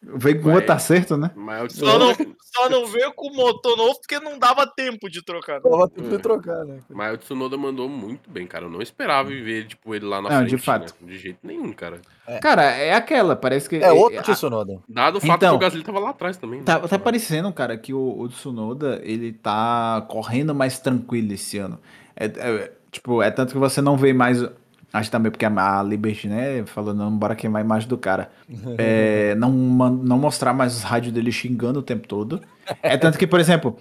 Speaker 5: veio com outro
Speaker 3: Vai.
Speaker 5: acerto, né?
Speaker 3: Mas o
Speaker 4: Só
Speaker 3: Tsunoda,
Speaker 4: não, só não veio com o motor novo porque não dava tempo de trocar. né?
Speaker 2: Tava tentando trocar, né? cara?
Speaker 3: mas o Tsunoda mandou muito bem, cara. Eu não esperava ver tipo, ele lá na
Speaker 5: Hum. Não,
Speaker 3: frente.
Speaker 5: de fato.
Speaker 3: né? De jeito nenhum, cara.
Speaker 5: Cara, é aquela, parece que.
Speaker 2: É outro
Speaker 5: a-
Speaker 2: Tsunoda.
Speaker 3: Dado o fato
Speaker 5: Então.
Speaker 3: que o Gasly tava lá atrás também. né?
Speaker 5: Tá, tá parecendo, cara, que o, o Tsunoda, ele tá correndo mais tranquilo esse ano. É, é, tipo, é tanto que você não vê mais. Acho também porque a a Liberty, né, falou, não, bora queimar a imagem do cara. É, não, man- não mostrar mais os rádios dele xingando o tempo todo. É tanto que, por exemplo,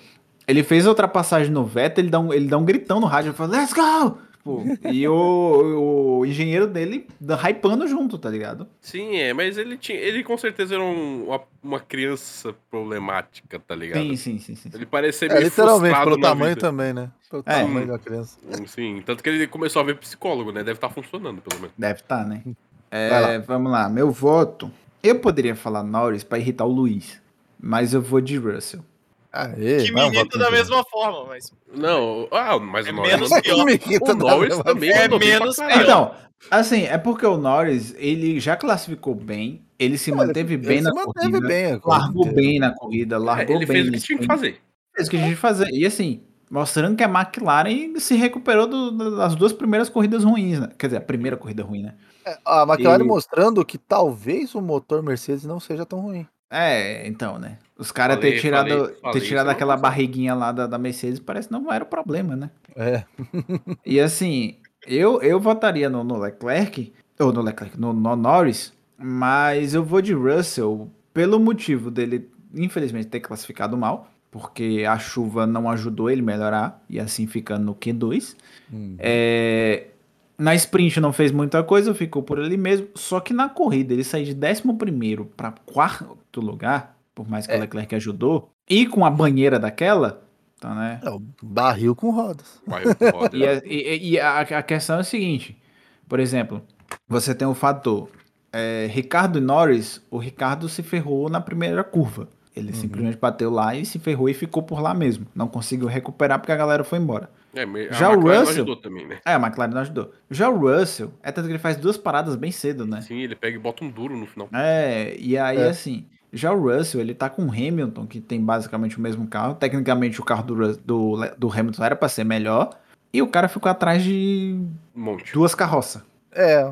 Speaker 5: ele fez a ultrapassagem no Vettel, ele dá um, ele dá um gritão no rádio, ele fala, let's go! Pô, e o, o engenheiro dele dá- hypando junto, tá ligado?
Speaker 3: Sim, é, mas ele tinha. Ele com certeza era um- uma, uma criança problemática, tá ligado?
Speaker 5: Sim, sim, sim, sim. sim.
Speaker 3: Ele parecia
Speaker 2: É,
Speaker 3: meio
Speaker 2: literalmente,
Speaker 3: frustrado
Speaker 2: pelo
Speaker 3: na
Speaker 2: tamanho tá-
Speaker 3: vida.
Speaker 2: também, né? Pelo
Speaker 5: É.
Speaker 2: tamanho da criança.
Speaker 3: Sim, tanto que ele começou a ver psicólogo, né? Deve estar funcionando, pelo menos.
Speaker 5: Deve estar, né?
Speaker 2: Vai lá.
Speaker 5: É, vamos lá, meu voto. Eu poderia falar Norris pra irritar o Luiz, mas eu vou de Russell.
Speaker 2: Aê,
Speaker 4: Que
Speaker 2: vai
Speaker 4: me
Speaker 2: um
Speaker 4: irrita
Speaker 2: voto
Speaker 4: da
Speaker 2: no Tsunoda.
Speaker 4: mesma forma, mas.
Speaker 3: Não, ah, mas
Speaker 4: É
Speaker 3: o Norris.
Speaker 4: menos
Speaker 3: mandou-
Speaker 4: pior.
Speaker 2: Me irrita
Speaker 3: O
Speaker 2: da
Speaker 3: Norris
Speaker 2: mesma-
Speaker 3: também
Speaker 4: É
Speaker 3: mandou bem pra
Speaker 4: menos
Speaker 3: caralho.
Speaker 4: pior.
Speaker 5: Então, assim, é porque o Norris, ele já classificou bem, ele se manteve bem
Speaker 2: Ele
Speaker 5: na
Speaker 2: se manteve
Speaker 5: corrida,
Speaker 2: bem É. a corrida
Speaker 5: largou
Speaker 2: inteira.
Speaker 5: bem na corrida, largou
Speaker 3: É, ele
Speaker 5: bem
Speaker 3: fez o que
Speaker 5: nesse
Speaker 3: tinha que
Speaker 5: sprint.
Speaker 3: fazer.
Speaker 5: Fez o que a gente fazer. E assim, mostrando que a McLaren se recuperou do- do- das duas primeiras corridas ruins, né? Quer dizer, a primeira corrida ruim, né?
Speaker 2: A McLaren
Speaker 5: E-
Speaker 2: mostrando que talvez o motor Mercedes não seja tão ruim.
Speaker 5: É, então, né? Os caras
Speaker 3: Falei,
Speaker 5: ter tirado,
Speaker 3: falei, falei,
Speaker 5: ter tirado
Speaker 3: você não
Speaker 5: aquela
Speaker 3: consegue.
Speaker 5: barriguinha lá da, da Mercedes parece que não era o problema, né?
Speaker 2: É.
Speaker 5: E assim, eu, eu votaria no, no Leclerc, ou no Leclerc, no, no Norris, mas eu vou de Russell pelo motivo dele, infelizmente, ter classificado mal, porque a chuva não ajudou ele melhorar, e assim ficando no Q2. É, na sprint não fez muita coisa, ficou por ali mesmo, só que na corrida ele saiu de 11 para quarto lugar, por mais que
Speaker 2: É.
Speaker 5: o Leclerc ajudou, e com a banheira daquela, então, né?
Speaker 2: É, o barril com rodas.
Speaker 3: Vai, o Roder.
Speaker 5: E, a, e- e a- a questão é a seguinte: por exemplo, você tem o fator é, Ricardo e Norris, o Ricardo se ferrou na primeira curva. Ele simplesmente bateu lá e se ferrou e ficou por lá mesmo. Não conseguiu recuperar porque a galera foi embora.
Speaker 3: É, mas a
Speaker 5: Já o
Speaker 3: McLaren não
Speaker 5: Russell-
Speaker 3: ajudou também, né?
Speaker 5: É, a McLaren não ajudou. Já o Russell, é tanto que ele faz duas paradas bem cedo, né?
Speaker 3: Sim, ele pega e bota um duro no final.
Speaker 5: É, e aí
Speaker 2: É.
Speaker 5: assim, já o Russell, ele tá com o Hamilton, que tem basicamente o mesmo carro. Tecnicamente o carro do, Rus- do, Le- do Hamilton era pra ser melhor. E o cara ficou atrás de
Speaker 3: Um monte.
Speaker 5: duas carroças.
Speaker 2: É.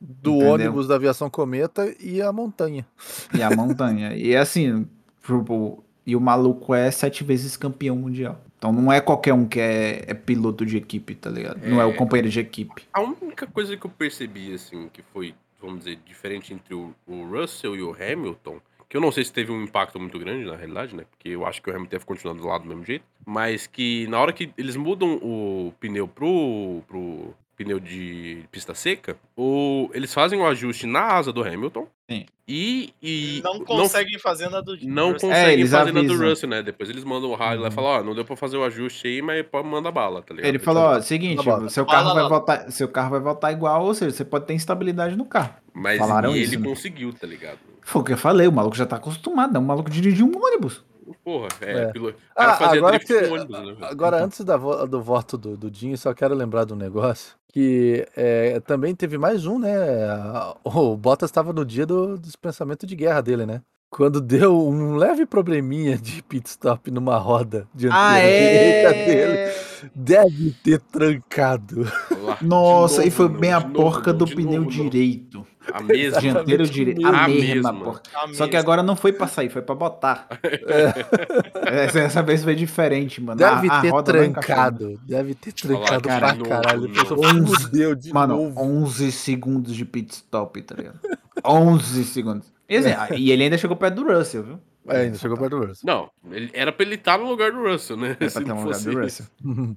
Speaker 2: Do
Speaker 5: Entendeu?
Speaker 2: ônibus da aviação Cometa e a montanha.
Speaker 5: E a montanha. e assim, tipo, e o maluco é sete vezes campeão mundial. Então não é qualquer um que é, é piloto de equipe, tá ligado? Não é o
Speaker 3: É.
Speaker 5: companheiro de equipe.
Speaker 3: A única coisa que eu percebi, assim, que foi, vamos dizer, diferente entre o, o Russell e o Hamilton, que eu não sei se teve um impacto muito grande, na realidade, né? Porque eu acho que o Hamilton deve continuar do lado do mesmo jeito. Mas que na hora que eles mudam o pneu pro, pro pneu de pista seca, ou eles fazem um ajuste na asa do Hamilton.
Speaker 5: Sim.
Speaker 3: E, e
Speaker 4: Não conseguem fazer nada do
Speaker 3: Não
Speaker 4: Russell.
Speaker 5: É,
Speaker 3: conseguem
Speaker 5: eles
Speaker 3: fazer nada do
Speaker 5: avisam. Uhum.
Speaker 3: Russell, né? Depois eles mandam o rádio lá e falam, ó, não deu pra fazer o ajuste aí, mas pode mandar bala, tá ligado?
Speaker 5: Ele falou, ó, seguinte,
Speaker 3: tá
Speaker 2: Fala,
Speaker 5: seu
Speaker 4: fala,
Speaker 5: carro vai
Speaker 4: Lota.
Speaker 5: voltar, seu carro vai voltar igual, ou seja, você pode ter instabilidade no carro.
Speaker 3: Mas
Speaker 5: falaram
Speaker 3: e
Speaker 5: isso,
Speaker 3: ele
Speaker 5: né?
Speaker 3: conseguiu, tá ligado?
Speaker 5: Foi o que eu falei, o maluco já tá acostumado, né? o maluco dirigiu um ônibus.
Speaker 3: Porra, é,
Speaker 2: É.
Speaker 3: piloto. O cara
Speaker 2: Ah,
Speaker 3: fazia
Speaker 2: agora
Speaker 3: drift
Speaker 2: que-
Speaker 3: com ônibus, né? velho?
Speaker 2: Agora, antes da vo- do voto do, do Dinho, só quero lembrar de um negócio. Que é, também teve mais um, né? A- O Bottas estava no dia do, dos pensamentos de guerra dele, né? Quando deu um leve probleminha de pit stop numa roda dianteira
Speaker 3: Ah,
Speaker 2: é?
Speaker 3: é?
Speaker 2: direita dele, deve ter trancado.
Speaker 4: Ah,
Speaker 3: Lá, de
Speaker 5: Nossa,
Speaker 3: novo
Speaker 5: e foi
Speaker 3: não,
Speaker 5: bem a
Speaker 3: de novo
Speaker 5: porca
Speaker 3: não,
Speaker 5: do
Speaker 3: de
Speaker 5: pneu
Speaker 3: novo Ah, não.
Speaker 5: direito.
Speaker 3: A mesma.
Speaker 5: Dianteiro
Speaker 2: Exatamente.
Speaker 5: direito,
Speaker 3: A
Speaker 5: a mesma
Speaker 3: mesma.
Speaker 5: porca.
Speaker 4: Tá
Speaker 5: Só que
Speaker 4: mesmo.
Speaker 5: agora não foi pra sair, foi pra botar. É, Essa, essa vez foi diferente, mano.
Speaker 2: Deve
Speaker 5: A- a
Speaker 2: ter
Speaker 5: roda não encaixou.
Speaker 2: trancado. Deve ter
Speaker 3: Olha lá,
Speaker 2: trancado
Speaker 3: cara,
Speaker 2: pra
Speaker 3: de
Speaker 2: caralho.
Speaker 3: novo,
Speaker 2: Ele pensou,
Speaker 5: não.
Speaker 2: fudeu de
Speaker 5: Mano,
Speaker 2: novo.
Speaker 5: 11 segundos de pit stop, tá ligado? 11 segundos. E, assim, e ele ainda chegou perto do Russell, viu?
Speaker 2: É, ainda chegou perto do Russell.
Speaker 3: Não, ele- era pra ele estar no lugar do Russell, né?
Speaker 5: Era
Speaker 3: Se
Speaker 5: pra ter
Speaker 3: não
Speaker 5: um lugar
Speaker 3: fosse
Speaker 5: do
Speaker 3: isso.
Speaker 5: Russell.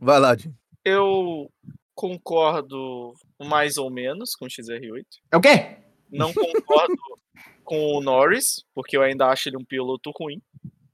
Speaker 2: Vai lá, Dinho.
Speaker 4: Eu concordo mais ou menos com o XR8.
Speaker 5: É o quê?
Speaker 4: Não concordo com o Norris, porque eu ainda acho ele um piloto ruim.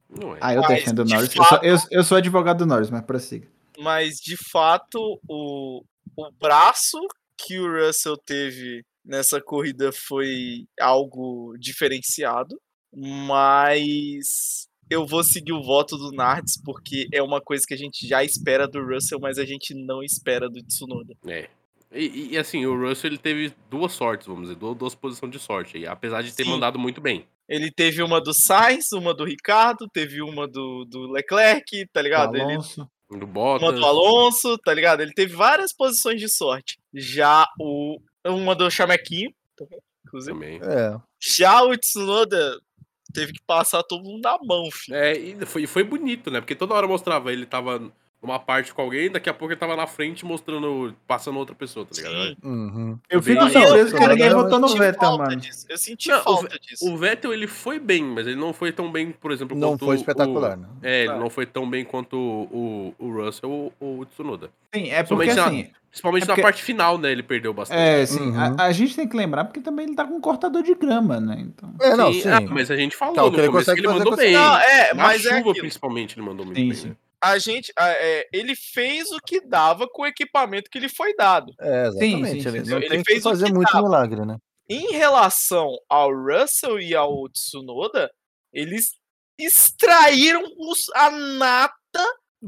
Speaker 3: Não é.
Speaker 5: Ah, eu
Speaker 4: Mas,
Speaker 5: defendo o
Speaker 4: de
Speaker 5: Norris. Eu sou, eu- eu sou advogado do Norris, mas prossiga.
Speaker 4: mas de fato o, o braço que o Russell teve nessa corrida foi algo diferenciado, mas eu vou seguir o voto do Nardes porque é uma coisa que a gente já espera do Russell, mas a gente não espera do Tsunoda.
Speaker 3: É. E, e- e, assim, o Russell ele teve duas sortes, vamos dizer, duas, duas posições de sorte aí, apesar de ter
Speaker 4: Sim.
Speaker 3: mandado muito bem.
Speaker 4: Ele teve uma do Sainz, uma do Ricardo, teve uma do, do Leclerc, tá ligado? Ele
Speaker 5: Alonso.
Speaker 3: Do Bottas.
Speaker 4: uma do Alonso, tá ligado? Ele teve várias posições de sorte. Já o. Uma do Chamequinho, também, inclusive.
Speaker 3: também.
Speaker 2: É.
Speaker 4: Já o Tsunoda teve que passar todo mundo na mão, filho.
Speaker 3: É, e foi, foi bonito, né? Porque toda hora mostrava ele tava numa parte com alguém, daqui a pouco ele tava na frente mostrando, passando outra pessoa, tá ligado?
Speaker 4: Sim.
Speaker 2: Uhum.
Speaker 5: Eu
Speaker 3: Bem,
Speaker 5: fico
Speaker 3: eu-
Speaker 5: surpreso que
Speaker 2: eu-
Speaker 5: ninguém
Speaker 2: eu-
Speaker 5: votou no
Speaker 4: senti
Speaker 5: Vettel,
Speaker 4: falta
Speaker 5: mano.
Speaker 4: disso. Eu senti
Speaker 3: Não, o
Speaker 4: falta disso.
Speaker 3: O Vettel ele foi bem, mas ele não foi tão bem, por exemplo,
Speaker 2: Não
Speaker 3: quanto
Speaker 2: foi
Speaker 3: o-
Speaker 2: espetacular, né?
Speaker 3: É, ele
Speaker 4: Ah.
Speaker 3: não foi tão bem quanto o, o, o Russell ou ou o Tsunoda.
Speaker 5: Sim, é porque
Speaker 3: Somente na-
Speaker 5: assim.
Speaker 3: Principalmente
Speaker 5: É porque-
Speaker 3: na parte final, né? Ele perdeu bastante.
Speaker 5: É, sim.
Speaker 2: Uhum.
Speaker 5: A, a gente tem que lembrar porque também ele tá com um cortador de grama, né? Então.
Speaker 2: É, não, sim.
Speaker 3: Sim, ah, mas a gente falou
Speaker 2: Tá, o que
Speaker 3: no
Speaker 2: ele
Speaker 3: começo que
Speaker 2: consegue
Speaker 3: ele
Speaker 2: fazer
Speaker 3: mandou
Speaker 2: com-
Speaker 3: bem.
Speaker 4: Não, é,
Speaker 3: Na
Speaker 4: mas é
Speaker 3: chuva,
Speaker 4: aquilo.
Speaker 3: principalmente, ele mandou muito
Speaker 5: Sim,
Speaker 3: bem.
Speaker 5: sim.
Speaker 3: né?
Speaker 4: A gente, a- é, ele fez o que dava com o equipamento que lhe foi dado.
Speaker 2: É, exatamente.
Speaker 5: Sim, sim,
Speaker 2: ele
Speaker 5: sim.
Speaker 2: não
Speaker 4: Ele
Speaker 2: tem que
Speaker 4: fez o
Speaker 2: fazer
Speaker 4: que
Speaker 2: muito
Speaker 4: dava.
Speaker 2: milagre, né?
Speaker 4: Em relação ao Russell e ao Tsunoda, eles extraíram os- a nata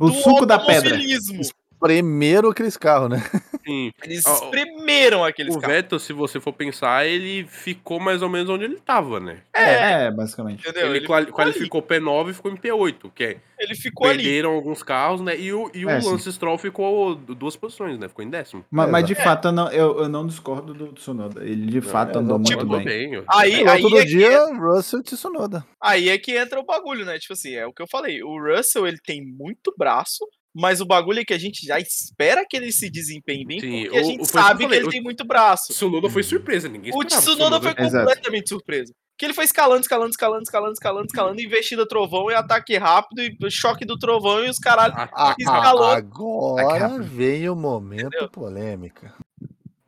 Speaker 5: O suco da pedra.
Speaker 4: automobilismo.
Speaker 2: Primeiro aqueles carros, né?
Speaker 3: Sim.
Speaker 4: Eles
Speaker 3: Ah, o-
Speaker 4: espremeram aqueles
Speaker 3: O
Speaker 4: caras.
Speaker 3: Vettel, se você for pensar, ele ficou mais ou menos onde ele tava, né?
Speaker 4: É,
Speaker 5: É, basicamente.
Speaker 4: entendeu?
Speaker 3: ele
Speaker 4: Ele,
Speaker 3: quali-
Speaker 4: ficou ali.
Speaker 3: qualificou P9 e ficou em P8, que é,
Speaker 4: ele ficou ali.
Speaker 3: perderam alguns carros, né? E o, e o
Speaker 5: É, sim.
Speaker 3: Lance Stroll ficou du- duas posições, né? Ficou em décimo.
Speaker 5: Ma- Mas, de
Speaker 2: Exato.
Speaker 5: fato, eu não, eu, eu não discordo do Tsunoda. Ele de fato
Speaker 2: é,
Speaker 5: andou
Speaker 2: tipo,
Speaker 5: muito
Speaker 3: Mandou
Speaker 5: bem.
Speaker 3: bem. ó.
Speaker 4: Aí, aí,
Speaker 2: Outro
Speaker 4: é que,
Speaker 2: dia, Russell e Tsunoda.
Speaker 4: aí é que entra o bagulho, né? Tipo assim, é o que eu falei. O Russell, ele tem muito braço, mas o bagulho é que a gente já espera que ele se desempenhe bem,
Speaker 3: Sim,
Speaker 4: porque a
Speaker 3: o-
Speaker 4: gente
Speaker 3: o- foi o que eu
Speaker 4: sabe que,
Speaker 3: falei,
Speaker 4: ele
Speaker 3: o-
Speaker 4: tem muito braço.
Speaker 3: Tsunoda foi surpresa, ninguém
Speaker 4: O
Speaker 3: esperava.
Speaker 4: Tsunoda foi
Speaker 5: Exato.
Speaker 4: completamente surpreso. Porque ele foi escalando, escalando, escalando, escalando, escalando, escalando, investida trovão e ataque rápido e choque do trovão e os caralho.
Speaker 3: Ah,
Speaker 4: Escalou.
Speaker 2: agora
Speaker 5: Acaba.
Speaker 2: vem o momento
Speaker 4: Entendeu?
Speaker 2: polêmica.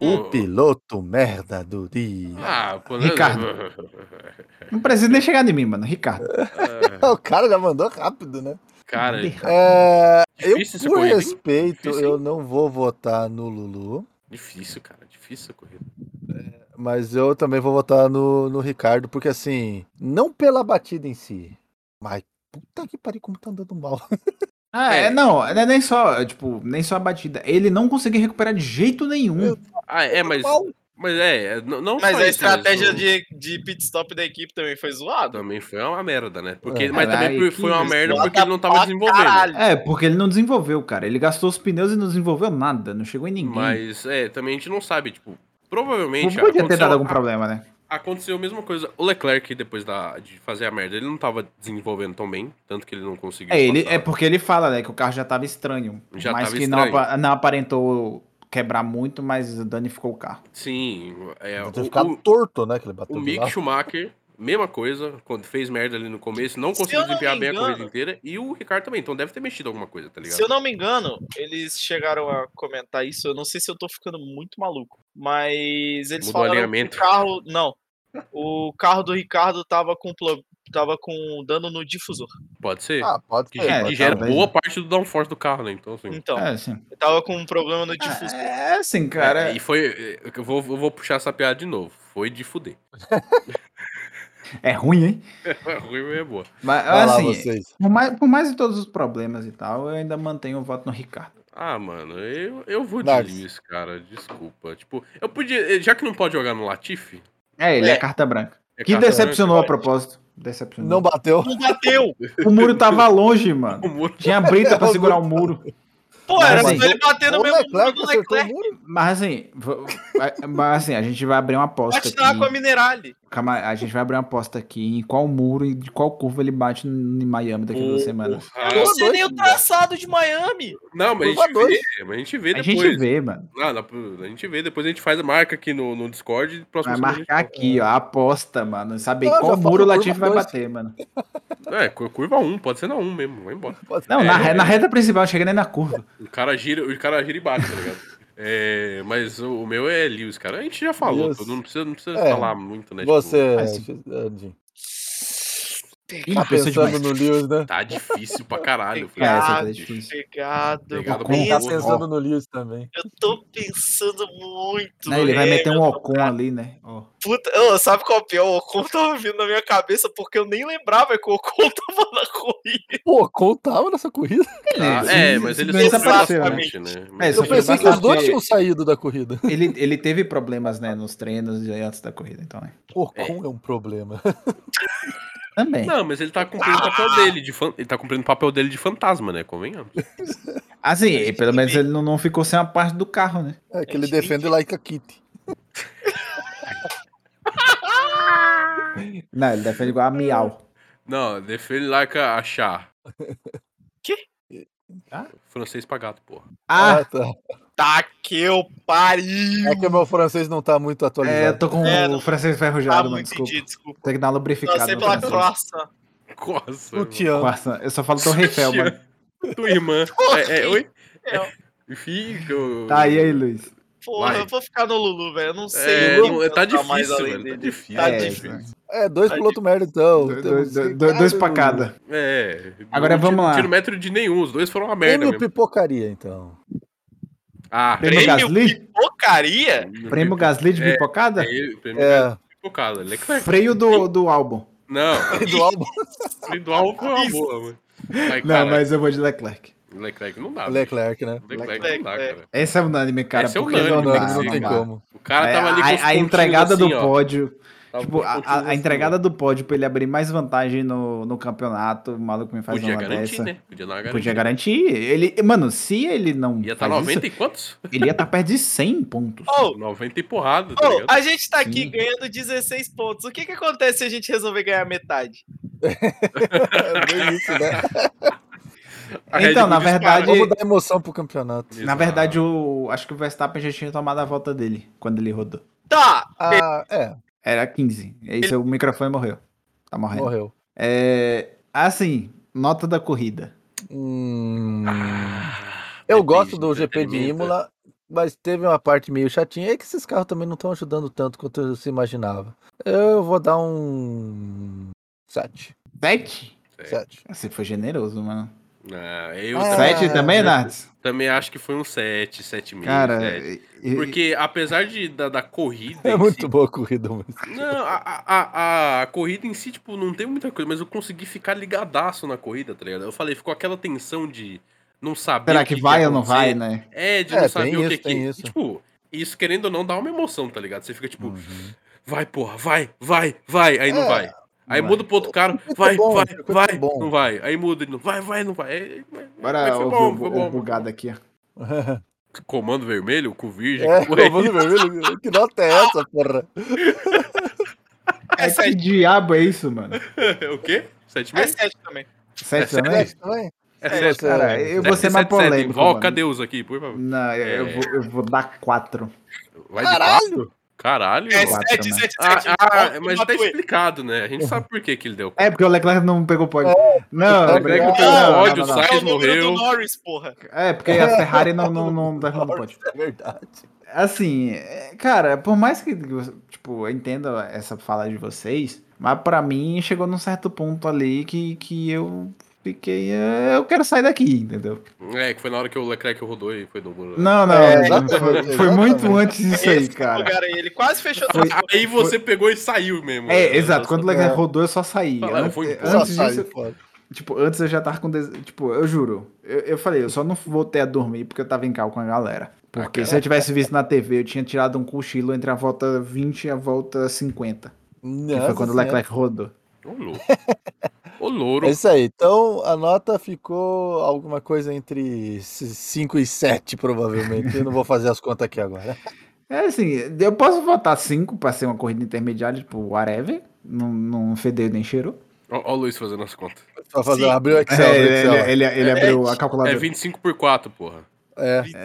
Speaker 3: Hum.
Speaker 2: O piloto merda do dia.
Speaker 3: ah, pô,
Speaker 5: Ricardo. Não precisa nem chegar em mim, mano. Ricardo.
Speaker 3: Ah,
Speaker 2: O cara já mandou rápido, né?
Speaker 3: Cara,
Speaker 2: É, eu,
Speaker 3: Difícil essa
Speaker 2: por
Speaker 3: corrida, hein?
Speaker 2: respeito,
Speaker 3: Difícil, hein?
Speaker 2: eu não vou votar no Lulu,
Speaker 3: difícil, cara. Difícil a corrida.
Speaker 2: mas eu também vou votar no, no Ricardo, porque assim, não pela batida em si, mas puta que pariu, como tá andando mal.
Speaker 5: Ah, é,
Speaker 3: É.
Speaker 5: não, não é nem só, é, tipo, nem só a batida. Ele não conseguiu recuperar de jeito nenhum.
Speaker 3: Ah, é, mas.
Speaker 2: mal.
Speaker 3: Mas é, é, n- não
Speaker 4: Mas
Speaker 3: só
Speaker 4: a
Speaker 3: isso,
Speaker 4: estratégia
Speaker 3: o-
Speaker 4: de, de pit stop da equipe também foi zoada.
Speaker 3: Também foi uma merda, né? Porque,
Speaker 2: É.
Speaker 3: mas também
Speaker 5: Caralho,
Speaker 3: foi-
Speaker 5: que
Speaker 3: foi uma merda
Speaker 4: zoada
Speaker 3: porque ele não tava
Speaker 4: pra
Speaker 3: desenvolvendo.
Speaker 4: caralho.
Speaker 5: É, porque ele não desenvolveu, cara. Ele gastou os pneus e não desenvolveu nada. Não chegou em ninguém.
Speaker 3: Mas, é, também a gente não sabe, tipo,
Speaker 5: Pô,
Speaker 3: provavelmente
Speaker 5: podia ter
Speaker 3: aconteceu,
Speaker 5: dado algum
Speaker 3: a-
Speaker 5: problema, né?
Speaker 3: aconteceu a mesma coisa. O Leclerc, depois da, de fazer a merda, ele não tava desenvolvendo tão bem, tanto que ele não conseguiu
Speaker 5: É, ele,
Speaker 3: passar.
Speaker 5: é porque ele fala, né, que o carro já tava estranho.
Speaker 3: Já
Speaker 5: mas
Speaker 3: tava
Speaker 5: que não,
Speaker 3: estranho.
Speaker 5: apa- não aparentou quebrar muito, mas danificou o carro.
Speaker 3: Sim, é,
Speaker 2: Deve
Speaker 3: o,
Speaker 2: ter ficado
Speaker 3: o,
Speaker 2: torto, né? Que ele bateu
Speaker 3: o
Speaker 2: de
Speaker 3: Mick
Speaker 2: lado.
Speaker 3: Schumacher, mesma coisa, quando fez merda ali no começo, não
Speaker 4: Se
Speaker 3: conseguiu
Speaker 4: eu não me
Speaker 3: desempenhar bem a corrida
Speaker 4: engano-
Speaker 3: inteira, e o Ricardo também, então deve ter mexido alguma coisa, tá ligado?
Speaker 4: Se eu não me engano, eles chegaram a comentar isso. Eu não sei se eu tô ficando muito maluco, mas eles
Speaker 3: Mudou
Speaker 4: falaram
Speaker 3: alinhamento.
Speaker 4: que o carro, não. O carro do Ricardo tava com plo- tava com dano no difusor.
Speaker 3: Pode ser.
Speaker 2: Ah, pode
Speaker 3: que,
Speaker 2: ser.
Speaker 5: é,
Speaker 3: que
Speaker 2: pode
Speaker 3: gera
Speaker 2: ser.
Speaker 5: talvez,
Speaker 3: boa
Speaker 5: né?
Speaker 3: parte do downforce do carro, né? Então, assim.
Speaker 4: Então,
Speaker 5: É, assim.
Speaker 4: ele tava com um problema no difusor.
Speaker 5: É, assim, cara.
Speaker 3: É, e foi. Eu vou, eu vou puxar essa piada de novo. Foi de fuder.
Speaker 5: É ruim, hein?
Speaker 3: É ruim, mas é boa.
Speaker 5: Mas,
Speaker 2: Vai lá,
Speaker 5: assim,
Speaker 2: vocês.
Speaker 5: por mais, por mais de todos os problemas e tal, eu ainda mantenho o voto no Ricardo.
Speaker 3: Ah, mano, eu, eu vou de
Speaker 2: Nardes.
Speaker 3: Lewis, cara. Desculpa. Tipo, eu podia. Já que não pode jogar no Latifi.
Speaker 5: É, ele é,
Speaker 4: É.
Speaker 5: carta branca.
Speaker 3: é
Speaker 5: que
Speaker 3: carta
Speaker 5: decepcionou
Speaker 4: branca,
Speaker 5: a propósito. Decepcionou.
Speaker 2: Não bateu.
Speaker 4: Não bateu.
Speaker 5: O muro tava longe,
Speaker 3: branca.
Speaker 5: mano.
Speaker 3: O Muro.
Speaker 5: Tinha brita pra
Speaker 2: O
Speaker 5: segurar o
Speaker 2: muro
Speaker 5: muro.
Speaker 4: Pô,
Speaker 5: Mas
Speaker 4: era só
Speaker 5: assim,
Speaker 4: ele bater no
Speaker 2: O
Speaker 4: mesmo muro
Speaker 2: Leclerc
Speaker 4: do
Speaker 2: acertou o
Speaker 4: Leclerc.
Speaker 2: muro.
Speaker 5: Mas assim, v- vai- mas assim, a gente vai abrir uma aposta
Speaker 4: Bate
Speaker 5: aqui.
Speaker 4: na água Minerale.
Speaker 5: Calma, a gente vai abrir uma aposta aqui em qual muro e de qual curva ele bate em Miami daqui a duas semanas.
Speaker 3: Porra.
Speaker 4: Eu não sei
Speaker 2: dois,
Speaker 4: nem o
Speaker 2: cara.
Speaker 4: traçado de Miami.
Speaker 3: Não, mas a
Speaker 2: Curva
Speaker 3: gente
Speaker 2: dois.
Speaker 3: vê. Mas a gente vê
Speaker 5: A
Speaker 3: depois.
Speaker 5: gente vê, mano.
Speaker 3: Ah, dá pra- a gente vê, depois a gente faz a marca aqui no, no Discord. e Próximo
Speaker 5: Vai
Speaker 3: semana a gente
Speaker 5: marcar aqui, ó, a aposta, mano. Saber
Speaker 2: Não, já
Speaker 5: qual
Speaker 2: falou
Speaker 5: muro o
Speaker 2: curva
Speaker 5: Latifi vai
Speaker 2: dois.
Speaker 5: bater, mano.
Speaker 3: fala. É, cu- curva 1, pode ser na 1 mesmo, vai embora.
Speaker 2: Pode ser.
Speaker 5: Não, na,
Speaker 3: É.
Speaker 5: re- na reta principal, chega nem na curva.
Speaker 3: O cara gira, o cara gira e bate, tá ligado? É, mas o, o meu é Lewis, cara. A gente já falou,
Speaker 2: Lewis.
Speaker 5: É.
Speaker 3: tudo, não precisa, não precisa
Speaker 2: É.
Speaker 3: falar muito, né? tipo,
Speaker 2: Você,
Speaker 5: Mas-
Speaker 2: Andy. Tá pensando no Lewis, né?
Speaker 3: Tá difícil pra caralho. "Ah,
Speaker 5: É, essa
Speaker 3: Cara.
Speaker 5: tá
Speaker 4: Pegado,
Speaker 5: difícil.
Speaker 4: pegado.
Speaker 3: Pegado
Speaker 4: eu
Speaker 3: com
Speaker 2: Tá
Speaker 3: Mesmo.
Speaker 2: pensando no Lewis também.
Speaker 4: Eu tô pensando muito.
Speaker 5: Não, ele vai
Speaker 4: né,
Speaker 5: meter um
Speaker 4: meu?
Speaker 5: Ocon ali, né? Ó.
Speaker 4: Puta, Ô, sabe qual é o pior? O Ocon tava vindo na minha cabeça porque eu nem lembrava que o Ocon tava na corrida.
Speaker 2: Pô, contava nessa corrida.
Speaker 3: Tá, é, mas ele
Speaker 4: sofreu
Speaker 5: Ele, desapareceu, né?
Speaker 3: bastante, né?
Speaker 5: É,
Speaker 3: Mas-
Speaker 5: só
Speaker 2: Eu
Speaker 5: que
Speaker 2: pensei que os dois
Speaker 5: bastante-
Speaker 2: tinham saído da corrida.
Speaker 5: ele, ele teve problemas, né, nos treinos e antes da corrida, então, né?
Speaker 2: Ocon é um problema.
Speaker 5: Também.
Speaker 3: Não, mas ele tá cumprindo o papel dele. De fan- Ele tá cumprindo o papel dele de fantasma, né? Convenhamos.
Speaker 5: Assim, e pelo menos ele não, não ficou sem a parte do carro, né?
Speaker 2: É que ele defende like a Kitty.
Speaker 5: Não, ele defende igual a Miau.
Speaker 3: Não, defende lá que achar.
Speaker 4: Quê?
Speaker 5: Ah?
Speaker 3: Francês pagado, porra.
Speaker 5: Ah,
Speaker 2: tá.
Speaker 4: Tá que eu pariu.
Speaker 2: É que o meu francês não tá muito
Speaker 5: é,
Speaker 2: atualizado.
Speaker 5: eu tô com
Speaker 4: É,
Speaker 5: o
Speaker 4: não-
Speaker 5: francês
Speaker 4: Ah,
Speaker 5: ferrujado,
Speaker 4: não
Speaker 5: mano, desculpa.
Speaker 4: entendi, desculpa.
Speaker 5: Tem que dar uma
Speaker 4: Não,
Speaker 5: lubrificada.
Speaker 4: sei
Speaker 5: no
Speaker 4: pela
Speaker 5: francês.
Speaker 4: croça.
Speaker 3: Nossa.
Speaker 2: Eu
Speaker 3: mano.
Speaker 2: te amo.
Speaker 5: Quarta- Eu só falo Torre Eiffel,
Speaker 3: Tia,
Speaker 5: mano.
Speaker 3: Tua irmã. É, é, oi?
Speaker 4: É.
Speaker 3: Fica.
Speaker 5: Tá aí, aí, Luiz.
Speaker 4: Porra,
Speaker 3: Vai.
Speaker 4: eu vou ficar no Lulu, velho. Eu não sei.
Speaker 3: É,
Speaker 4: o que
Speaker 3: não, é, tá
Speaker 4: inventar mais
Speaker 3: difícil,
Speaker 4: além
Speaker 3: velho. Tá
Speaker 4: dele.
Speaker 3: difícil.
Speaker 4: Tá
Speaker 3: É,
Speaker 4: difícil.
Speaker 2: É, dois
Speaker 3: Tá
Speaker 4: Ai,
Speaker 2: piloto merda, então.
Speaker 5: Dois,
Speaker 2: Temos
Speaker 5: dois,
Speaker 2: que-
Speaker 5: dois, dois, dois pra
Speaker 2: Caralho.
Speaker 5: cada.
Speaker 3: É.
Speaker 5: Agora
Speaker 3: não
Speaker 5: vamos
Speaker 3: tiro-
Speaker 5: lá.
Speaker 3: Tiro metro de nenhum, os dois foram uma merda
Speaker 2: Prêmio
Speaker 3: mesmo.
Speaker 2: pipocaria, então.
Speaker 3: Ah,
Speaker 5: Prêmio
Speaker 4: Prêmio
Speaker 5: Gasly?
Speaker 4: Porcaria?
Speaker 5: Prêmio Gasly de
Speaker 3: É,
Speaker 5: pipocada?
Speaker 3: É, prêmio Gasly
Speaker 2: É,
Speaker 3: pipocada. Leclerc.
Speaker 5: Freio do, do álbum.
Speaker 3: Não,
Speaker 2: do álbum.
Speaker 3: individual foi é uma boa, mano. Mas,
Speaker 5: Não,
Speaker 3: cara,
Speaker 5: mas eu vou de Leclerc.
Speaker 3: Leclerc não dá. velho.
Speaker 2: Leclerc, né?
Speaker 3: Leclerc não dá,
Speaker 4: Leclerc.
Speaker 3: cara.
Speaker 5: Esse é unânime, cara.
Speaker 3: Esse é
Speaker 5: porque
Speaker 3: unânime,
Speaker 2: Não,
Speaker 3: Não,
Speaker 2: não,
Speaker 3: não
Speaker 2: tem
Speaker 5: dá.
Speaker 2: como.
Speaker 3: O cara
Speaker 5: É,
Speaker 3: tava ali com os
Speaker 5: a, a
Speaker 3: pontinhos
Speaker 5: entregada
Speaker 3: assim,
Speaker 5: do
Speaker 3: ó.
Speaker 5: pódio.
Speaker 3: Tava com
Speaker 5: Tipo,
Speaker 3: os
Speaker 5: a,
Speaker 3: pontinhos
Speaker 5: a- a
Speaker 3: assim,
Speaker 5: entregada
Speaker 3: ó.
Speaker 5: do pódio pra ele abrir mais vantagem no, no campeonato. O maluco me faz
Speaker 3: Podia
Speaker 5: uma
Speaker 3: garantir,
Speaker 5: dessa.
Speaker 3: né? Podia dar uma
Speaker 5: Podia
Speaker 3: garantia.
Speaker 5: garantir. Ele, mano, se ele não.
Speaker 3: Ia tá estar
Speaker 5: faz
Speaker 3: 90
Speaker 5: isso,
Speaker 3: e quantos?
Speaker 5: ele ia estar perto de 100 pontos.
Speaker 4: Ô,
Speaker 3: 90 e porrada, tá
Speaker 4: ô,
Speaker 3: ligado?
Speaker 4: a gente tá aqui
Speaker 5: Sim.
Speaker 4: ganhando 16 pontos. O que que acontece se a gente resolver ganhar metade?
Speaker 2: É bem isso, né?
Speaker 3: A Red
Speaker 5: então,
Speaker 3: Bull
Speaker 5: na
Speaker 3: dispara.
Speaker 5: verdade-
Speaker 2: Vamos dar emoção pro campeonato.
Speaker 5: Na
Speaker 3: Exato.
Speaker 5: verdade, o, acho que o Verstappen já tinha tomado a volta dele quando ele rodou.
Speaker 4: Tá,
Speaker 2: Ah, é,
Speaker 5: Era 15. E aí seu microfone morreu. Tá morrendo.
Speaker 2: morreu.
Speaker 5: É, assim, nota da corrida.
Speaker 2: Hum,
Speaker 3: Ah,
Speaker 2: eu
Speaker 3: depende
Speaker 2: gosto do GP de
Speaker 3: entretenimento.
Speaker 2: Imola, mas teve uma parte meio chatinha. É que esses carros também não estão ajudando tanto quanto se imaginava. Eu vou dar um. 7.
Speaker 5: 7?
Speaker 3: É.
Speaker 2: 7.
Speaker 5: Você foi generoso, mano.
Speaker 3: Ah, eu
Speaker 2: Ah,
Speaker 3: também,
Speaker 5: 7 É. também,
Speaker 2: eu-
Speaker 5: Nardes?
Speaker 3: também acho que foi um 7, 7,5.
Speaker 5: Cara,
Speaker 3: sete.
Speaker 5: e-
Speaker 3: Porque apesar de, da, da corrida.
Speaker 2: É
Speaker 3: em
Speaker 2: muito
Speaker 3: si-
Speaker 2: boa a corrida, mas.
Speaker 3: Não, a, a, a, a corrida em si, tipo, não tem muita coisa, mas eu consegui ficar ligadaço na corrida, tá ligado? Eu falei, ficou aquela tensão de não saber.
Speaker 5: será
Speaker 3: o
Speaker 5: que
Speaker 3: ia
Speaker 5: vai ou não
Speaker 3: acontecer.
Speaker 5: vai, né?
Speaker 3: É, de
Speaker 2: É,
Speaker 3: não
Speaker 2: tem
Speaker 3: saber o que
Speaker 2: isso,
Speaker 3: que.
Speaker 2: tem isso.
Speaker 3: Tipo, isso querendo ou não dá uma emoção, tá ligado? Você fica tipo, vai, porra, vai, vai, vai, aí
Speaker 2: Uhum. É,
Speaker 3: não vai. Aí
Speaker 5: vai.
Speaker 3: muda pro outro cara,
Speaker 2: circuito
Speaker 3: vai,
Speaker 2: é bom,
Speaker 3: vai,
Speaker 2: o circuito
Speaker 3: vai,
Speaker 2: é bom.
Speaker 3: não vai. Aí muda, ele não vai, vai, não vai. É, é,
Speaker 5: Bora
Speaker 3: Mas foi
Speaker 5: ouvir
Speaker 3: bom,
Speaker 5: o,
Speaker 3: foi
Speaker 5: o
Speaker 3: bom. É
Speaker 5: bugado aqui, ó.
Speaker 3: Comando vermelho, com virgem,
Speaker 2: É,
Speaker 3: com rei.
Speaker 2: comando vermelho. Que nota é essa, porra?
Speaker 4: é
Speaker 5: que
Speaker 4: 7.
Speaker 5: diabo é isso, mano?
Speaker 3: o quê? Sete
Speaker 4: É
Speaker 3: meses?
Speaker 4: 7 também.
Speaker 5: 7
Speaker 3: É
Speaker 5: também?
Speaker 2: Sete também?
Speaker 3: É
Speaker 4: sete,
Speaker 3: sete.
Speaker 5: Cara, eu vou ser mais
Speaker 3: Sete, sete,
Speaker 5: polêmico.
Speaker 3: Invoca
Speaker 5: mano.
Speaker 3: Deus aqui, por favor.
Speaker 5: Não, eu, eu
Speaker 3: É.
Speaker 5: vou, eu vou dar 4.
Speaker 3: Vai
Speaker 2: Caralho!
Speaker 3: de quatro? Caralho,
Speaker 4: É
Speaker 3: mano.
Speaker 5: quatro,
Speaker 4: 7,
Speaker 5: né?
Speaker 4: 7, 7.
Speaker 3: Ah, ah, mas tá explicado, né? A gente sabe por que que ele deu.
Speaker 5: É, porque o Leclerc não pegou pódio.
Speaker 2: o
Speaker 3: É.
Speaker 5: Não,
Speaker 3: Tá
Speaker 5: ele
Speaker 2: Leclerc
Speaker 5: pegou
Speaker 2: pegou
Speaker 3: pódio,
Speaker 5: não, não.
Speaker 3: sai.
Speaker 4: É o
Speaker 3: Sainz
Speaker 4: número do
Speaker 3: ah, morreu.
Speaker 4: Norris, porra.
Speaker 5: É, porque a Ferrari não, não, não
Speaker 2: Norris,
Speaker 5: derruba o pódio.
Speaker 2: É verdade.
Speaker 5: Assim, é, cara, por mais que, tipo, eu entenda essa fala de vocês, mas pra mim chegou num certo ponto ali que, que eu fiquei. é, Eu quero sair daqui, entendeu?
Speaker 3: É, que foi na hora que o Leclerc rodou e foi do...
Speaker 5: Não, não,
Speaker 2: É,
Speaker 5: não,
Speaker 2: exatamente,
Speaker 5: foi, foi
Speaker 2: exatamente.
Speaker 5: muito antes disso aí,
Speaker 4: Esse
Speaker 5: cara.
Speaker 4: lugar aí, ele quase fechou.
Speaker 5: Foi-
Speaker 3: Aí você pegou e saiu mesmo. né?
Speaker 5: É, exato, quando o Leclerc
Speaker 2: É.
Speaker 5: rodou eu só saí.
Speaker 3: Fala, eu
Speaker 5: Antes-
Speaker 3: vou embora.
Speaker 5: antes
Speaker 2: Só sai
Speaker 5: disso,
Speaker 2: fora.
Speaker 5: Tipo, antes eu já tava com. des- Tipo, eu juro. Eu, eu falei, eu só não voltei a dormir porque eu tava em cal com a galera. Porque se eu tivesse visto na TV, eu tinha tirado um cochilo entre a volta 20 e a volta 50. Que
Speaker 2: Nossa
Speaker 5: foi quando o
Speaker 2: Senhora.
Speaker 5: Leclerc rodou.
Speaker 3: Ô, louro. Ô, louro.
Speaker 2: É isso aí. Então a nota ficou alguma coisa entre 5 e 7, provavelmente. Eu não vou fazer as contas aqui agora.
Speaker 5: É assim, eu posso votar 5 pra ser uma corrida intermediária, tipo, whatever. Não, não fedeu nem cheirou.
Speaker 3: Ó, ó o Luiz fazendo as contas.
Speaker 2: Só fazer,
Speaker 4: Sim.
Speaker 2: abriu o Excel.
Speaker 5: É,
Speaker 2: abriu o Excel.
Speaker 5: ele, ele, ele abriu a
Speaker 3: É
Speaker 5: calculadora.
Speaker 3: 25 por 4, porra.
Speaker 2: É.
Speaker 4: 25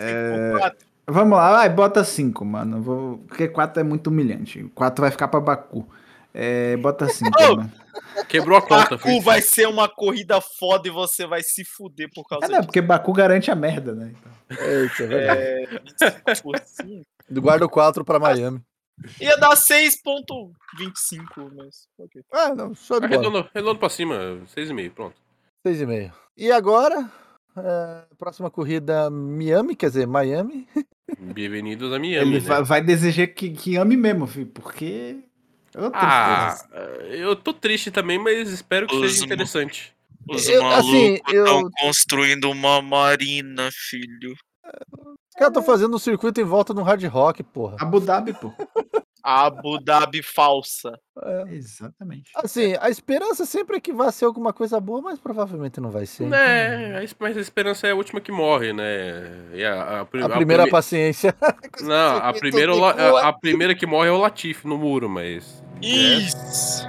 Speaker 4: por 4.
Speaker 5: Vamos lá, vai, bota 5, mano. Vou... Porque 4 é muito humilhante. 4 vai ficar pra Baku. É, bota 5.
Speaker 4: Ô,
Speaker 5: mano.
Speaker 3: Quebrou a conta,
Speaker 4: Baku
Speaker 3: filho.
Speaker 4: vai ser uma corrida foda e você vai se fuder por
Speaker 5: É,
Speaker 4: causa
Speaker 5: não,
Speaker 4: disso.
Speaker 5: porque Baku garante a merda, né?
Speaker 2: É, isso é verdade.
Speaker 4: É, 25 por 5.
Speaker 2: Guarda o 4 pra Miami.
Speaker 4: Ia dar 6.25, mas. ok.
Speaker 2: Ah, não, show de bola.
Speaker 3: Tá Redondo, redondo pra cima, 6,5, pronto.
Speaker 2: Seis e meio. E agora, é, próxima corrida Miami, quer dizer, Miami.
Speaker 3: Bem-vindos a
Speaker 5: Ele
Speaker 3: Miami, né?
Speaker 5: vai, vai desejar que, que ame mesmo, filho, porque. é Ô,
Speaker 3: Ah,
Speaker 5: tristeza.
Speaker 3: eu tô triste também, mas espero que
Speaker 6: Os
Speaker 3: seja
Speaker 6: mo-
Speaker 3: interessante.
Speaker 6: Os
Speaker 2: Eu- assim,
Speaker 6: malucos estão
Speaker 2: eu-
Speaker 6: construindo uma marina, filho.
Speaker 2: Os caras
Speaker 5: É.
Speaker 2: estão fazendo um circuito em volta no hard rock, porra.
Speaker 5: Abu Dhabi, pô.
Speaker 4: Abu Dhabi falsa.
Speaker 5: Exatamente.
Speaker 2: Assim, a esperança sempre é que vai ser alguma coisa boa, mas provavelmente não vai
Speaker 5: Né?
Speaker 2: ser.
Speaker 3: É, a es- mas a esperança é a última que morre, né? E a, a prim-
Speaker 2: A
Speaker 3: a
Speaker 2: primeira
Speaker 3: prime-
Speaker 2: paciência.
Speaker 3: Não, a
Speaker 2: Circuito
Speaker 3: primeira,
Speaker 2: de
Speaker 3: la-
Speaker 2: rua.
Speaker 3: a, a primeira que morre é o Latif no muro, mas.
Speaker 6: É.
Speaker 3: né?
Speaker 4: Isso!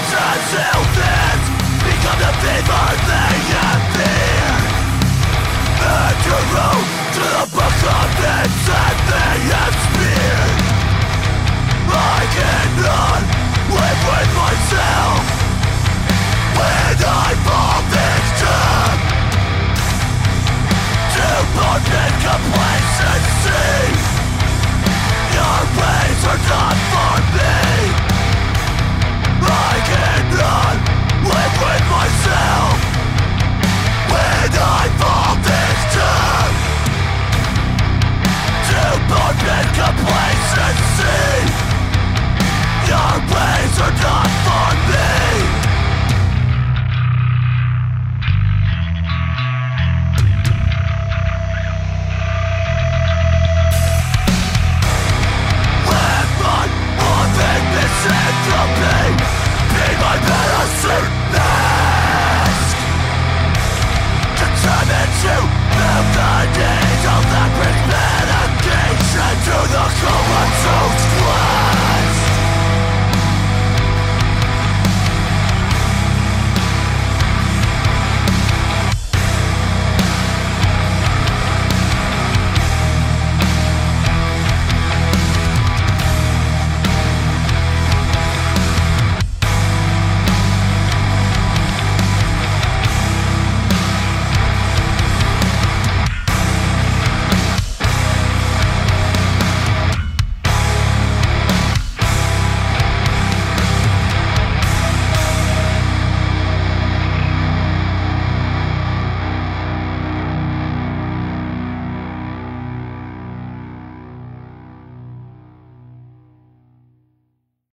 Speaker 7: Shut! Within a God,